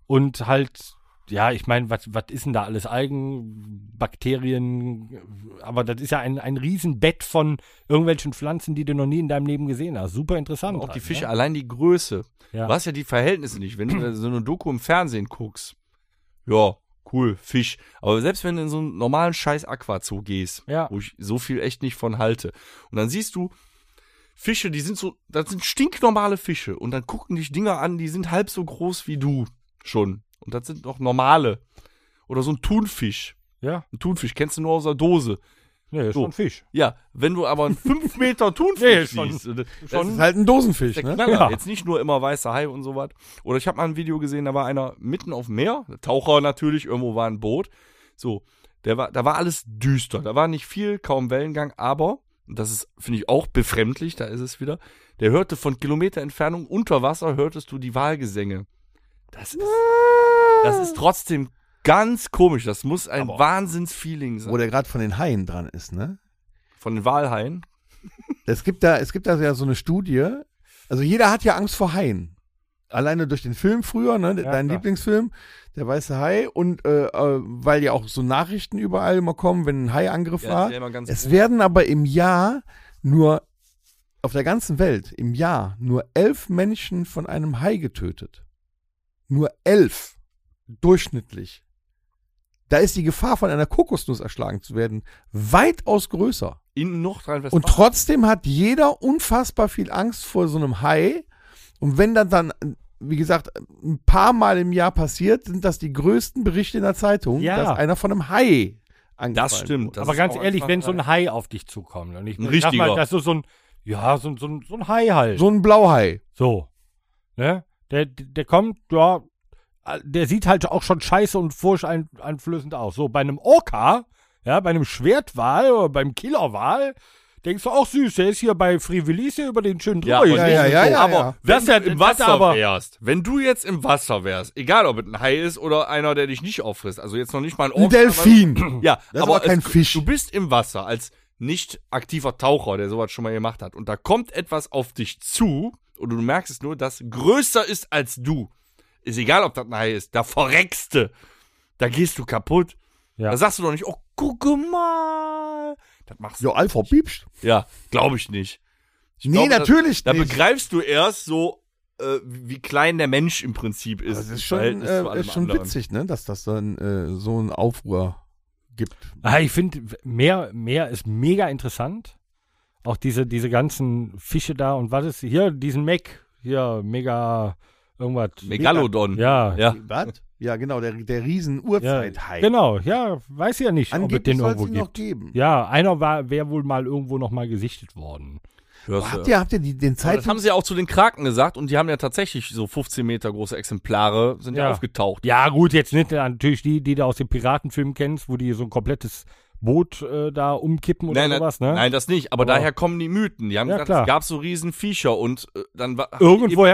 S2: und halt, ja, ich meine, was, was ist denn da alles? Algen, Bakterien, aber das ist ja ein, ein Riesenbett von irgendwelchen Pflanzen, die du noch nie in deinem Leben gesehen hast. Super interessant.
S3: auch die
S2: halt,
S3: Fische,
S2: ne?
S3: allein die Größe.
S2: Ja.
S3: Du hast ja die Verhältnisse nicht. Wenn du da so eine Doku im Fernsehen guckst, ja, cool, Fisch. Aber selbst wenn du in so einen normalen scheiß Aquazoo gehst,
S2: Ja.
S3: wo ich so viel echt nicht von halte, und dann siehst du Fische, die sind so, das sind stinknormale Fische. Und dann gucken dich Dinger an, die sind halb so groß wie du schon. Und das sind noch normale. Oder so ein Thunfisch.
S2: Ja.
S3: Ein Thunfisch kennst du nur aus der Dose.
S2: Nee, ist
S3: So.
S2: schon Fisch.
S3: Ja, wenn du aber einen 5 Meter Thunfisch
S2: (laughs) Nee, schon-
S3: siehst, äh,
S4: Das ist halt ein Dosenfisch,
S3: der
S4: ne?
S3: Knaller.
S2: Ja.
S3: Jetzt nicht nur immer weißer Hai und sowas. Oder ich habe mal ein Video gesehen, da war einer mitten auf dem Meer, Taucher natürlich, irgendwo war ein Boot. So, der war, da war alles düster, da war nicht viel, kaum Wellengang, aber, und das ist, finde ich, auch befremdlich, da ist es wieder, der hörte von Kilometer Entfernung unter Wasser, hörtest du die Walgesänge. Das ist, das ist trotzdem ganz komisch, das muss ein Wahnsinnsfeeling sein.
S4: Wo der gerade von den Haien dran ist, ne?
S3: Von den Walhaien.
S4: Es gibt da, es gibt da ja so eine Studie. Also jeder hat ja Angst vor Haien. Alleine durch den Film früher, ne? Dein
S2: klar.
S4: Lieblingsfilm, der weiße Hai. Und äh, äh, weil ja auch so Nachrichten überall immer kommen, wenn ein Haiangriff
S3: Ja,
S4: war.
S3: die immer ganz
S4: Es werden aber im Jahr nur auf der ganzen Welt im Jahr nur elf Menschen von einem Hai getötet. Nur elf durchschnittlich. Da ist die Gefahr, von einer Kokosnuss erschlagen zu werden, weitaus größer.
S3: in
S4: Und
S3: Nordrhein-Westfalen.
S4: trotzdem hat jeder unfassbar viel Angst vor so einem Hai. Und wenn dann dann, wie gesagt, ein paar Mal im Jahr passiert, sind das die größten Berichte in der Zeitung,
S2: Ja.
S4: dass einer von einem Hai angefallen
S3: Das stimmt. das
S2: Aber
S3: ist
S2: ganz
S3: auch
S2: ehrlich,
S3: einfach
S2: wenn so
S3: geil.
S2: ein Hai auf dich zukommt und ich
S3: Ein
S2: ich sag mal,
S3: richtiger.
S2: das ist so ein ja, so, ein- so, ein- so ein Hai halt.
S4: So ein Blauhai.
S2: So. Ne? Der, der kommt, ja, der sieht halt auch schon scheiße und furchteinflößend aus. So, bei einem Orca, ja, bei einem Schwertwal oder beim Killerwal, denkst du auch süß, der ist hier bei Frivillis hier über den schönen
S3: Ja, und-
S2: drüber gegangen.
S4: Ja, ja, ja, ja,
S2: aber
S4: ja.
S3: Wenn
S2: das
S3: du
S2: ja
S3: im Wasser
S2: aber,
S3: wärst, wenn du jetzt im Wasser wärst, egal ob es ein Hai ist oder einer, der dich nicht auffrisst, also jetzt noch nicht mal ein
S4: Ein
S3: Orca.
S4: Delfin. (clears throat)
S3: aber- Ja,
S4: Das ist aber kein
S3: es,
S4: Fisch.
S3: Du bist im Wasser als nicht aktiver Taucher, der sowas schon mal gemacht hat. Und da kommt etwas auf dich zu und du merkst es nur, das größer ist als du. Ist egal, ob das ein Hai ist, da verreckst du. Da gehst du kaputt.
S2: Ja.
S3: Da sagst du doch nicht, oh, guck mal. Das machst du.
S4: Ja, Alpha piepst.
S3: Ja, glaube ich nicht. Ich
S4: nee,
S3: glaube, das-
S4: natürlich
S3: da
S4: nicht.
S3: begreifst du erst so, äh, wie klein der Mensch im Prinzip ist.
S4: Also Das
S3: im
S4: ist schon,
S3: Verhältnis zu
S4: äh,
S3: allem
S4: ist schon
S3: anderen.
S4: witzig, ne, dass das dann äh, so einen Aufruhr gibt.
S2: Ah, ich finde, Meer, Meer ist mega interessant. Auch diese, diese ganzen Fische da und was ist hier, diesen Mac, hier, mega, irgendwas.
S3: Megalodon.
S2: Ja,
S3: hm. Ja.
S4: Was? Ja, genau, der, der Riesen-Uhrzeithai.
S2: Genau, ja, weiß ja nicht, ob es
S4: Angeblich
S2: den
S4: soll
S2: irgendwo
S4: es ihn noch
S2: gibt.
S4: geben.
S2: Ja, einer war, wäre wohl mal irgendwo nochmal gesichtet worden.
S3: Hörst du.
S4: Habt ihr, habt ihr die, den
S3: Aber das
S4: Zeitung...
S3: haben sie ja auch zu den Kraken gesagt und die haben ja tatsächlich so 15 Meter große Exemplare sind ja,
S2: Ja.
S3: aufgetaucht.
S2: Ja, gut, jetzt nicht äh, natürlich die, die du aus dem Piratenfilm kennst, wo die so ein komplettes Boot äh, da umkippen oder
S3: Nein, nein,
S2: sowas, ne?
S3: nein, das nicht. Aber,
S2: Aber-
S3: daher kommen die Mythen. Die haben
S2: Ja,
S3: gesagt,
S2: klar.
S3: es gab so riesen Viecher und äh, dann war, haben
S2: Irgendwoher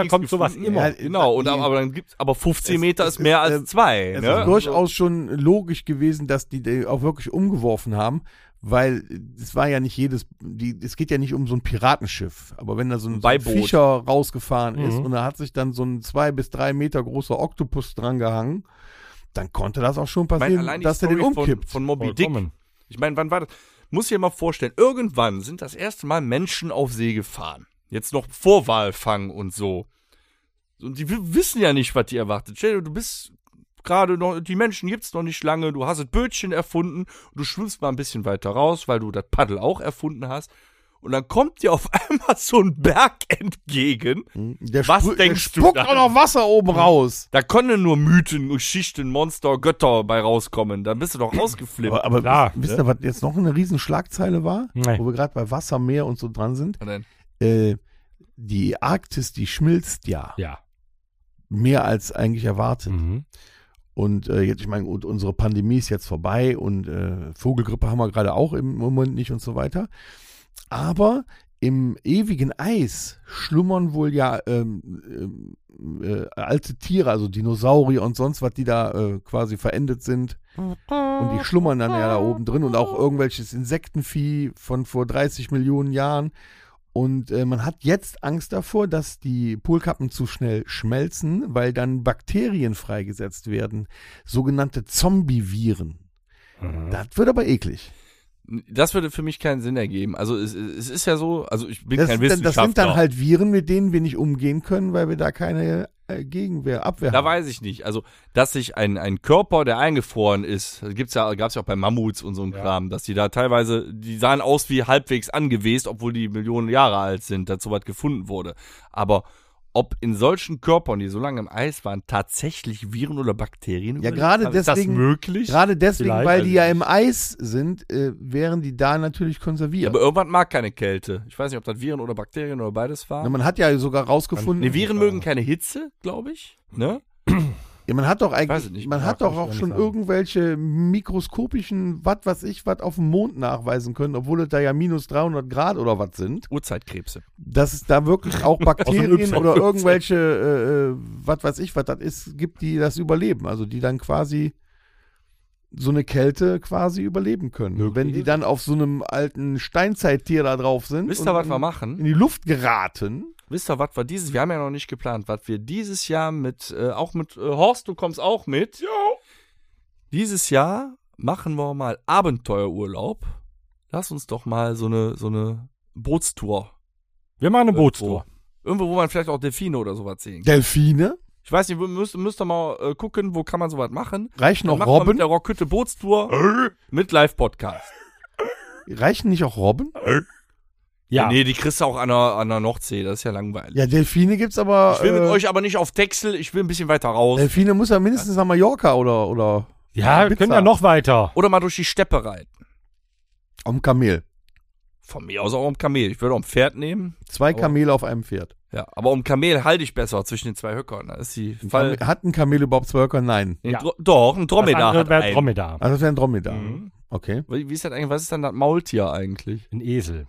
S3: die eben
S2: kommt
S3: nichts
S2: sowas
S3: gefunden.
S2: immer.
S3: Ja, genau. Und, aber, aber dann gibt's aber 15
S4: es-
S3: Meter
S4: es
S3: ist mehr
S4: ist,
S3: als
S4: äh,
S3: zwei.
S4: Es
S3: Ne?
S4: ist durchaus schon logisch gewesen, dass die, die auch wirklich umgeworfen haben, weil es war ja nicht jedes, die, es geht ja nicht um so ein Piratenschiff, aber wenn da so ein, so ein
S3: Beiboot.
S4: Fischer rausgefahren ist
S2: Mhm.
S4: und da hat sich dann so ein zwei bis drei Meter großer Oktopus dran gehangen, dann konnte das auch schon
S3: Ich meine,
S4: passieren,
S3: allein die
S4: dass der den
S3: Story
S4: umkippt.
S3: Von, von Moby Dick
S2: Vollkommen.
S3: Ich meine, wann war das? Muss ich dir mal vorstellen, irgendwann sind das erste Mal Menschen auf See gefahren. Jetzt noch vor Walfang und so. Und die w- wissen ja nicht, was die erwartet. Stell dir, du bist gerade noch, die Menschen gibt's noch nicht lange, du hast das Bötchen erfunden, du schwimmst mal ein bisschen weiter raus, weil du das Paddel auch erfunden hast. Und dann kommt dir auf (laughs) einmal so ein Berg entgegen.
S4: Hm? der
S3: Was
S4: sprü-
S3: denkst
S4: der
S3: du
S4: spuckt
S3: dann?
S4: auch noch Wasser oben
S2: Mhm.
S4: raus.
S3: Da können nur Mythen, Geschichten, Monster, Götter bei rauskommen. Dann bist
S4: (clears throat)
S3: du doch ausgeflippt.
S4: Aber, aber
S2: Klar, ne?
S4: wisst- wisst ihr, was jetzt noch eine Riesenschlagzeile war?
S2: Nein.
S4: Wo wir gerade bei Wasser, Meer und so dran sind.
S3: Und dann-
S4: Äh, die Arktis, die schmilzt ja,
S2: Ja.
S4: mehr als eigentlich erwartet.
S2: Mhm.
S4: Und äh, jetzt, ich meine, gut, unsere Pandemie ist jetzt vorbei und äh, Vogelgrippe haben wir gerade auch im Moment nicht und so weiter. Aber im ewigen Eis schlummern wohl ja ähm, ähm, äh, alte Tiere, also Dinosaurier und sonst was, die da äh, quasi verendet sind. Und die schlummern dann ja da oben drin und auch irgendwelches Insektenvieh von vor 30 Millionen Jahren. Und äh, man hat jetzt Angst davor, dass die Polkappen zu schnell schmelzen, weil dann Bakterien freigesetzt werden, sogenannte Zombie-Viren.
S3: Mhm.
S4: Das wird aber eklig.
S3: Das würde für mich keinen Sinn ergeben. Also es, es ist ja so, also ich bin
S4: Das,
S3: kein
S4: sind dann, das
S3: Wissenschaftler.
S4: sind dann halt Viren, mit denen wir nicht umgehen können, weil wir da keine äh, Gegenwehr, Abwehr
S3: da
S4: haben.
S3: weiß ich nicht. Also, dass sich ein, ein Körper, der eingefroren ist, gibt's ja, gab's ja auch bei Mammuts und so einem Kram, dass die da teilweise, die sahen aus wie halbwegs angewest, obwohl die Millionen Jahre alt sind, dass sowas gefunden wurde. Aber ob in solchen Körpern, die so lange im Eis waren, tatsächlich Viren oder Bakterien
S4: Ja,
S3: überlebt
S4: gerade
S3: haben. Ist das
S4: deswegen-
S3: möglich?
S4: Gerade deswegen,
S2: Vielleicht,
S4: weil
S2: weiß
S4: die
S2: ich
S4: ja
S3: also
S2: nicht.
S4: im Eis sind, äh, wären die da natürlich konserviert.
S3: Aber irgendwann mag keine Kälte. Ich weiß nicht, ob das Viren oder Bakterien oder beides
S4: Na,
S3: waren.
S4: man hat ja sogar rausgefunden,
S3: Ne, Viren mögen keine Hitze, glaube ich. Ne?
S4: ja, man hat doch
S3: Weiß
S4: eigentlich,
S3: ich nicht.
S4: man
S2: Ja,
S4: hat
S2: kann
S4: doch
S2: ich
S4: auch
S2: gar
S4: schon
S2: nicht sagen.
S4: irgendwelche mikroskopischen, was weiß ich, was auf dem Mond nachweisen können, obwohl es da ja minus 300 Grad oder was sind,
S3: Urzeitkrebse.
S4: dass es da
S3: (laughs)
S4: wirklich auch Bakterien
S2: Y.
S4: oder irgendwelche, äh, äh, was weiß ich, was das ist, gibt, die das überleben. Also die dann quasi so eine Kälte quasi überleben können.
S2: Möglich
S4: Wenn die
S2: ist
S4: dann auf so einem alten Steinzeittier da drauf sind
S3: Wisst
S4: und
S3: ihr, was
S4: in-
S3: wir machen?
S4: in die Luft geraten,
S3: Wisst ihr, was wir dieses, wir haben ja noch nicht geplant, was wir dieses Jahr mit, äh, auch mit äh, Horst, du kommst auch mit. Jo. Dieses Jahr machen wir mal Abenteuerurlaub. Lass uns doch mal so eine, so eine Bootstour.
S2: Wir machen eine Bootstour.
S3: Irgendwo, wo man vielleicht auch Delfine oder sowas sehen kann.
S4: Delfine,
S3: Ich weiß nicht, wir müsst, müsst ihr mal äh, gucken, wo kann man sowas machen.
S4: reichen
S3: Dann
S4: auch
S3: machen wir mit
S4: Robben?
S3: der Rockhütte
S4: Äh?
S3: Bootstour mit Live-Podcast.
S4: Reichen nicht auch Robben?
S2: Ja.
S3: Nee, die kriegst du auch an der, an der Nordsee, das ist ja langweilig.
S4: Ja, Delfine gibt's aber.
S3: Ich will mit
S4: äh,
S3: euch aber nicht auf Texel, ich will ein bisschen weiter raus.
S4: Delfine Äh, muss ja mindestens nach Mallorca oder, oder
S2: Ja,
S4: Pizza.
S2: wir können ja noch weiter.
S3: Oder mal durch die Steppe reiten.
S4: am Kamel.
S3: Von mir aus auch um Kamel. Ich würde auch ein Pferd nehmen.
S4: Zwei
S3: Aber-
S4: Kamele auf einem Pferd.
S3: Ja, aber um Kamel halte ich besser zwischen den zwei Höckern. Da ist die
S4: Ein
S3: Fall.
S4: Kamel, hat ein Kamel überhaupt zwei Höcker? Nein.
S3: Nee,
S2: Ja.
S3: Dro- Doch, ein
S2: das
S3: Dromedar
S2: andere
S3: hat
S2: wäre
S3: einen.
S2: Dromedar.
S4: Also das wäre ein Dromedar.
S3: Mhm.
S4: Okay.
S3: Wie wie ist das eigentlich? Was ist denn das Maultier eigentlich?
S2: Ein Esel.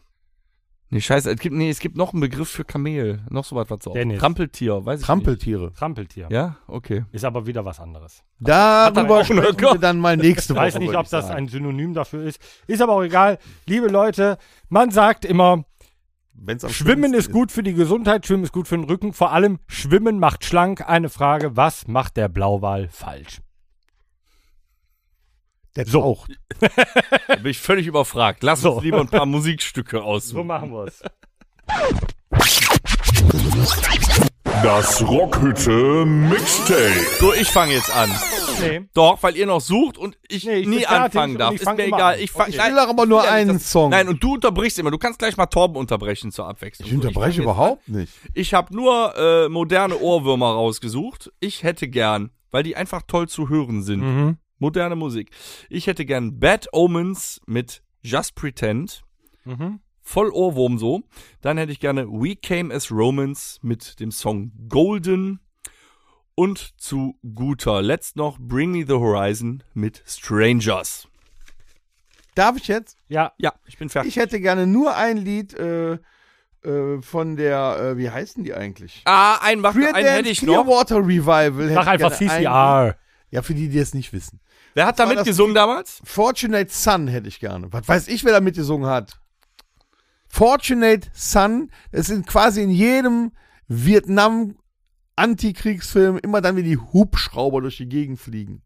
S3: Nee, scheiße, es gibt, nee, es gibt noch einen Begriff für Kamel. Noch so was, was so.
S2: Dennis.
S3: Trampeltier, weiß ich
S4: Trampeltiere.
S2: Trampeltier.
S3: nicht. Ja,
S2: (laughs)
S3: okay.
S2: Ist aber wieder was anderes.
S3: Hat er
S4: Darüber
S3: auch einen
S4: sprechen
S3: Höcker?
S4: wir dann mal nächste
S2: Ich
S4: Woche.
S2: weiß nicht,
S4: würde
S2: ob
S4: ich
S2: das
S4: sagen.
S2: ein Synonym dafür ist. Ist aber auch egal. Liebe Leute, man sagt immer,
S4: Wenn's am
S2: Schwimmen
S4: schönsten
S2: ist gut für die Gesundheit, Schwimmen ist gut für den Rücken. Vor allem Schwimmen macht schlank. Eine Frage, was macht der Blauwal falsch?
S4: Der
S2: So.
S4: taucht.
S3: Da bin ich völlig überfragt. Lass
S2: So.
S3: uns lieber ein paar Musikstücke aussuchen.
S2: machen wir es.
S1: Das Rockhütte Mixtape.
S3: So, ich fange jetzt an.
S2: Nee.
S3: Doch, weil ihr noch sucht und ich
S2: Nee, ich bin
S3: nie
S2: fertig
S3: anfangen
S2: und
S3: darf.
S2: ich
S3: Ist
S2: fang
S3: mir
S2: immer
S3: egal.
S2: an.
S3: Ich, fang,
S4: Ich will doch aber nur
S3: will ja nicht,
S4: einen
S3: dass-
S4: Song.
S3: Nein, und du unterbrichst immer. Du kannst gleich mal Torben unterbrechen zur Abwechslung.
S4: ich
S3: So, fang
S4: unterbreche
S3: jetzt an.
S4: überhaupt nicht.
S3: Ich habe nur äh, moderne Ohrwürmer rausgesucht. Ich hätte gern, weil die einfach toll zu hören sind.
S2: Mhm.
S3: Moderne Musik. Ich hätte gern Bad Omens mit Just Pretend.
S2: Mhm.
S3: Voll Ohrwurm so. Dann hätte ich gerne We Came as Romans mit dem Song Golden. Und zu guter Letzt noch Bring Me the Horizon mit Strangers.
S4: Darf ich jetzt? (laughs)
S2: Ja.
S3: Ja, ich bin fertig.
S4: Ich hätte gerne nur ein Lied äh, äh, von der, äh, wie heißen die eigentlich?
S3: ah, einen, mach- einen
S4: Creedence
S3: hätte ich noch.
S4: Clearwater Revival. hätte
S2: Sag
S4: ich
S2: einfach
S4: gerne ein-
S2: CCR.
S4: Ja, für die, die es nicht wissen.
S3: Wer hat
S4: war
S3: damit
S4: das
S3: gesungen damals?
S4: Fortunate Son hätte ich gerne. Was weiß ich, wer da mitgesungen hat? Fortunate Son, es sind quasi in jedem Vietnam Antikriegsfilm immer dann, wenn die Hubschrauber durch die Gegend fliegen.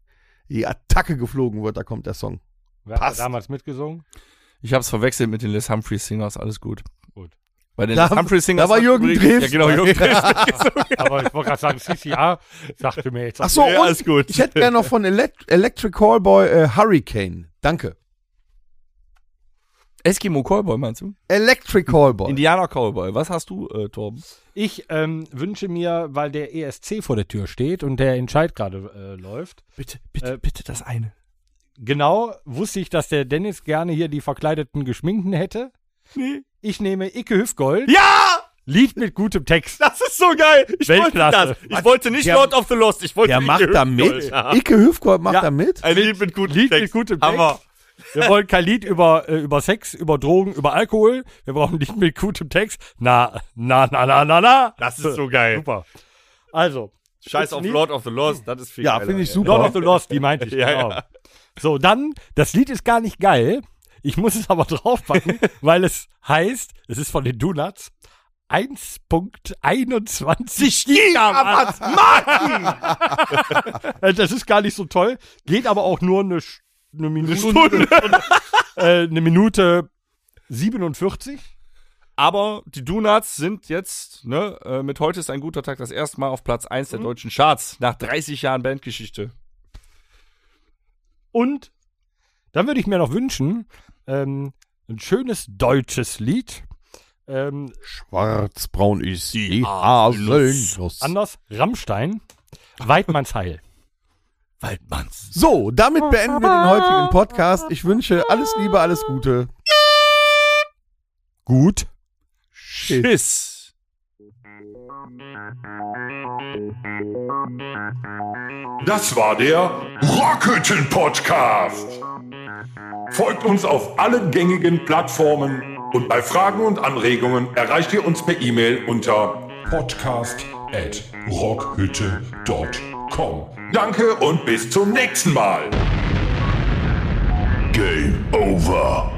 S4: Die Attacke geflogen wird, da kommt der Song.
S2: Wer hat
S4: Passt.
S2: da damals mitgesungen?
S3: Ich hab's verwechselt mit den Les Humphreys Singers, alles gut.
S2: Gut.
S3: Bei den
S4: Da-
S3: Les Humphreys Singers.
S4: da war
S3: hat
S4: Jürgen
S3: übrigens-
S4: Drews
S3: Ja, genau, Jürgen Drews. (laughs)
S2: Aber ich wollte gerade sagen, CCR sagte mir jetzt.
S4: Ach so,
S3: Ja,
S4: und
S3: alles gut.
S4: ich hätte gerne noch von Elect Electric Callboy äh, Hurricane. Danke.
S3: Eskimo Cowboy meinst du?
S4: Electric Callboy.
S3: Indianer Cowboy. Was hast du, äh, Torben?
S2: Ich ähm, wünsche mir, weil der ESC vor der Tür steht und der Entscheid gerade äh, läuft,
S3: Bitte,
S2: bitte,
S3: bitte das eine.
S2: genau wusste ich, dass der Dennis gerne hier die verkleideten Geschminkten hätte.
S3: Nee.
S2: Ich nehme Icke Hüfgold,
S3: Ja!
S2: Lied mit gutem Text.
S3: Das ist so geil. Ich
S2: Weltklasse.
S3: wollte das. Ich wollte nicht Lord of the Lost. Ich wollte
S4: der
S3: nicht
S4: macht
S3: Hüfte-
S4: da mit. Icke Hüfgold macht
S3: Ja.
S4: da mit.
S3: Ein Lied mit gutem
S2: Lied mit
S3: Text.
S2: gutem Text.
S3: Hammer.
S2: Wir wollen kein Lied über, äh, über Sex, über Drogen, über Alkohol. Wir brauchen ein Lied mit gutem Text. Na, na, na, na, na, na.
S3: Das ist so geil.
S2: Super. Also,
S3: Scheiß auf
S2: Lied.
S3: Lord of the Lost. Das ist viel
S4: Ja,
S3: geiler.
S4: finde ich
S2: Lord
S4: super.
S2: of the Lost, die meinte ich.
S3: Ja,
S2: genau. So, dann, das Lied ist gar nicht geil. Ich muss es aber (laughs) draufpacken, weil es heißt, es ist von den Donuts, 1.21 Gigawatt. Mann! (laughs) das ist gar nicht so toll, geht aber auch nur eine, Sch- eine Minute. (laughs) äh, eine Minute 47.
S3: Aber die Donuts sind jetzt, ne, äh, mit heute ist ein guter Tag, das erste Mal auf Platz 1 der deutschen Charts. Nach 30 Jahren Bandgeschichte.
S2: Und dann würde ich mir noch wünschen, ähm, ein schönes deutsches Lied Ähm,
S4: Schwarzbraun ist die Haselnuss.
S2: anders, Rammstein, Weidmanns Heil.
S3: Waldmanns.
S4: So, damit beenden wir den heutigen Podcast. Ich wünsche alles Liebe, alles Gute.
S2: Gut.
S3: Tschüss.
S1: Das war der Rockhütten Podcast. Folgt uns auf allen gängigen Plattformen und bei Fragen und Anregungen erreicht ihr uns per E-Mail unter podcast@rockhütte.com. Danke und bis zum nächsten Mal. Game over.